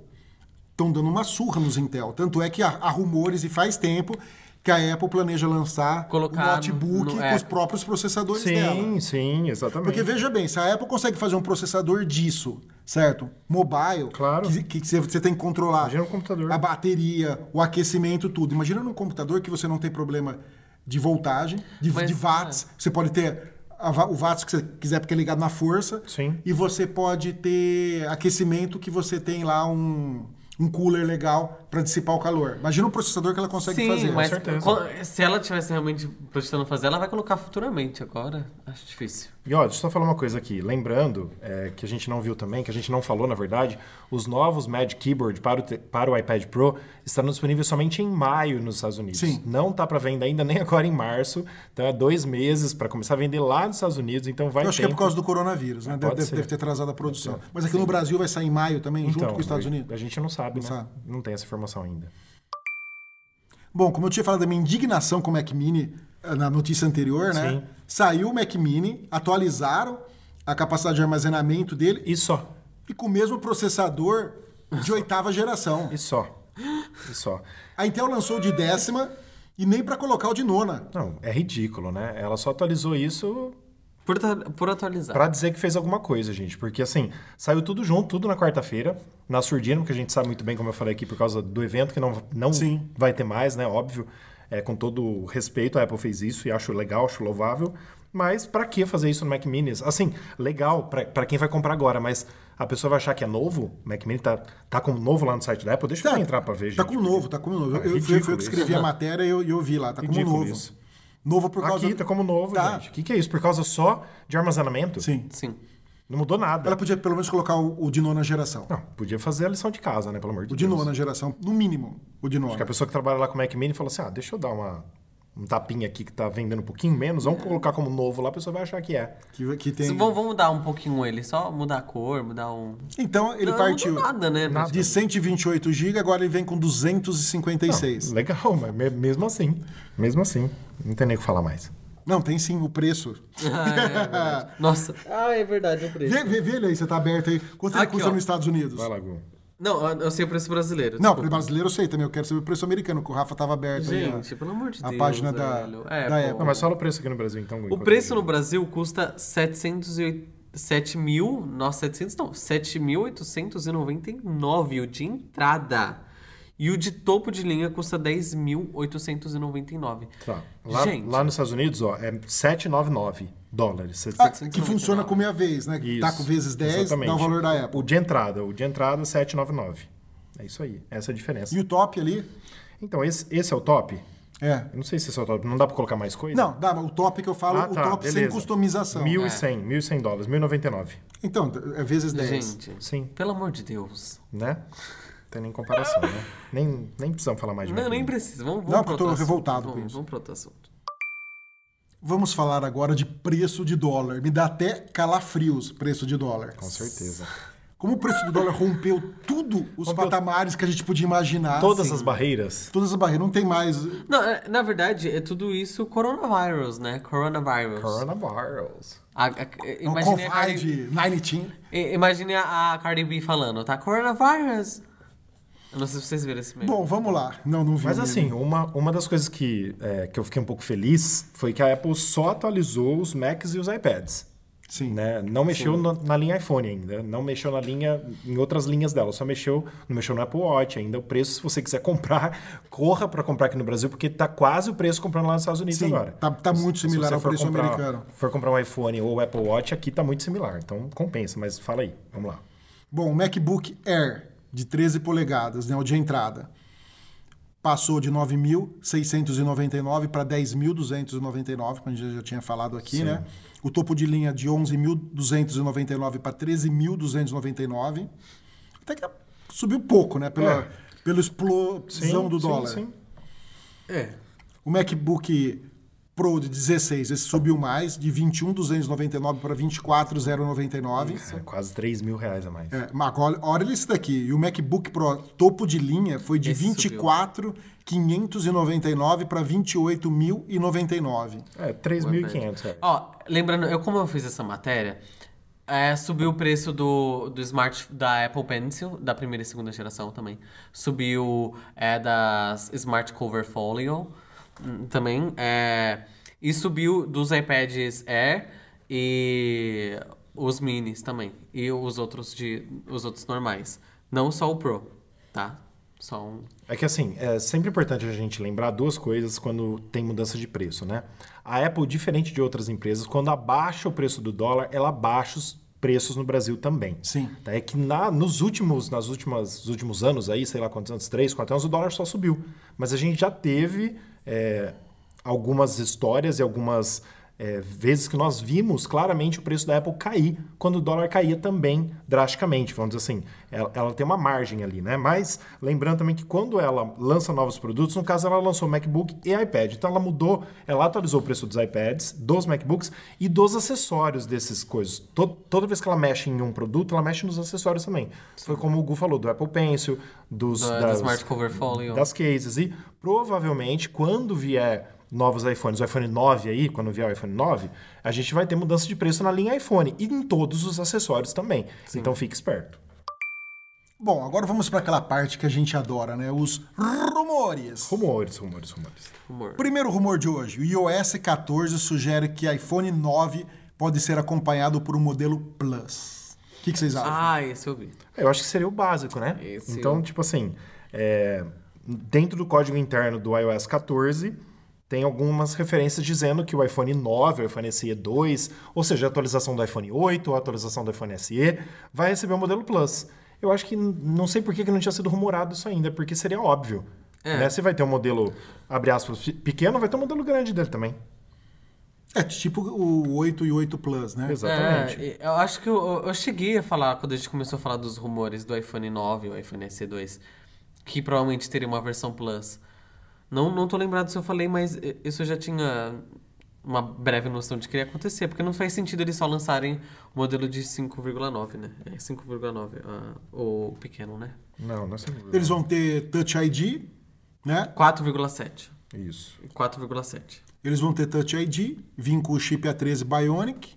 [SPEAKER 1] estão dando uma surra nos Intel. Tanto é que há, há rumores e faz tempo que a Apple planeja lançar
[SPEAKER 2] Colocar
[SPEAKER 1] um notebook
[SPEAKER 2] no- no-
[SPEAKER 1] com
[SPEAKER 2] é.
[SPEAKER 1] os próprios processadores
[SPEAKER 3] sim,
[SPEAKER 1] dela.
[SPEAKER 3] sim, exatamente.
[SPEAKER 1] Porque veja bem, se a Apple consegue fazer um processador disso, certo? Mobile,
[SPEAKER 3] Claro.
[SPEAKER 1] que- que você- você tem que controlar
[SPEAKER 3] Imagina um computador.
[SPEAKER 1] a bateria, o aquecimento, tudo. Imagina num computador que você não tem problema de voltagem, de,
[SPEAKER 2] Mas, é.
[SPEAKER 1] de watts. Você pode ter a va- o watts que você quiser, porque é ligado na força.
[SPEAKER 3] Sim.
[SPEAKER 1] E você pode ter aquecimento que você tem lá um, um cooler legal para dissipar o calor. Imagina o processador é que ela consegue
[SPEAKER 2] Sim,
[SPEAKER 1] fazer.
[SPEAKER 2] mas
[SPEAKER 3] certeza.
[SPEAKER 2] quan- se ela tivesse realmente projetando fazer, ela vai colocar futuramente agora. Acho difícil.
[SPEAKER 3] E olha, deixa eu só falar uma coisa aqui. Lembrando, é, que a gente não viu também, que a gente não falou, na verdade, os novos Magic Keyboard para o, te- para o iPad Pro estarão disponíveis somente em maio nos Estados Unidos.
[SPEAKER 1] Sim.
[SPEAKER 3] Não tá para venda ainda, nem agora em março. Então é dois meses para começar a vender lá nos Estados Unidos. Então vai
[SPEAKER 1] Eu acho que é por
[SPEAKER 3] tempo. Ah,
[SPEAKER 1] causa do coronavírus, né? Deve,
[SPEAKER 3] pode ser.
[SPEAKER 1] deve ter atrasado a produção. Mas aqui no Brasil vai sair em maio também, junto com os Estados
[SPEAKER 3] a-
[SPEAKER 1] Unidos.
[SPEAKER 3] então, A gente não sabe,
[SPEAKER 1] Não
[SPEAKER 3] né?
[SPEAKER 1] sabe.
[SPEAKER 3] Não tem essa informação ainda.
[SPEAKER 1] Bom, como eu tinha falado da minha indignação com o Mac Mini eh, na notícia anterior, né?
[SPEAKER 3] Sim.
[SPEAKER 1] Saiu o Mac Mini, atualizaram a capacidade de armazenamento dele
[SPEAKER 3] E só.
[SPEAKER 1] e com o mesmo processador de oitava geração.
[SPEAKER 3] E só. E só.
[SPEAKER 1] A Intel lançou o de décima e nem pra colocar o de nona.
[SPEAKER 3] Não, é ridículo, né? Ela só atualizou isso
[SPEAKER 2] Por, ta- por atualizar.
[SPEAKER 3] pra dizer que fez alguma coisa, gente. Porque, assim, saiu tudo junto, tudo na quarta-feira, na Surdino, que a gente sabe muito bem, como eu falei aqui, por causa do evento, que não, não
[SPEAKER 1] Sim.
[SPEAKER 3] vai ter mais, né? Óbvio. É, com todo o respeito, a Apple fez isso e acho legal, acho louvável. Mas pra que fazer isso no Mac Mini? Assim, legal pra- pra quem vai comprar agora, mas a pessoa vai achar que é novo? O Mac Mini tá, tá com novo lá no site da Apple? Deixa eu entrar pra ver, gente.
[SPEAKER 1] Tá com novo, tá com novo.
[SPEAKER 3] É
[SPEAKER 1] Eu, eu, fui,
[SPEAKER 3] ridículo
[SPEAKER 1] fui eu que
[SPEAKER 3] isso.
[SPEAKER 1] escrevi a matéria e eu, e eu vi lá, tá como
[SPEAKER 3] Ridículo
[SPEAKER 1] novo.
[SPEAKER 3] isso.
[SPEAKER 1] Novo por causa...
[SPEAKER 3] Aqui tá como novo,
[SPEAKER 1] Tá.
[SPEAKER 3] gente. O que, que é isso? Por causa só de armazenamento?
[SPEAKER 1] Sim.
[SPEAKER 2] Sim.
[SPEAKER 3] Não mudou nada.
[SPEAKER 1] Ela podia pelo menos colocar o, o de nona geração.
[SPEAKER 3] Não, podia fazer a lição de casa, né? Pelo amor de
[SPEAKER 1] O de
[SPEAKER 3] Deus.
[SPEAKER 1] nona geração, no mínimo, o de nona.
[SPEAKER 3] Acho que é a pessoa que trabalha lá com o Mac Mini falou assim: ah, deixa eu dar uma, um tapinha aqui que tá vendendo um pouquinho menos, vamos colocar como novo lá, a pessoa vai achar que é.
[SPEAKER 1] Que, que tem...
[SPEAKER 2] Vamos, vamos mudar um pouquinho ele, só mudar a cor, mudar um.
[SPEAKER 1] Então, ele
[SPEAKER 2] não,
[SPEAKER 1] partiu...
[SPEAKER 2] Não mudou nada, né?
[SPEAKER 3] Nada.
[SPEAKER 1] De 128 GB, agora ele vem com 256. Não,
[SPEAKER 3] Legal, mas me- mesmo assim. Mesmo assim. Não tem nem o que falar mais.
[SPEAKER 1] tem sim o preço.
[SPEAKER 2] Ah, é verdade. Nossa. Ah, é verdade o preço.
[SPEAKER 1] Vê, vê, vê ele aí, você tá aberto aí. Quanto ele
[SPEAKER 2] Aqui,
[SPEAKER 1] custa
[SPEAKER 2] ó.
[SPEAKER 1] nos Estados Unidos?
[SPEAKER 3] Vai lá, Gu.
[SPEAKER 2] Não, eu sei o preço brasileiro.
[SPEAKER 1] Não,
[SPEAKER 2] desculpa.
[SPEAKER 1] brasileiro eu sei também, eu quero saber o preço americano, que o Rafa tava aberto aí. né? ó.
[SPEAKER 2] Gente, pelo amor de
[SPEAKER 1] a
[SPEAKER 2] Deus.
[SPEAKER 1] página da-
[SPEAKER 2] velho.
[SPEAKER 1] da
[SPEAKER 2] É, pô.
[SPEAKER 1] Apple.
[SPEAKER 3] Não, mas fala o preço aqui no Brasil, então, Gu.
[SPEAKER 2] O preço no Brasil custa 707 mil. Nossa, 700 não. 7.899 o de entrada. E o de topo de linha custa 10.899.
[SPEAKER 3] Tá. Lá,
[SPEAKER 2] Gente.
[SPEAKER 3] lá nos Estados Unidos, ó, é 799 dólares. Você-
[SPEAKER 1] Ah,
[SPEAKER 3] você-
[SPEAKER 1] que funciona como minha vez, né?
[SPEAKER 3] Isso,
[SPEAKER 1] Tá com vezes 10,
[SPEAKER 3] exatamente.
[SPEAKER 1] dá o valor da Apple.
[SPEAKER 3] O de entrada, o de entrada 799. É isso aí, essa é a diferença.
[SPEAKER 1] E o top ali?
[SPEAKER 3] Então, esse, esse é o top?
[SPEAKER 1] É.
[SPEAKER 3] Eu não sei se esse é o top, não dá pra colocar mais coisa?
[SPEAKER 1] Não, dá, mas o top que eu falo,
[SPEAKER 3] Ah,
[SPEAKER 1] o
[SPEAKER 3] tá,
[SPEAKER 1] top sem
[SPEAKER 3] beleza.
[SPEAKER 1] customização.
[SPEAKER 3] 1.100, 1.100 dólares, 1.099.
[SPEAKER 1] Então, é vezes 10.
[SPEAKER 2] Gente,
[SPEAKER 3] Sim.
[SPEAKER 2] pelo amor de Deus.
[SPEAKER 3] Né? Não tem nem comparação, né? Nem, nem precisamos falar mais de
[SPEAKER 2] Não,
[SPEAKER 3] Mac
[SPEAKER 2] nem
[SPEAKER 3] Mini.
[SPEAKER 2] precisa. Vamos, vamos
[SPEAKER 1] Não,
[SPEAKER 2] pra
[SPEAKER 1] porque eu tô
[SPEAKER 2] outro assunto.
[SPEAKER 1] revoltado com
[SPEAKER 2] vamos,
[SPEAKER 1] isso.
[SPEAKER 2] Vamos para outro assunto.
[SPEAKER 1] Vamos falar agora de preço de dólar. Me dá até calafrios preço de dólar.
[SPEAKER 3] Com certeza.
[SPEAKER 1] Como o preço do dólar rompeu tudo os
[SPEAKER 3] Rompeu-
[SPEAKER 1] patamares que a gente podia imaginar.
[SPEAKER 3] Todas
[SPEAKER 1] assim,
[SPEAKER 3] as barreiras.
[SPEAKER 1] Todas as barreiras. Não tem mais.
[SPEAKER 2] Não, é- na verdade, é tudo isso coronavírus, né? Coronavírus.
[SPEAKER 3] Coronavirus.
[SPEAKER 2] A- a-
[SPEAKER 1] É um
[SPEAKER 2] imaginei a Cardi-
[SPEAKER 1] confide, Nine Team.
[SPEAKER 2] I- Imagine a a Cardi B falando, tá? Coronavirus! Eu não sei se vocês viram esse meme.
[SPEAKER 1] Bom, vamos lá. Não, não vi.
[SPEAKER 3] Mas
[SPEAKER 1] não vi.
[SPEAKER 3] assim, uma, uma das coisas que, é, que eu fiquei um pouco feliz foi que a Apple só atualizou os Macs e os iPads.
[SPEAKER 1] Sim.
[SPEAKER 3] Né? Não mexeu na, na linha iPhone ainda, não mexeu na linha em outras linhas dela, só mexeu, não mexeu no Apple Watch ainda. O preço, se você quiser comprar, corra para comprar aqui no Brasil, porque tá quase o preço comprando lá nos Estados Unidos
[SPEAKER 1] Sim,
[SPEAKER 3] agora.
[SPEAKER 1] tá- tá muito
[SPEAKER 3] Se
[SPEAKER 1] similar
[SPEAKER 3] você
[SPEAKER 1] ao
[SPEAKER 3] for
[SPEAKER 1] preço
[SPEAKER 3] comprar-
[SPEAKER 1] americano.
[SPEAKER 3] For comprar um iPhone ou Apple Watch, aqui tá muito similar, então compensa, mas fala aí, vamos lá.
[SPEAKER 1] Bom, o MacBook Air de 13 polegadas, né, o de entrada, passou de 9.699 para 10.299, como a gente já tinha falado aqui, né? O topo de linha de 11.299 para 13.299. Até que é subiu pouco, né? Pela,
[SPEAKER 3] É.
[SPEAKER 1] Pela explosão do dólar.
[SPEAKER 2] É.
[SPEAKER 1] O MacBook Pro de 16, esse subiu mais, de 21,299 para 24,099.
[SPEAKER 3] É quase 3 mil reais a mais.
[SPEAKER 1] É, mas olha, olha isso daqui. E o MacBook Pro topo de linha foi de
[SPEAKER 2] Esse
[SPEAKER 1] 24,599 para 28.099.
[SPEAKER 3] É, 3.500 reais.
[SPEAKER 2] Ó, lembrando, eu como eu fiz essa matéria, é, subiu o preço do, do smart da Apple Pencil, da primeira e segunda geração também. Subiu é, das Smart Cover Folio hum, também. é, e subiu dos iPads Air e os minis também. E os outros de. os outros normais. Não só o Pro, tá? Só um.
[SPEAKER 3] É que assim, é sempre importante a gente lembrar duas coisas quando tem mudança de preço, né? A Apple, diferente de outras empresas, quando abaixa o preço do dólar, ela abaixa os preços no Brasil também.
[SPEAKER 1] Sim.
[SPEAKER 3] Tá? É que na- nos últimos, nas últimas, nos últimos anos aí, sei lá quantos anos, três, quatro anos, o dólar só subiu. Mas a gente já teve é, algumas histórias e algumas é, vezes que nós vimos claramente o preço da Apple cair, quando o dólar caía também drasticamente. Vamos dizer assim, ela, ela tem uma margem ali, né? Mas lembrando também que quando ela lança novos produtos, no caso ela lançou MacBook e iPad. Então ela mudou, ela atualizou o preço dos iPads, dos MacBooks e dos acessórios desses coisas. To- toda vez que ela mexe em um produto, ela mexe nos acessórios também. Foi como o Gu falou, do Apple Pencil, dos...
[SPEAKER 2] Da, da
[SPEAKER 3] das-
[SPEAKER 2] Smart Cover Folio.
[SPEAKER 3] das cases. E provavelmente, quando vier novos iPhones, o iPhone 9 aí, quando vier o iPhone 9, a gente vai ter mudança de preço na linha iPhone e em todos os acessórios também. Então fique esperto.
[SPEAKER 1] Bom, agora vamos para aquela parte que a gente adora, né? Os rumores.
[SPEAKER 3] Rumores, rumores, rumores.
[SPEAKER 2] Humor.
[SPEAKER 1] Primeiro rumor de hoje: o iOS 14 sugere que iPhone 9 pode ser acompanhado por um modelo Plus. O que, que vocês acham?
[SPEAKER 2] Ah, esse eu vi.
[SPEAKER 3] Eu acho que seria o básico, né?
[SPEAKER 2] Esse
[SPEAKER 3] então,
[SPEAKER 2] eu-
[SPEAKER 3] tipo assim, é, dentro do código interno do iOS 14, tem algumas referências dizendo que o iPhone 9, o iPhone SE 2, ou seja, a atualização do iPhone 8, a atualização do iPhone SE, vai receber o modelo Plus. Eu acho que n- não sei por que que não tinha sido rumorado isso ainda, porque seria óbvio.
[SPEAKER 2] É.
[SPEAKER 3] Né? Se vai ter um modelo, abre aspas, pe- pequeno, vai ter um modelo grande dele também.
[SPEAKER 1] É tipo o 8 e 8 Plus, né?
[SPEAKER 3] Exatamente.
[SPEAKER 2] É, eu acho que eu, eu cheguei a falar, quando a gente começou a falar dos rumores do iPhone 9 e o iPhone SE2, que provavelmente teria uma versão Plus. Não, não tô lembrado se eu falei, mas eh, isso eu já tinha uma breve noção de que iria acontecer, porque não faz sentido eles só lançarem o modelo de 5,9, né? É 5,9, ah, o pequeno, né?
[SPEAKER 3] Não, não é sem dúvida.
[SPEAKER 1] Eles vão ter Touch ID, né?
[SPEAKER 2] 4,7.
[SPEAKER 3] Isso.
[SPEAKER 2] 4,7.
[SPEAKER 1] Eles vão ter Touch ID, vim com o chip A13 Bionic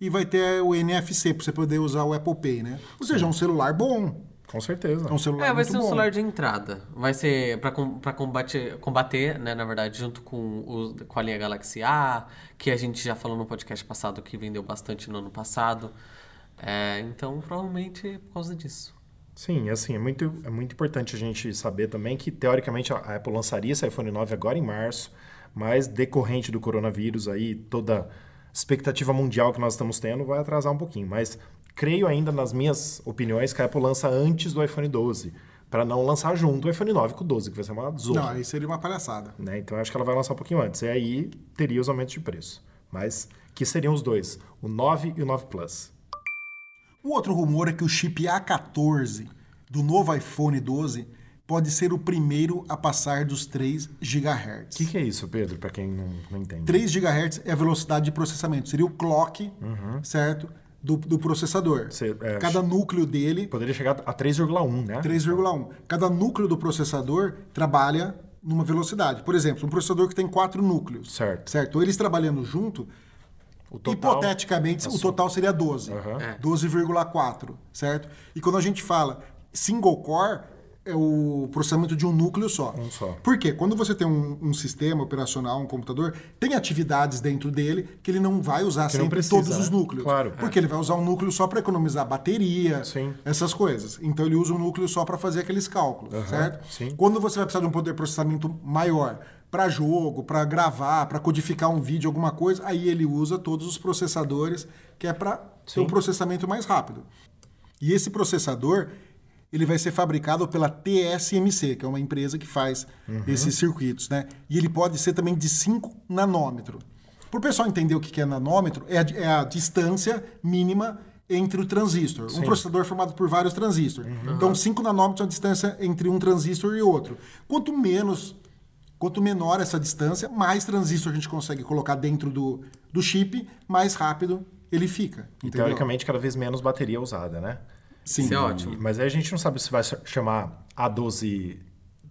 [SPEAKER 1] e vai ter o NFC para você poder usar o Apple Pay, né? Ou seja, é um celular bom.
[SPEAKER 3] Com certeza.
[SPEAKER 1] É um celular
[SPEAKER 2] É, vai
[SPEAKER 1] muito
[SPEAKER 2] ser um
[SPEAKER 1] bom.
[SPEAKER 2] celular de entrada. Vai ser pra, com- pra combater, combater, né, na verdade, junto com, o, com a linha Galaxy A, que a gente já falou no podcast passado que vendeu bastante no ano passado. É, então, provavelmente é por causa disso.
[SPEAKER 3] Sim, e assim, é muito, é muito importante a gente saber também que, teoricamente, a- a Apple lançaria esse iPhone 9 agora em março, mas decorrente do coronavírus aí, toda expectativa mundial que nós estamos tendo vai atrasar um pouquinho. Mas creio ainda, nas minhas opiniões, que a Apple lança antes do iPhone 12, para não lançar junto o iPhone 9 com o 12, que vai ser uma
[SPEAKER 1] Não,
[SPEAKER 3] zorra.
[SPEAKER 1] aí seria uma palhaçada.
[SPEAKER 3] Né? Então, eu acho que ela vai lançar um pouquinho antes. E aí, teria os aumentos de preço. Mas que seriam os dois, o 9 e o 9 Plus.
[SPEAKER 1] O outro rumor é que o chip A14 do novo iPhone 12 pode ser o primeiro a passar dos 3 GHz.
[SPEAKER 3] O que, que é isso, Pedro, para quem não, não entende?
[SPEAKER 1] 3 GHz é a velocidade de processamento, seria o clock, certo? Do, do processador.
[SPEAKER 3] Cê- é,
[SPEAKER 1] Cada núcleo dele
[SPEAKER 3] Poderia chegar a 3,1, né?
[SPEAKER 1] 3,1. Cada núcleo do processador trabalha numa velocidade. Por exemplo, um processador que tem quatro núcleos.
[SPEAKER 3] Certo.
[SPEAKER 1] Certo? Eles trabalhando junto,
[SPEAKER 3] O total-
[SPEAKER 1] hipoteticamente, o total seria 12.
[SPEAKER 3] Aham.
[SPEAKER 2] É.
[SPEAKER 1] 12,4, certo? E quando a gente fala single core, é o processamento de um núcleo só.
[SPEAKER 3] Um só.
[SPEAKER 1] Por quê? Quando você tem um, um sistema operacional, um computador, tem atividades dentro dele que ele não vai usar
[SPEAKER 3] Que não
[SPEAKER 1] sempre
[SPEAKER 3] precisa,
[SPEAKER 1] todos os
[SPEAKER 3] né?
[SPEAKER 1] núcleos.
[SPEAKER 3] Claro.
[SPEAKER 1] Porque ele vai usar um núcleo só para economizar bateria,
[SPEAKER 3] Sim.
[SPEAKER 1] essas coisas. Então ele usa um núcleo só para fazer aqueles cálculos, certo?
[SPEAKER 3] sim.
[SPEAKER 1] Quando você vai precisar de um poder de processamento maior para jogo, para gravar, para codificar um vídeo, alguma coisa, aí ele usa todos os processadores que é para ter um processamento mais rápido. E esse processador ele vai ser fabricado pela TSMC, que é uma empresa que faz
[SPEAKER 3] Uhum.
[SPEAKER 1] esses circuitos, né? E ele pode ser também de 5 nanômetro. Para o pessoal entender o que que é nanômetro, é a, é a distância mínima entre o transistor. Um processador formado por vários transistores.
[SPEAKER 3] Uhum.
[SPEAKER 1] Então, 5 nanômetros é a distância entre um transistor e outro. Quanto menos, quanto menor essa distância, mais transistor a gente consegue colocar dentro do, do chip, mais rápido ele fica.
[SPEAKER 3] E
[SPEAKER 1] entendeu?
[SPEAKER 3] teoricamente, cada vez menos bateria usada, né? Tipo,
[SPEAKER 1] Sim.
[SPEAKER 2] Isso é ótimo.
[SPEAKER 3] Mas aí a gente não sabe se vai chamar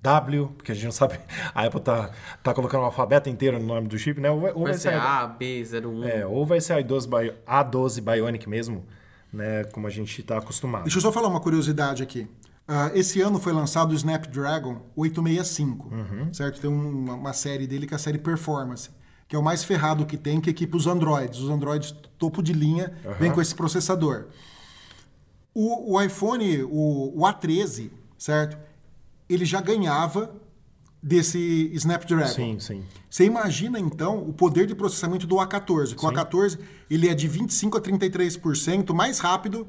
[SPEAKER 3] A12W, porque a gente não sabe. A Apple tá, tá colocando o alfabeto inteiro no nome do chip, né? Ou, ou
[SPEAKER 2] Vai ser
[SPEAKER 3] ser
[SPEAKER 2] A, B, 01.
[SPEAKER 3] É, ou vai ser a I12 Bio- A12 Bionic mesmo, né? Como a gente tá acostumado.
[SPEAKER 1] Deixa eu só falar uma curiosidade aqui. Ah, esse ano foi lançado o Snapdragon 865, certo? Tem um- uma, uma série dele que é a série Performance, que é o mais ferrado que tem, que equipa os Androids. Os Androids topo de linha vem com esse processador. O, o iPhone, o, o A13, certo? Ele já ganhava desse
[SPEAKER 2] é
[SPEAKER 1] Snapdragon.
[SPEAKER 3] Sim, sim.
[SPEAKER 1] Você imagina então o poder de processamento do A14, que o A14 ele é de 25 a 33% mais rápido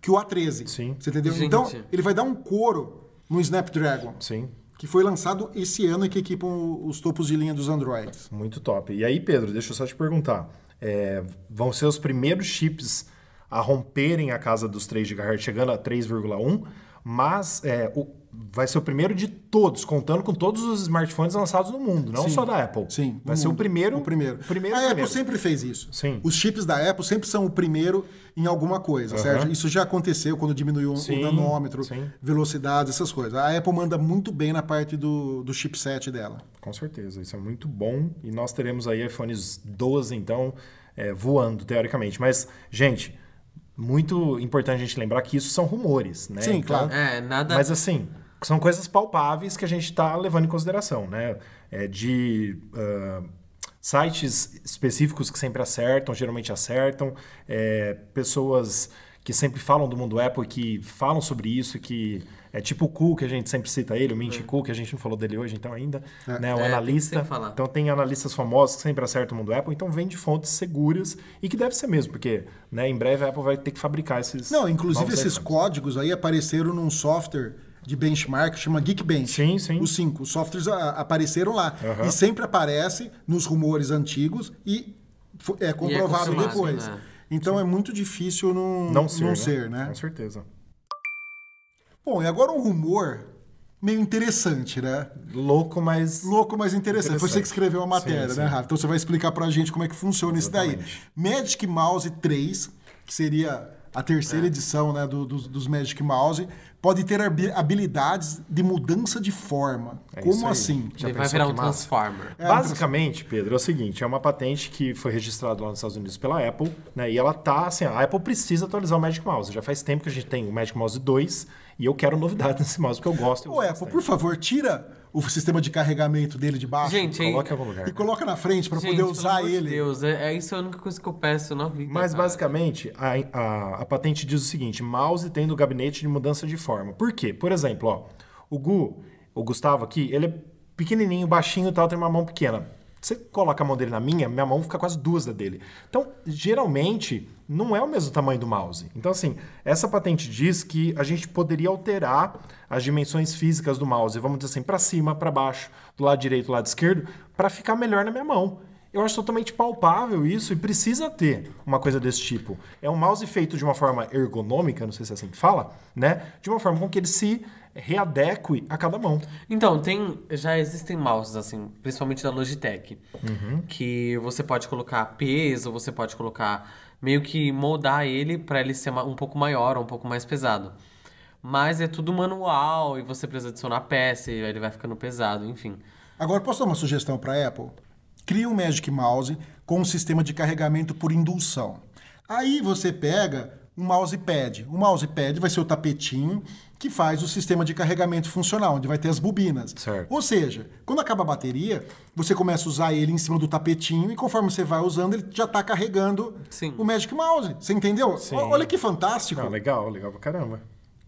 [SPEAKER 1] que o A13.
[SPEAKER 3] Sim.
[SPEAKER 1] Você entendeu?
[SPEAKER 2] Gente.
[SPEAKER 1] Então, ele vai dar um couro no Snapdragon,
[SPEAKER 3] Sim.
[SPEAKER 1] que foi lançado esse ano e que equipam os topos de linha dos Androids.
[SPEAKER 3] Muito top. E aí, Pedro, deixa eu só te perguntar. é, vão ser os primeiros chips a romperem a casa dos 3 GHz, chegando a 3,1, mas é, o- vai ser o primeiro de todos, contando com todos os smartphones lançados no mundo, não
[SPEAKER 1] Sim.
[SPEAKER 3] só da Apple.
[SPEAKER 1] Sim. no
[SPEAKER 3] Vai ser o
[SPEAKER 1] mundo.
[SPEAKER 3] primeiro.
[SPEAKER 1] O primeiro. Ah, é
[SPEAKER 3] primeiro,
[SPEAKER 1] a Apple
[SPEAKER 3] primeiro.
[SPEAKER 1] sempre fez isso.
[SPEAKER 3] Sim.
[SPEAKER 1] Os chips da Apple sempre são o primeiro em alguma coisa,
[SPEAKER 3] Aham.
[SPEAKER 1] certo? Isso já aconteceu quando diminuiu
[SPEAKER 3] Sim,
[SPEAKER 1] o nanômetro,
[SPEAKER 3] sim.
[SPEAKER 1] velocidade, essas coisas. A Apple manda muito bem na parte do, do chipset dela.
[SPEAKER 3] Com certeza, isso é muito bom. E nós teremos aí iPhones 12, então, é, voando, teoricamente. Mas, gente, muito importante a gente lembrar que isso são rumores, né?
[SPEAKER 1] Sim, claro.
[SPEAKER 2] É, nada.
[SPEAKER 3] Mas assim, são coisas palpáveis que a gente está levando em consideração, né? É, de ah, sites específicos que sempre acertam, geralmente acertam, é, pessoas que sempre falam do mundo Apple, que falam sobre isso, que é tipo o Ku, que a gente sempre cita ele, o Mint Ku, que a gente não falou dele hoje, então ainda, né? O
[SPEAKER 2] É, tem que
[SPEAKER 3] analista.
[SPEAKER 2] sempre falar.
[SPEAKER 3] Então tem analistas famosos que sempre acertam o mundo Apple, então vem de fontes seguras e que deve ser mesmo, porque né, em breve a Apple vai ter que fabricar esses.
[SPEAKER 1] Não, inclusive
[SPEAKER 3] novos
[SPEAKER 1] esses
[SPEAKER 3] iPhones.
[SPEAKER 1] códigos aí apareceram num software de benchmark que chama Geekbench.
[SPEAKER 3] Sim, sim.
[SPEAKER 1] Os cinco. Os softwares a- apareceram lá.
[SPEAKER 3] Aham.
[SPEAKER 1] E sempre aparece nos rumores antigos e fo- é comprovado
[SPEAKER 2] confirmado,
[SPEAKER 1] depois.
[SPEAKER 2] né?
[SPEAKER 1] Então é muito difícil não,
[SPEAKER 3] não ser, né?
[SPEAKER 1] né?
[SPEAKER 3] Com certeza.
[SPEAKER 1] Bom, e agora um rumor meio interessante, né?
[SPEAKER 3] Louco, mas.
[SPEAKER 1] Louco, mas interessante. Foi você que
[SPEAKER 3] Interessante.
[SPEAKER 1] escreveu a matéria,
[SPEAKER 3] Sim,
[SPEAKER 1] né,
[SPEAKER 3] sim.
[SPEAKER 1] Rafa? Então você vai explicar pra gente como é que funciona isso daí. Magic Mouse 3, que seria a
[SPEAKER 3] É.
[SPEAKER 1] terceira edição né, do- dos, dos Magic Mouse, pode ter habi- habilidades de mudança de forma.
[SPEAKER 3] É isso
[SPEAKER 1] como
[SPEAKER 3] aí.
[SPEAKER 1] assim?
[SPEAKER 3] Já
[SPEAKER 2] ele vai
[SPEAKER 3] pensou
[SPEAKER 2] virar
[SPEAKER 3] que
[SPEAKER 2] um
[SPEAKER 3] massa?
[SPEAKER 2] Transformer.
[SPEAKER 3] Basicamente, Pedro, é o seguinte: é uma patente que foi registrada lá nos Estados Unidos pela Apple, né? E ela tá assim: a Apple precisa atualizar o Magic Mouse. Já faz tempo que a gente tem o Magic Mouse 2 e eu quero novidade nesse mouse porque eu gosto. eu
[SPEAKER 1] Ô,
[SPEAKER 3] uso
[SPEAKER 1] Apple,
[SPEAKER 3] bastante.
[SPEAKER 1] por favor, tira o sistema de carregamento dele de baixo
[SPEAKER 2] Gente, hein?
[SPEAKER 3] Coloca em algum lugar.
[SPEAKER 1] e coloca na frente pra
[SPEAKER 2] Gente,
[SPEAKER 1] poder usar
[SPEAKER 2] pelo amor de
[SPEAKER 1] ele.
[SPEAKER 2] Deus, é, é isso a única coisa que eu peço na vida.
[SPEAKER 3] Mas
[SPEAKER 2] cara.
[SPEAKER 3] basicamente, a, a- a patente diz o seguinte: mouse tem no gabinete de mudança de forma. Por quê? Por exemplo, ó, o Gu, o Gustavo aqui, ele é pequenininho, baixinho e tal, tem uma mão pequena. Você coloca a mão dele na minha, minha mão fica quase duas da dele. Então, geralmente, não é o mesmo tamanho do mouse. Então, assim, essa patente diz que a gente poderia alterar as dimensões físicas do mouse, vamos dizer assim, para cima, para baixo, do lado direito, do lado esquerdo, para ficar melhor na minha mão. Eu acho totalmente palpável isso e precisa ter uma coisa desse tipo. É um mouse feito de uma forma ergonômica, não sei se é assim que fala, né? De uma forma com que ele se readeque a cada mão.
[SPEAKER 2] Então, tem, já existem mouses, assim, principalmente da Logitech, que você pode colocar peso, você pode colocar, meio que moldar ele pra ele ser ma- um pouco maior ou um pouco mais pesado. Mas é tudo manual e você precisa adicionar peça e aí ele vai ficando pesado, enfim.
[SPEAKER 1] Agora, posso dar uma sugestão para Apple? Cria um Magic Mouse com um sistema de carregamento por indução. Aí você pega um mousepad. O mousepad vai ser o tapetinho que faz o sistema de carregamento funcional, onde vai ter as bobinas.
[SPEAKER 3] Certo.
[SPEAKER 1] Ou seja, quando acaba a bateria, você começa a usar ele em cima do tapetinho e conforme você vai usando, ele já está carregando
[SPEAKER 2] Sim.
[SPEAKER 1] o Magic Mouse. Você entendeu? O- Olha que fantástico.
[SPEAKER 3] Não, Ah, legal, legal pra caramba.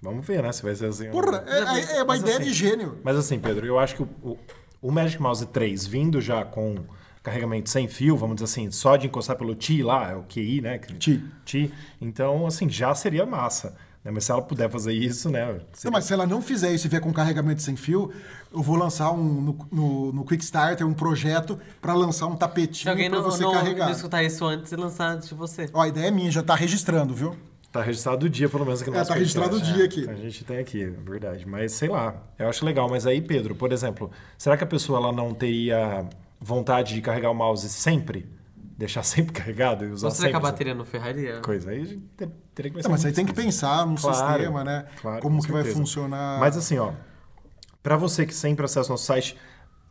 [SPEAKER 3] Vamos ver, né? Se vai ser assim.
[SPEAKER 1] Porra, é, é- é uma
[SPEAKER 3] Mas
[SPEAKER 1] ideia
[SPEAKER 3] assim-
[SPEAKER 1] de gênio.
[SPEAKER 3] Mas assim, Pedro, eu acho que o, o- o Magic Mouse 3 vindo já com carregamento sem fio, vamos dizer assim, só de encostar pelo Ti lá, é o QI, né? Que-
[SPEAKER 1] Ti.
[SPEAKER 3] Ti. Então, assim, já seria massa. né? Mas se ela puder fazer isso, né?
[SPEAKER 1] Não, mas se ela não fizer isso e vier com carregamento sem fio, eu vou lançar um no, no, no Kickstarter um projeto para lançar um
[SPEAKER 2] Se
[SPEAKER 1] tapetinho
[SPEAKER 2] alguém
[SPEAKER 1] para
[SPEAKER 2] não,
[SPEAKER 1] você
[SPEAKER 2] não,
[SPEAKER 1] carregar.
[SPEAKER 2] não escutar isso antes e lançar antes de você.
[SPEAKER 1] Ó, a ideia é minha, já tá registrando, viu?
[SPEAKER 3] Tá registrado o dia, pelo menos aqui no
[SPEAKER 1] É,
[SPEAKER 3] nosso
[SPEAKER 1] tá
[SPEAKER 3] podcast,
[SPEAKER 1] registrado o
[SPEAKER 3] né?
[SPEAKER 1] dia aqui.
[SPEAKER 3] A gente tem aqui, é verdade. Mas sei lá, eu acho legal. Mas aí, Pedro, por exemplo, será que a pessoa ela não teria vontade de carregar o mouse sempre? Deixar sempre carregado e usar
[SPEAKER 2] Ou será que
[SPEAKER 3] sempre
[SPEAKER 2] a
[SPEAKER 3] essa
[SPEAKER 2] bateria não ferraria?
[SPEAKER 3] coisa? Aí a gente ter- teria que pensar né?
[SPEAKER 1] Não, mas aí
[SPEAKER 3] é muito
[SPEAKER 1] tem que pensar no
[SPEAKER 3] Claro,
[SPEAKER 1] sistema, né?
[SPEAKER 3] claro,
[SPEAKER 1] como
[SPEAKER 3] com
[SPEAKER 1] que vai
[SPEAKER 3] certeza.
[SPEAKER 1] funcionar.
[SPEAKER 3] Mas assim, ó, para você que sempre acessa nosso site,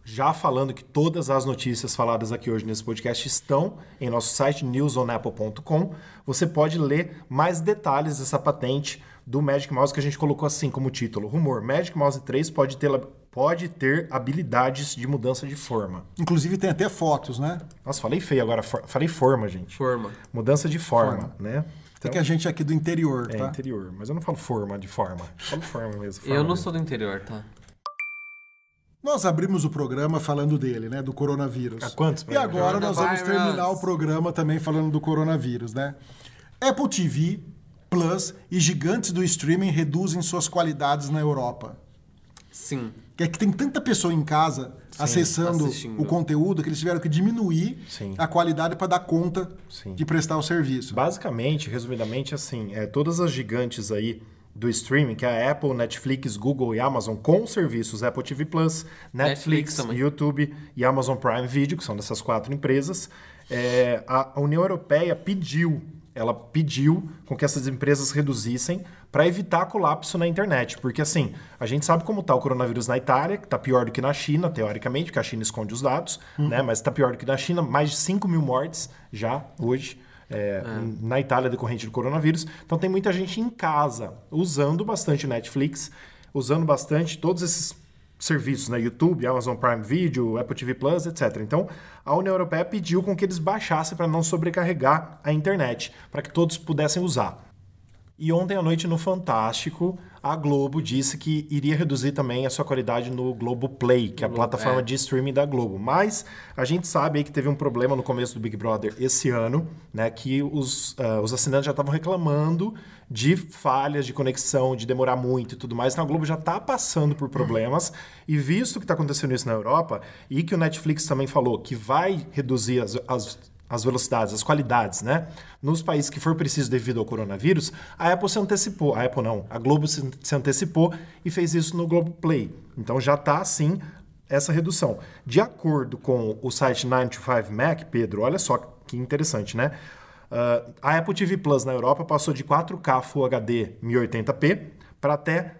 [SPEAKER 3] já falando que todas as notícias faladas aqui hoje nesse podcast estão em nosso site newsonapple.com, você pode ler mais detalhes dessa patente do Magic Mouse que a gente colocou assim como título: Rumor: Magic Mouse 3 pode ter pode ter habilidades de mudança de forma.
[SPEAKER 1] Inclusive tem até fotos, né?
[SPEAKER 3] Nossa, falei feio agora, for- falei forma, gente.
[SPEAKER 2] Forma.
[SPEAKER 3] Mudança de forma, né?
[SPEAKER 1] Tem que a gente é aqui do interior,
[SPEAKER 3] É
[SPEAKER 1] tá?
[SPEAKER 3] interior, mas eu não falo forma de forma. Eu falo forma mesmo.
[SPEAKER 2] eu
[SPEAKER 3] forma né?
[SPEAKER 2] não
[SPEAKER 3] mesmo.
[SPEAKER 2] sou do interior, tá?
[SPEAKER 1] Nós abrimos o programa falando dele, né? Do coronavírus.
[SPEAKER 3] Há quantos
[SPEAKER 1] e
[SPEAKER 3] programas?
[SPEAKER 1] agora nós vamos
[SPEAKER 2] Coronavírus.
[SPEAKER 1] terminar o programa também falando do coronavírus, né? Apple TV, Plus e gigantes do streaming reduzem suas qualidades na Europa.
[SPEAKER 2] Sim.
[SPEAKER 1] Que é que tem tanta pessoa em casa acessando
[SPEAKER 2] assistindo.
[SPEAKER 1] o conteúdo que eles tiveram que diminuir
[SPEAKER 3] Sim.
[SPEAKER 1] a qualidade para dar conta
[SPEAKER 3] Sim.
[SPEAKER 1] de prestar o serviço.
[SPEAKER 3] Basicamente, resumidamente, assim, é, todas as gigantes aí do streaming, que é a Apple, Netflix, Google e Amazon, com serviços Apple TV Plus,
[SPEAKER 2] Netflix
[SPEAKER 3] Netflix,
[SPEAKER 2] também.
[SPEAKER 3] YouTube e Amazon Prime Video, que são dessas quatro empresas, é, a União Europeia pediu, ela pediu com que essas empresas reduzissem para evitar colapso na internet. Porque, assim, a gente sabe como está o coronavírus na Itália, que está pior do que na China, teoricamente, porque a China esconde os dados, né? Mas está pior do que na China, mais de 5 mil mortes já hoje é, na Itália decorrente do coronavírus. Então tem muita gente em casa usando bastante Netflix, usando bastante todos esses serviços, né? YouTube, Amazon Prime Video, Apple TV Plus, etc. Então a União Europeia pediu com que eles baixassem para não sobrecarregar a internet, para que todos pudessem usar. E ontem à noite no Fantástico, a Globo disse que iria reduzir também a sua qualidade no Globo Play, que é a plataforma
[SPEAKER 2] é.
[SPEAKER 3] de streaming da Globo. Mas a gente sabe aí que teve um problema no começo do Big Brother esse ano, né, que os, ah, os assinantes já estavam reclamando de falhas de conexão, de demorar muito e tudo mais. Então a Globo já está passando por problemas e visto que está acontecendo isso na Europa e que o Netflix também falou que vai reduzir as- as as velocidades, as qualidades, né? Nos países que for preciso devido ao coronavírus, a Apple se antecipou. A Apple não, a Globo se se antecipou e fez isso no Globoplay. Então já está assim essa redução. De acordo com o site 9to5Mac, Pedro, olha só que interessante, né? Ah, a Apple TV Plus na Europa passou de 4K Full HD 1080p para até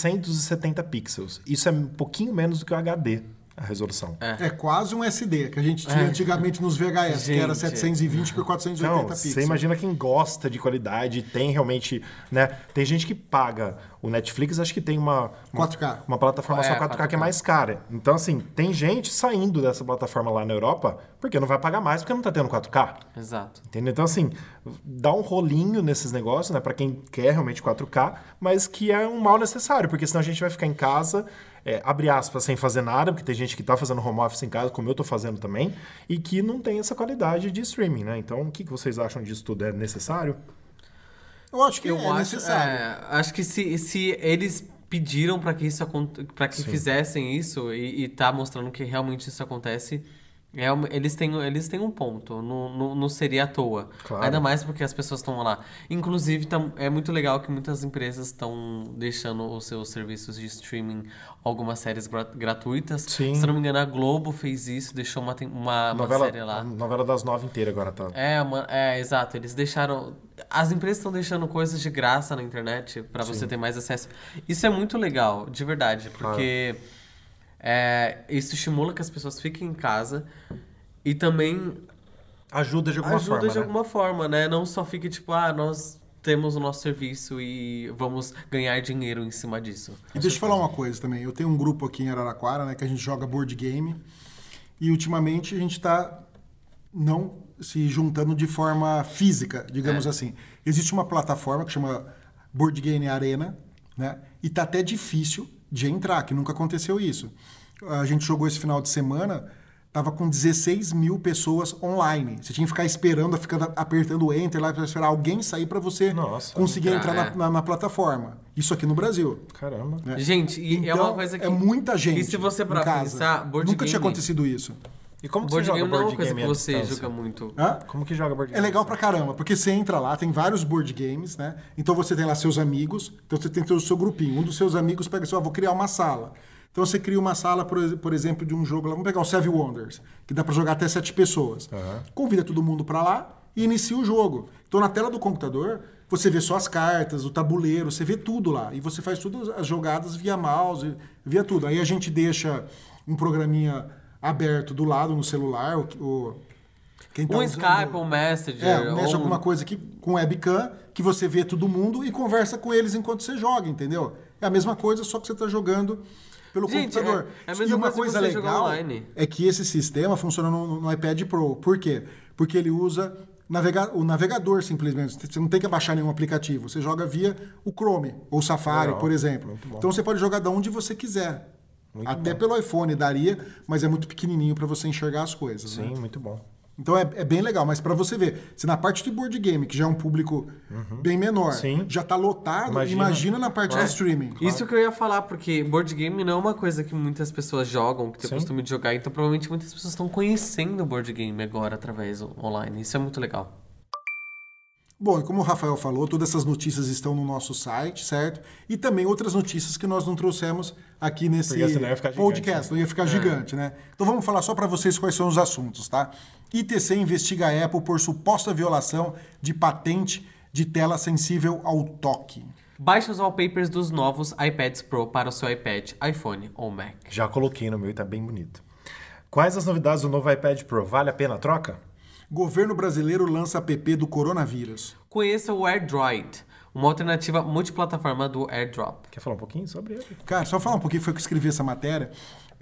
[SPEAKER 3] 670 pixels. Isso é um pouquinho menos do que o HD, a resolução.
[SPEAKER 1] É quase um SD que a gente
[SPEAKER 3] É.
[SPEAKER 1] tinha antigamente nos VHS, que era
[SPEAKER 2] Gente.
[SPEAKER 1] 720 por 480
[SPEAKER 3] Então,
[SPEAKER 1] pixels.
[SPEAKER 3] você imagina quem gosta de qualidade, tem realmente, né? Tem gente que paga o Netflix, acho que tem uma uma-
[SPEAKER 1] 4K.
[SPEAKER 3] uma plataforma só
[SPEAKER 2] É,
[SPEAKER 3] 4K, que
[SPEAKER 2] 4K.
[SPEAKER 3] é mais cara. Então, assim, tem gente saindo dessa plataforma lá na Europa porque não vai pagar mais porque não tá tendo 4K.
[SPEAKER 2] Exato.
[SPEAKER 3] Entendeu? Então, assim, dá um rolinho nesses negócios, né? Pra quem quer realmente 4K, mas que é um mal necessário, porque senão a gente vai ficar em casa, é, abre aspas, sem fazer nada, porque tem gente que tá fazendo home office em casa, como eu tô fazendo também, e que não tem essa qualidade de streaming, né? Então, o que que vocês acham disso tudo? É necessário?
[SPEAKER 1] Eu acho que
[SPEAKER 2] Eu
[SPEAKER 1] é
[SPEAKER 2] acho,
[SPEAKER 1] necessário.
[SPEAKER 2] é, acho que se, se eles pediram pra que isso para que fizessem isso e, e tá mostrando que realmente isso acontece, é uma- eles têm eles têm um ponto, não, não, não seria à toa.
[SPEAKER 3] Claro.
[SPEAKER 2] Ainda mais porque as pessoas estão lá. Inclusive tá- é muito legal que muitas empresas estão deixando os seus serviços de streaming algumas séries gra- gratuitas.
[SPEAKER 3] Sim.
[SPEAKER 2] Se eu não me engano a Globo fez isso, deixou uma tem- uma, uma
[SPEAKER 3] novela,
[SPEAKER 2] Tá série lá.
[SPEAKER 3] a novela das nove inteira agora tá.
[SPEAKER 2] É, mano, é, exato. Eles deixaram. As empresas estão deixando coisas de graça na internet pra você ter mais acesso. Isso é muito legal, de verdade, porque é, isso estimula que as pessoas fiquem em casa e também
[SPEAKER 3] Ajuda de alguma
[SPEAKER 2] ajuda
[SPEAKER 3] forma,
[SPEAKER 2] de
[SPEAKER 3] né?
[SPEAKER 2] alguma forma, né? Não só fique tipo, ah, nós temos o nosso serviço e vamos ganhar dinheiro em cima disso.
[SPEAKER 1] E deixa eu falar uma coisa também. Eu tenho um grupo aqui em Araraquara, né, que a gente joga board game. E ultimamente a gente está não se juntando de forma física, digamos assim. Existe uma plataforma que chama Board Game Arena, né? E tá até difícil de entrar, que nunca aconteceu isso. A gente jogou esse final de semana, tava com 16 mil pessoas online. Você tinha que ficar esperando, ficando apertando o enter lá para esperar alguém sair para você
[SPEAKER 3] Nossa.
[SPEAKER 1] conseguir entrar,
[SPEAKER 2] Entrar,
[SPEAKER 1] na-
[SPEAKER 2] é.
[SPEAKER 1] na- na plataforma. Isso aqui no Brasil.
[SPEAKER 3] Caramba.
[SPEAKER 1] É.
[SPEAKER 2] Gente, e é
[SPEAKER 1] Então,
[SPEAKER 2] uma coisa que.
[SPEAKER 1] É muita gente.
[SPEAKER 2] E se você
[SPEAKER 1] em
[SPEAKER 2] parar pra
[SPEAKER 1] casa.
[SPEAKER 2] pensar, board
[SPEAKER 1] Nunca tinha
[SPEAKER 2] game-
[SPEAKER 1] acontecido isso.
[SPEAKER 3] E como que você
[SPEAKER 2] board
[SPEAKER 3] joga
[SPEAKER 2] game não é
[SPEAKER 3] board
[SPEAKER 2] uma coisa
[SPEAKER 3] game
[SPEAKER 2] que
[SPEAKER 3] à
[SPEAKER 2] você
[SPEAKER 3] distância?
[SPEAKER 2] joga muito.
[SPEAKER 1] Hã?
[SPEAKER 3] Como que joga board
[SPEAKER 1] É
[SPEAKER 3] game?
[SPEAKER 1] legal pra caramba, porque você entra lá, tem vários board games, né? Então você tem lá seus amigos, então você tem o seu grupinho. Um dos seus amigos pega assim, ó, vou criar uma sala. Então você cria uma sala, por, ex- por exemplo, de um jogo lá, vamos pegar o Seven Wonders, que dá pra jogar até sete pessoas. Convida todo mundo pra lá e inicia o jogo. Então na tela do computador, você vê só as cartas, o tabuleiro, você vê tudo lá. E você faz todas as jogadas via mouse, via tudo. Aí a gente deixa um programinha aberto do lado no celular, o... o quem tá
[SPEAKER 2] Um
[SPEAKER 1] usando-
[SPEAKER 2] Skype, um Messenger,
[SPEAKER 1] é, mexe
[SPEAKER 2] ou um-
[SPEAKER 1] alguma coisa aqui com webcam, que você vê todo mundo e conversa com eles enquanto você joga, entendeu? É a mesma coisa, só que você está jogando pelo
[SPEAKER 2] Gente,
[SPEAKER 1] computador.
[SPEAKER 2] é- é a mesma
[SPEAKER 1] e uma
[SPEAKER 2] coisa
[SPEAKER 1] coisa,
[SPEAKER 2] que você jogar
[SPEAKER 1] legal
[SPEAKER 2] online.
[SPEAKER 1] é que esse sistema funciona no, no iPad Pro. Por quê? Porque ele usa navega- o navegador simplesmente. Você não tem que baixar nenhum aplicativo. Você joga via o Chrome ou o Safari,
[SPEAKER 3] Legal.
[SPEAKER 1] por exemplo.
[SPEAKER 3] Muito bom.
[SPEAKER 1] Então você pode jogar de onde você quiser.
[SPEAKER 3] Muito
[SPEAKER 1] Até pelo iPhone daria, mas é muito pequenininho para você enxergar as coisas. né?
[SPEAKER 3] Sim, muito bom.
[SPEAKER 1] Então é, é bem legal, mas pra você ver, se na parte de board game, que já é um público bem menor,
[SPEAKER 3] Uhum. Sim.
[SPEAKER 1] já tá lotado, imagina,
[SPEAKER 3] Imagina. É.
[SPEAKER 1] na parte de streaming.
[SPEAKER 2] Isso que eu ia falar, porque board game não é uma coisa que muitas pessoas jogam, que tem o
[SPEAKER 3] Sim.
[SPEAKER 2] costume de jogar, então provavelmente muitas pessoas estão conhecendo o board game agora através o- online. Isso é muito legal.
[SPEAKER 1] Bom, e como o Rafael falou, todas essas notícias estão no nosso site, certo? E também outras notícias que nós não trouxemos aqui nesse
[SPEAKER 3] Porque senão ia ficar gigante, É.
[SPEAKER 1] podcast, não ia ficar gigante, né? Então vamos falar só pra vocês quais são os assuntos, tá? ITC investiga a Apple por suposta violação de patente de tela sensível ao toque.
[SPEAKER 2] Baixe os wallpapers dos novos iPads Pro para o seu iPad, iPhone ou Mac.
[SPEAKER 3] Já coloquei no meu e tá bem bonito. Quais as novidades do novo iPad Pro? Vale a pena a troca?
[SPEAKER 1] Governo brasileiro lança app do coronavírus.
[SPEAKER 2] Conheça o AirDroid, uma alternativa multiplataforma do AirDrop. É
[SPEAKER 3] Quer falar um pouquinho sobre ele?
[SPEAKER 1] Cara, só falar um pouquinho, foi eu que escrevi essa matéria.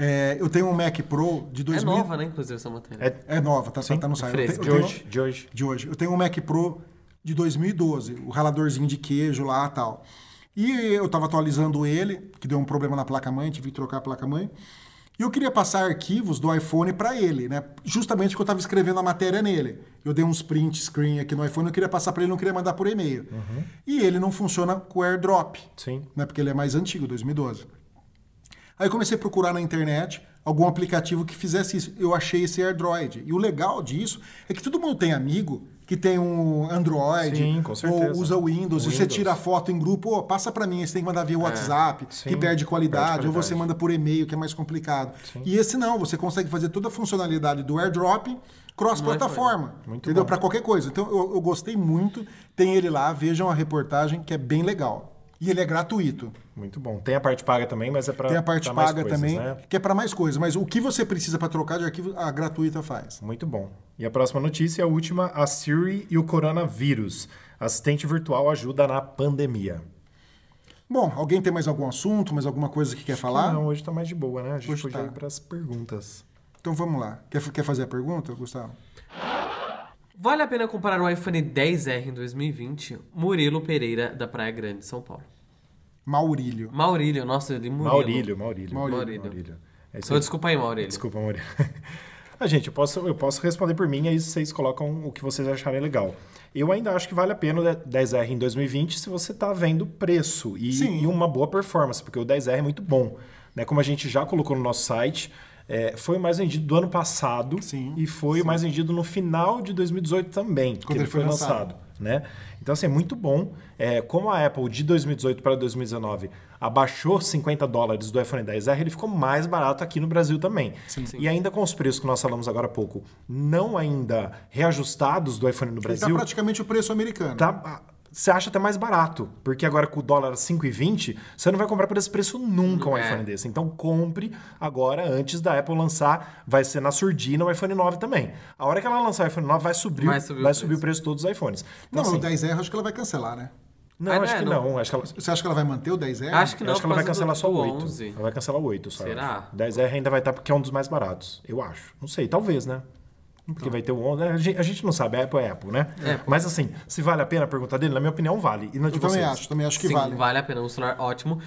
[SPEAKER 1] É, eu tenho um Mac Pro de
[SPEAKER 2] É
[SPEAKER 1] 2000...
[SPEAKER 2] nova, né, inclusive, essa matéria.
[SPEAKER 3] É
[SPEAKER 1] É nova, tá, tá no site. Eu tenho-
[SPEAKER 2] fresca.
[SPEAKER 3] de
[SPEAKER 1] eu tenho-
[SPEAKER 3] hoje, de hoje.
[SPEAKER 1] de hoje. Eu tenho um Mac Pro de 2012, o raladorzinho de queijo lá e tal. E eu estava atualizando ele, que deu um problema na placa-mãe, tive que trocar a placa-mãe. E eu queria passar arquivos do iPhone para ele, né? Justamente porque eu estava escrevendo a matéria nele. Eu dei uns print screen aqui no iPhone, eu queria passar para ele, não queria mandar por e-mail. E ele não funciona com o AirDrop.
[SPEAKER 3] Uhum. Sim.
[SPEAKER 1] Né? Porque ele é mais antigo, 2012. Aí eu comecei a procurar na internet algum aplicativo que fizesse isso. Eu achei esse Android. E o legal disso é que todo mundo tem amigo que tem um Android
[SPEAKER 3] Sim, com certeza.
[SPEAKER 1] ou usa o Windows, e você
[SPEAKER 3] Windows. É,
[SPEAKER 1] tira a foto em grupo, "Ô, passa para mim, aí você tem que mandar via WhatsApp,
[SPEAKER 3] sim,
[SPEAKER 1] que perde
[SPEAKER 3] perde
[SPEAKER 1] qualidade, ou
[SPEAKER 3] qualidade.
[SPEAKER 1] você manda por e-mail, que é mais complicado. E esse não, você consegue fazer toda a funcionalidade do AirDrop cross-plataforma, entendeu? Para qualquer coisa. Então eu, eu gostei muito, tem ele lá, vejam a reportagem que é bem legal. E ele é gratuito.
[SPEAKER 3] Muito bom. Tem a parte paga também, mas é pra.
[SPEAKER 1] Tem a parte
[SPEAKER 3] pra mais
[SPEAKER 1] paga
[SPEAKER 3] coisas,
[SPEAKER 1] também,
[SPEAKER 3] né?
[SPEAKER 1] que é para mais coisas, mas o que você precisa para trocar de arquivo, a gratuita faz.
[SPEAKER 3] Muito bom. E a próxima notícia é a última: a Siri e o coronavírus. Assistente virtual ajuda na pandemia.
[SPEAKER 1] Bom, alguém tem mais algum assunto, mais alguma coisa que quer falar?
[SPEAKER 3] Não, hoje tá mais de boa, né? A gente
[SPEAKER 1] Hoje
[SPEAKER 3] podia
[SPEAKER 1] tá.
[SPEAKER 3] ir pras perguntas.
[SPEAKER 1] Então vamos lá. Quer, quer fazer a pergunta, Gustavo?
[SPEAKER 2] Vale a pena comprar o iPhone 10R em 2020? Murilo Pereira, da Praia Grande, São Paulo.
[SPEAKER 1] Maurílio.
[SPEAKER 2] Maurílio, nossa, ele é Murilo.
[SPEAKER 3] Maurílio, Maurílio.
[SPEAKER 1] Maurílio.
[SPEAKER 3] É isso
[SPEAKER 2] Só
[SPEAKER 3] aí.
[SPEAKER 2] desculpa aí, Maurílio.
[SPEAKER 3] Desculpa, Maurílio. Ah, gente, eu posso, eu posso responder por mim, aí vocês colocam o que vocês acharem legal. Eu ainda acho que vale a pena o 10R em 2020 se você está vendo o preço e,
[SPEAKER 1] Sim.
[SPEAKER 3] e uma boa performance, porque o 10R é muito bom. Né? Como a gente já colocou no nosso site, é, foi o mais vendido do ano passado
[SPEAKER 1] Sim,
[SPEAKER 3] e foi o mais vendido no final de 2018 também, quando
[SPEAKER 1] ele foi lançado.
[SPEAKER 3] né? Então, assim, é muito bom. É, como a Apple de 2018 para 2019 abaixou 50 dólares do iPhone 10R, ele ficou mais barato aqui no Brasil também. E ainda com os preços que nós falamos agora há pouco, não ainda reajustados do iPhone no
[SPEAKER 1] Ele tá
[SPEAKER 3] Brasil,
[SPEAKER 1] praticamente o preço americano.
[SPEAKER 3] tá- ah, você acha até mais barato, porque agora com o dólar a 5,20, você não vai comprar por esse preço nunca um
[SPEAKER 2] É.
[SPEAKER 3] iPhone desse. Então compre agora, antes da Apple lançar, vai ser na surdina o iPhone 9 também. A hora que ela lançar o iPhone 9, vai subir, vai subir, o, preço. de todos os iPhones.
[SPEAKER 1] Não,
[SPEAKER 3] Então, assim,
[SPEAKER 1] o 10R acho que ela vai cancelar, né?
[SPEAKER 3] não,
[SPEAKER 2] Ah, não
[SPEAKER 3] acho
[SPEAKER 2] é,
[SPEAKER 3] que
[SPEAKER 2] não.
[SPEAKER 3] não. Acho que ela,
[SPEAKER 1] Você acha que ela vai manter o 10R?
[SPEAKER 2] Acho que
[SPEAKER 3] eu
[SPEAKER 2] não,
[SPEAKER 3] acho que
[SPEAKER 2] por
[SPEAKER 3] ela vai
[SPEAKER 2] causa do-
[SPEAKER 3] cancelar só
[SPEAKER 2] do
[SPEAKER 3] o 8.
[SPEAKER 2] 11.
[SPEAKER 3] Ela vai cancelar o 8, só. eu
[SPEAKER 2] Será?
[SPEAKER 3] acho. O 10R ainda vai estar porque é um dos mais baratos, eu acho. Não sei, talvez, né?
[SPEAKER 2] Então.
[SPEAKER 3] Porque vai ter o 11. né? A gente, a gente não sabe, a Apple é Apple, né? Mas assim, se vale a pena perguntar dele, na minha opinião, vale. E na de
[SPEAKER 1] Eu também
[SPEAKER 3] vocês?
[SPEAKER 1] acho, também acho que
[SPEAKER 2] Sim,
[SPEAKER 1] vale.
[SPEAKER 2] a pena. Um é celular ótimo.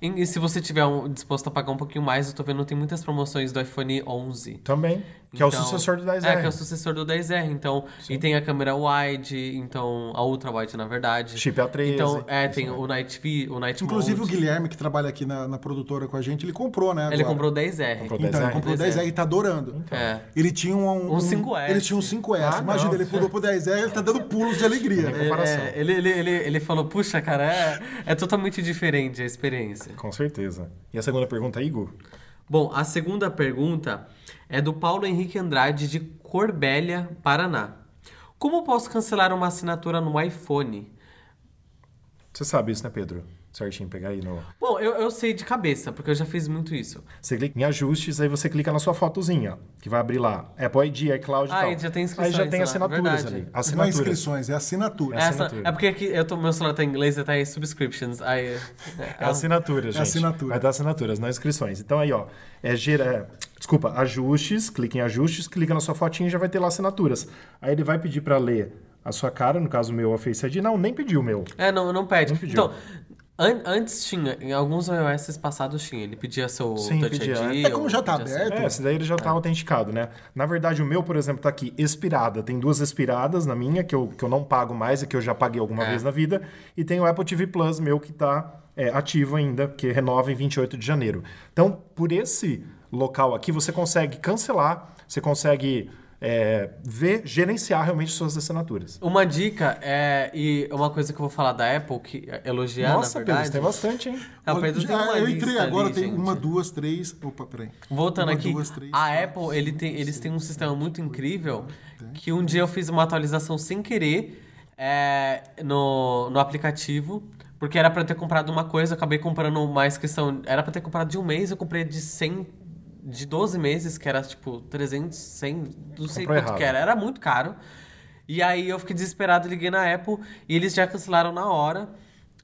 [SPEAKER 2] E, e se você tiver um- disposto a pagar um pouquinho mais, eu tô vendo tem muitas promoções do iPhone 11.
[SPEAKER 3] Também. Que é o
[SPEAKER 2] Então,
[SPEAKER 3] sucessor do 10R.
[SPEAKER 2] É, que é o sucessor do 10R. Então, e tem a câmera wide, então a ultra wide, na verdade.
[SPEAKER 3] Chip A13.
[SPEAKER 2] Então, é,
[SPEAKER 3] isso
[SPEAKER 2] tem
[SPEAKER 3] mesmo.
[SPEAKER 2] o Night V, o Night
[SPEAKER 1] Inclusive
[SPEAKER 2] Mode.
[SPEAKER 1] o Guilherme, que trabalha aqui na, na produtora com a gente, ele comprou, né?
[SPEAKER 2] Ele
[SPEAKER 1] agora.
[SPEAKER 2] comprou o 10R.
[SPEAKER 3] Comprou o então.
[SPEAKER 1] Então, ele
[SPEAKER 3] 10R.
[SPEAKER 1] comprou o 10R e tá adorando.
[SPEAKER 2] É.
[SPEAKER 1] Ele tinha um,
[SPEAKER 2] Um 5S.
[SPEAKER 1] Ele tinha um 5S.
[SPEAKER 3] Ah,
[SPEAKER 1] Imagina,
[SPEAKER 3] não.
[SPEAKER 1] ele pulou pro 10R, ele tá dando pulos de alegria.
[SPEAKER 3] É.
[SPEAKER 1] né?
[SPEAKER 3] comparação.
[SPEAKER 2] É, ele, ele, ele, ele falou, puxa, cara, é, é totalmente diferente a experiência.
[SPEAKER 3] Com certeza. E a segunda pergunta, Igor?
[SPEAKER 2] Bom, a segunda pergunta é do Paulo Henrique Andrade, de Corbélia, Paraná. Como posso cancelar uma assinatura no iPhone?
[SPEAKER 3] Você sabe isso, né, Pedro? Certinho, pegar aí no.
[SPEAKER 2] Bom, eu, eu sei de cabeça, porque eu já fiz muito isso.
[SPEAKER 3] Você clica em ajustes, aí você clica na sua fotozinha, que vai abrir lá. Apple ID, iCloud e
[SPEAKER 2] Ah,
[SPEAKER 3] tal.
[SPEAKER 2] aí já tem
[SPEAKER 3] Aí já
[SPEAKER 2] inscrições
[SPEAKER 3] tem
[SPEAKER 2] lá,
[SPEAKER 3] assinaturas
[SPEAKER 2] verdade.
[SPEAKER 3] ali.
[SPEAKER 1] Não é
[SPEAKER 3] Assinaturas.
[SPEAKER 1] inscrições, é assinatura.
[SPEAKER 3] É
[SPEAKER 2] Essa-
[SPEAKER 3] assinatura.
[SPEAKER 2] é porque aqui eu tô, meu celular tá em inglês, tá aí subscriptions. Aí, é,
[SPEAKER 3] É assinaturas,
[SPEAKER 1] É
[SPEAKER 3] gente.
[SPEAKER 1] assinatura.
[SPEAKER 3] Vai dar assinaturas, não inscrições. Então aí, ó, é gera... Desculpa, ajustes, clica em ajustes, clica na sua fotinha e já vai ter lá assinaturas. Aí ele vai pedir pra ler a sua cara, no caso o meu, a Face ID. Não, nem pediu o meu.
[SPEAKER 2] É, não, não pede.
[SPEAKER 3] Não pediu.
[SPEAKER 2] então, an- antes tinha, em alguns iOS passados tinha. Ele pedia seu
[SPEAKER 3] Sim,
[SPEAKER 2] Touch
[SPEAKER 3] pedia.
[SPEAKER 2] ID.
[SPEAKER 1] É como já tá
[SPEAKER 2] ou pedia seu-
[SPEAKER 1] aberto.
[SPEAKER 3] É, esse daí ele já tá autenticado, né? Na verdade, o meu, por exemplo, tá aqui, expirada. Tem duas expiradas na minha, que eu, que eu não pago mais e que eu já paguei alguma
[SPEAKER 2] É.
[SPEAKER 3] vez na vida. E tem o Apple TV Plus meu que tá é, ativo ainda, que renova em 28 de janeiro. Então, por esse local aqui, você consegue cancelar, você consegue é, ver, gerenciar realmente suas assinaturas.
[SPEAKER 2] Uma dica é, e uma coisa que eu vou falar da Apple, que elogiar,
[SPEAKER 3] Nossa,
[SPEAKER 2] na
[SPEAKER 3] Pedro,
[SPEAKER 2] verdade.
[SPEAKER 3] você tem bastante, hein?
[SPEAKER 2] Ah, o Pedro tem
[SPEAKER 1] Ah,
[SPEAKER 2] uma
[SPEAKER 1] eu
[SPEAKER 2] lista
[SPEAKER 1] entrei agora,
[SPEAKER 2] ali,
[SPEAKER 1] tem
[SPEAKER 2] gente.
[SPEAKER 1] uma, duas, três. Opa, peraí.
[SPEAKER 2] Voltando
[SPEAKER 1] Uma,
[SPEAKER 2] aqui,
[SPEAKER 1] duas, três,
[SPEAKER 2] a
[SPEAKER 1] quatro,
[SPEAKER 2] Apple, ele tem, eles têm um sistema muito incrível que um dia eu fiz uma atualização sem querer é, no, no aplicativo, porque era pra eu ter comprado uma coisa, eu acabei comprando uma inscrição. Era pra ter comprado de um mês, eu comprei de 100, de 12 meses, que era tipo 300, 100, não sei
[SPEAKER 3] Comprou
[SPEAKER 2] quanto
[SPEAKER 3] errado.
[SPEAKER 2] que era, era muito caro. E aí eu fiquei desesperado, liguei na Apple e eles já cancelaram na hora.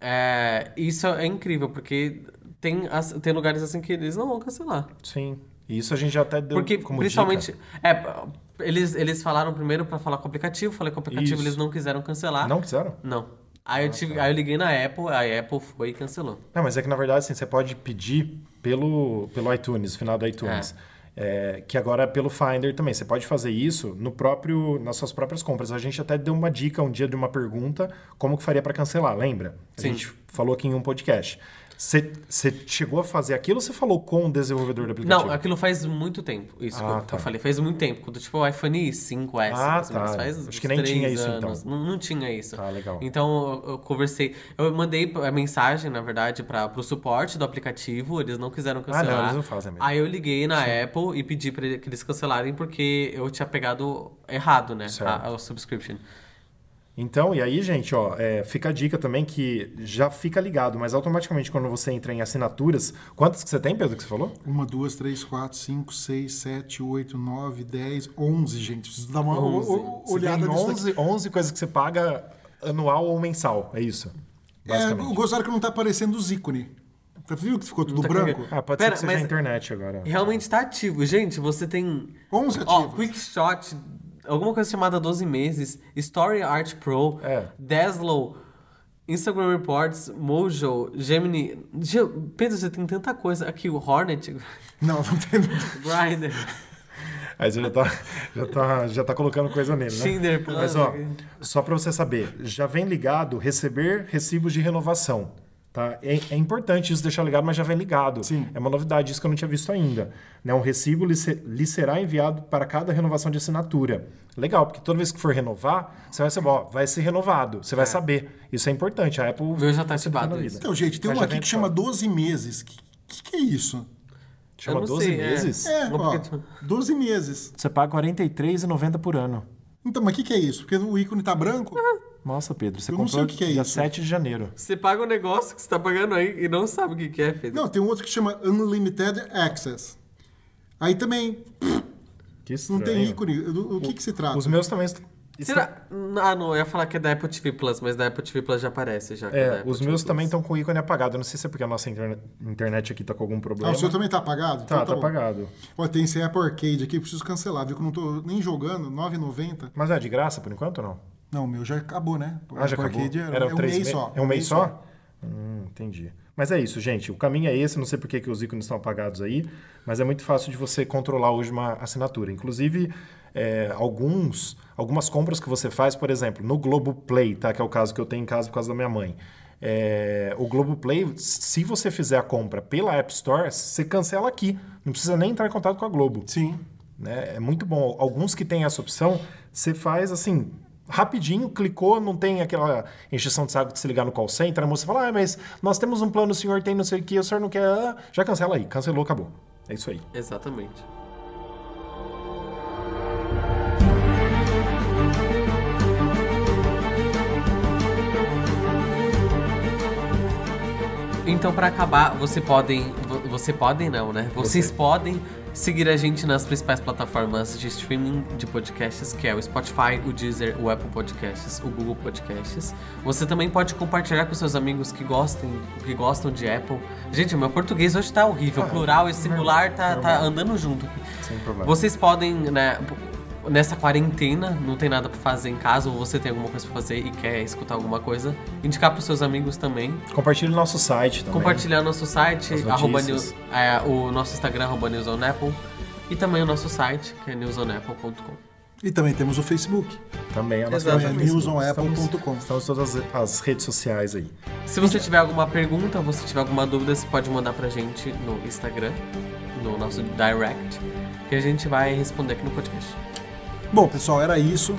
[SPEAKER 2] É, isso é incrível, porque tem, as- tem lugares assim que eles não vão cancelar.
[SPEAKER 3] Sim. E isso a gente já até deu
[SPEAKER 2] Porque,
[SPEAKER 3] como
[SPEAKER 2] principalmente.
[SPEAKER 3] dica.
[SPEAKER 2] É, eles, eles falaram primeiro pra falar com o aplicativo, falei com o aplicativo,
[SPEAKER 3] Isso.
[SPEAKER 2] eles não quiseram cancelar.
[SPEAKER 3] Não Ah, tá. quiseram?
[SPEAKER 2] Não. Aí, eu tive, aí eu liguei na Apple, a Apple foi e cancelou.
[SPEAKER 3] Não, mas é que na verdade assim, você pode pedir pelo, pelo iTunes, final do iTunes. É, que agora é pelo Finder também. Você pode fazer isso no próprio, nas suas próprias compras. A gente até deu uma dica um dia de uma pergunta, como que faria para cancelar, lembra? A
[SPEAKER 2] Sim.
[SPEAKER 3] gente falou aqui em um podcast. Você você chegou a fazer aquilo ou você falou com o desenvolvedor do aplicativo?
[SPEAKER 2] Não, aquilo faz muito tempo. Isso que,
[SPEAKER 3] Ah,
[SPEAKER 2] eu, que eu
[SPEAKER 3] tá.
[SPEAKER 2] falei. Faz muito tempo. Quando, tipo, o iPhone 5S.
[SPEAKER 3] Ah,
[SPEAKER 2] mais ou menos,
[SPEAKER 3] tá.
[SPEAKER 2] Faz
[SPEAKER 3] Acho
[SPEAKER 2] uns
[SPEAKER 3] que nem
[SPEAKER 2] três
[SPEAKER 3] tinha isso,
[SPEAKER 2] anos.
[SPEAKER 3] então.
[SPEAKER 2] Não, não tinha isso.
[SPEAKER 3] Tá, legal.
[SPEAKER 2] Então, eu, eu conversei... Eu mandei a mensagem, na verdade, para pro suporte do aplicativo. Eles não quiseram cancelar.
[SPEAKER 3] eles Ah, não fazem mesmo.
[SPEAKER 2] Aí eu liguei na Apple e pedi pra ele- que eles cancelarem porque eu tinha pegado errado, né?
[SPEAKER 3] Certo.
[SPEAKER 2] A, a subscription.
[SPEAKER 3] Então, e aí, gente, ó, é, fica a dica também que já fica ligado, mas automaticamente quando você entra em assinaturas, quantas que você tem, Pedro, que você falou?
[SPEAKER 1] Uma, duas, três, quatro, cinco, seis, sete, oito, nove, dez, onze, gente. Preciso dar uma
[SPEAKER 2] Onze.
[SPEAKER 1] o- o-
[SPEAKER 3] Você
[SPEAKER 1] olhada
[SPEAKER 3] tem
[SPEAKER 1] nisso daqui.
[SPEAKER 3] 11, 11 coisas que você paga anual ou mensal, é isso?
[SPEAKER 1] É,
[SPEAKER 3] Basicamente.
[SPEAKER 1] o gostaram que não tá aparecendo os ícones. Tá viu que ficou tudo
[SPEAKER 2] tá
[SPEAKER 1] branco?
[SPEAKER 2] cagando.
[SPEAKER 3] Ah, pode
[SPEAKER 2] Pera,
[SPEAKER 3] ser que seja
[SPEAKER 2] mas-
[SPEAKER 3] a internet agora.
[SPEAKER 2] Realmente tá ativo. Gente, você tem...
[SPEAKER 1] 11
[SPEAKER 2] Ó,
[SPEAKER 1] ativos.
[SPEAKER 2] Quick Shot, alguma coisa chamada 12 meses, Story Art Pro,
[SPEAKER 3] É.
[SPEAKER 2] Deslo, Instagram Reports, Mojo, Gemini. Ge- Pedro, você tem tanta coisa. Aqui, o Hornet,
[SPEAKER 1] Não, não tem. não tem.
[SPEAKER 2] Grindr,
[SPEAKER 3] Aí você já tá, já, tá, já tá colocando coisa nele, né?
[SPEAKER 2] Tinder Plus.
[SPEAKER 3] Mas ó, só para você saber, já vem ligado receber recibos de renovação. Tá? É, é importante isso deixar ligado, mas já vem ligado.
[SPEAKER 1] Sim.
[SPEAKER 3] É uma novidade, isso que eu não tinha visto ainda. Né? Um recibo lhe, se- lhe será enviado para cada renovação de assinatura. Legal, porque toda vez que for renovar, você vai saber, ó, vai ser renovado, você vai saber. Isso é importante. A Apple.
[SPEAKER 2] O meu já tá
[SPEAKER 3] facilitando
[SPEAKER 2] ativado,
[SPEAKER 3] a vida.
[SPEAKER 2] isso.
[SPEAKER 1] Então, gente, tem
[SPEAKER 3] Mas
[SPEAKER 1] um
[SPEAKER 3] já
[SPEAKER 1] aqui
[SPEAKER 3] vem
[SPEAKER 1] que chama
[SPEAKER 3] ativado.
[SPEAKER 1] 12 meses. Que, que, que é isso?
[SPEAKER 3] Chama
[SPEAKER 2] Eu não
[SPEAKER 3] 12
[SPEAKER 2] sei, é.
[SPEAKER 3] meses?
[SPEAKER 1] É,
[SPEAKER 2] Vou
[SPEAKER 1] ó,
[SPEAKER 2] porque-
[SPEAKER 1] 12 meses.
[SPEAKER 3] Você paga R$ 43,90 por ano.
[SPEAKER 1] Então, mas o que, que é isso? Porque o ícone tá branco?
[SPEAKER 3] Nossa, Pedro, você
[SPEAKER 1] Eu não
[SPEAKER 3] comprou
[SPEAKER 1] sei o que que é
[SPEAKER 3] dia
[SPEAKER 1] isso.
[SPEAKER 3] 7 de janeiro.
[SPEAKER 2] Você paga um negócio que você tá pagando aí e não sabe o que, que é, Pedro.
[SPEAKER 1] Não, tem um outro que chama Unlimited Access. Aí também
[SPEAKER 3] Que
[SPEAKER 1] não
[SPEAKER 3] estranho.
[SPEAKER 1] tem ícone. Do, do que, que se trata? Ah,
[SPEAKER 3] Os meus também.
[SPEAKER 2] Será? Ah, não, eu ia falar que é da Apple TV Plus, mas da Apple TV Plus já aparece já. que é da
[SPEAKER 3] É,
[SPEAKER 2] Apple
[SPEAKER 3] os
[SPEAKER 2] TV
[SPEAKER 3] meus
[SPEAKER 2] Plus.
[SPEAKER 3] também estão com o ícone apagado. Eu não sei se é porque a nossa interne- internet aqui tá com algum
[SPEAKER 1] Ah,
[SPEAKER 3] problema.
[SPEAKER 1] o seu também tá apagado?
[SPEAKER 3] Tá,
[SPEAKER 1] Então
[SPEAKER 3] tá
[SPEAKER 1] bom.
[SPEAKER 3] apagado.
[SPEAKER 1] Ó, tem esse Apple Arcade aqui, eu preciso cancelar, viu? Que eu não tô nem jogando, 9,90.
[SPEAKER 3] Mas não é de graça por enquanto ou não?
[SPEAKER 1] Não, o meu já acabou, né? O
[SPEAKER 3] Ah, já
[SPEAKER 1] Apple
[SPEAKER 3] acabou.
[SPEAKER 1] Arcade era, é um
[SPEAKER 3] três
[SPEAKER 1] mês
[SPEAKER 3] me-
[SPEAKER 1] só.
[SPEAKER 3] É um mês só? Hum, entendi. Mas é isso, gente. O caminho é esse. Não sei por que, que os ícones estão apagados aí, mas é muito fácil de você controlar hoje uma assinatura. Inclusive, é, alguns, algumas compras que você faz, por exemplo, no Globoplay, tá? que é o caso que eu tenho em casa por causa da minha mãe. É, o Globoplay, se você fizer a compra pela App Store, você cancela aqui. Não precisa nem entrar em contato com a Globo.
[SPEAKER 1] Sim.
[SPEAKER 3] Né? É muito bom. Alguns que têm essa opção, você faz assim, rapidinho, clicou, não tem aquela encheção de saco de se ligar no call center, a moça fala, ah, mas nós temos um plano, o senhor tem não sei o que, o senhor não quer, ah, já cancela aí, cancelou, acabou. É isso aí.
[SPEAKER 2] Exatamente. Então, para acabar, você podem. vo- Você podem não, né? Vocês
[SPEAKER 3] Você.
[SPEAKER 2] podem seguir a gente nas principais plataformas de streaming de podcasts, que é o Spotify, o Deezer, o Apple Podcasts, o Google Podcasts. Você também pode compartilhar com seus amigos que gostem, que gostam de Apple. Gente, meu português hoje tá horrível.
[SPEAKER 3] Ah,
[SPEAKER 2] Plural e singular tá, tá
[SPEAKER 3] normal.
[SPEAKER 2] andando junto aqui.
[SPEAKER 3] Sem problema.
[SPEAKER 2] Vocês podem, né, nessa quarentena, não tem nada pra fazer em casa, ou você tem alguma coisa pra fazer e quer escutar alguma coisa, indicar pros seus amigos também.
[SPEAKER 3] Compartilhe o nosso site também.
[SPEAKER 2] Compartilhar nosso site,
[SPEAKER 3] As
[SPEAKER 2] arroba
[SPEAKER 3] notícias.
[SPEAKER 2] news- é, o nosso Instagram, arroba newsonapple, e também o nosso site, que é newsonapple.com.
[SPEAKER 1] E também temos o Facebook.
[SPEAKER 3] Também a nossa
[SPEAKER 2] Exatamente.
[SPEAKER 3] página no Facebook.
[SPEAKER 1] newsonapple.com.
[SPEAKER 3] Estamos, estamos em todas as, as redes sociais aí.
[SPEAKER 2] Se você tiver alguma pergunta, você tiver alguma dúvida, você pode mandar pra gente no Instagram, no nosso direct, que a gente vai responder aqui no podcast.
[SPEAKER 1] Bom, pessoal, era isso.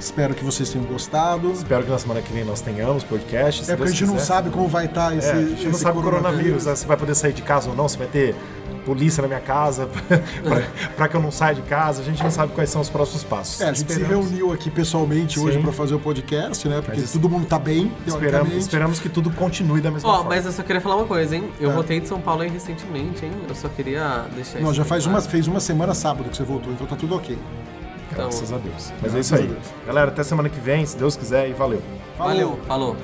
[SPEAKER 1] Espero que vocês tenham gostado.
[SPEAKER 3] Espero que na semana que vem nós tenhamos podcast. se
[SPEAKER 1] É porque a
[SPEAKER 3] Deus
[SPEAKER 1] gente não
[SPEAKER 3] quiser.
[SPEAKER 1] sabe como vai estar esse,
[SPEAKER 3] É, a gente não
[SPEAKER 1] esse
[SPEAKER 3] sabe o coronavírus, né? se vai poder sair de casa ou não, se vai ter polícia na minha casa pra- pra que eu não saia de casa, a gente não sabe quais são os próximos passos.
[SPEAKER 1] É, a gente se
[SPEAKER 3] Esperamos-
[SPEAKER 1] reuniu aqui pessoalmente hoje
[SPEAKER 3] Sim.
[SPEAKER 1] para fazer o podcast, né? Porque
[SPEAKER 3] Mas
[SPEAKER 1] todo mundo tá bem,
[SPEAKER 3] esperamos,
[SPEAKER 1] teoricamente.
[SPEAKER 3] esperamos que tudo continue da mesma
[SPEAKER 2] Ó,
[SPEAKER 3] forma.
[SPEAKER 2] mas eu só queria falar uma coisa, hein? Eu voltei de São Paulo aí recentemente, hein? Eu só queria deixar
[SPEAKER 1] Não,
[SPEAKER 2] isso
[SPEAKER 1] já faz
[SPEAKER 2] bem
[SPEAKER 1] uma,
[SPEAKER 2] claro.
[SPEAKER 1] fez uma semana sábado que você voltou, então tá tudo ok.
[SPEAKER 3] Graças a Deus. Mas
[SPEAKER 1] Graças
[SPEAKER 3] é isso
[SPEAKER 1] a
[SPEAKER 3] aí.
[SPEAKER 1] Deus.
[SPEAKER 3] Galera, até semana que vem, se Deus quiser, e valeu.
[SPEAKER 2] Valeu, falou.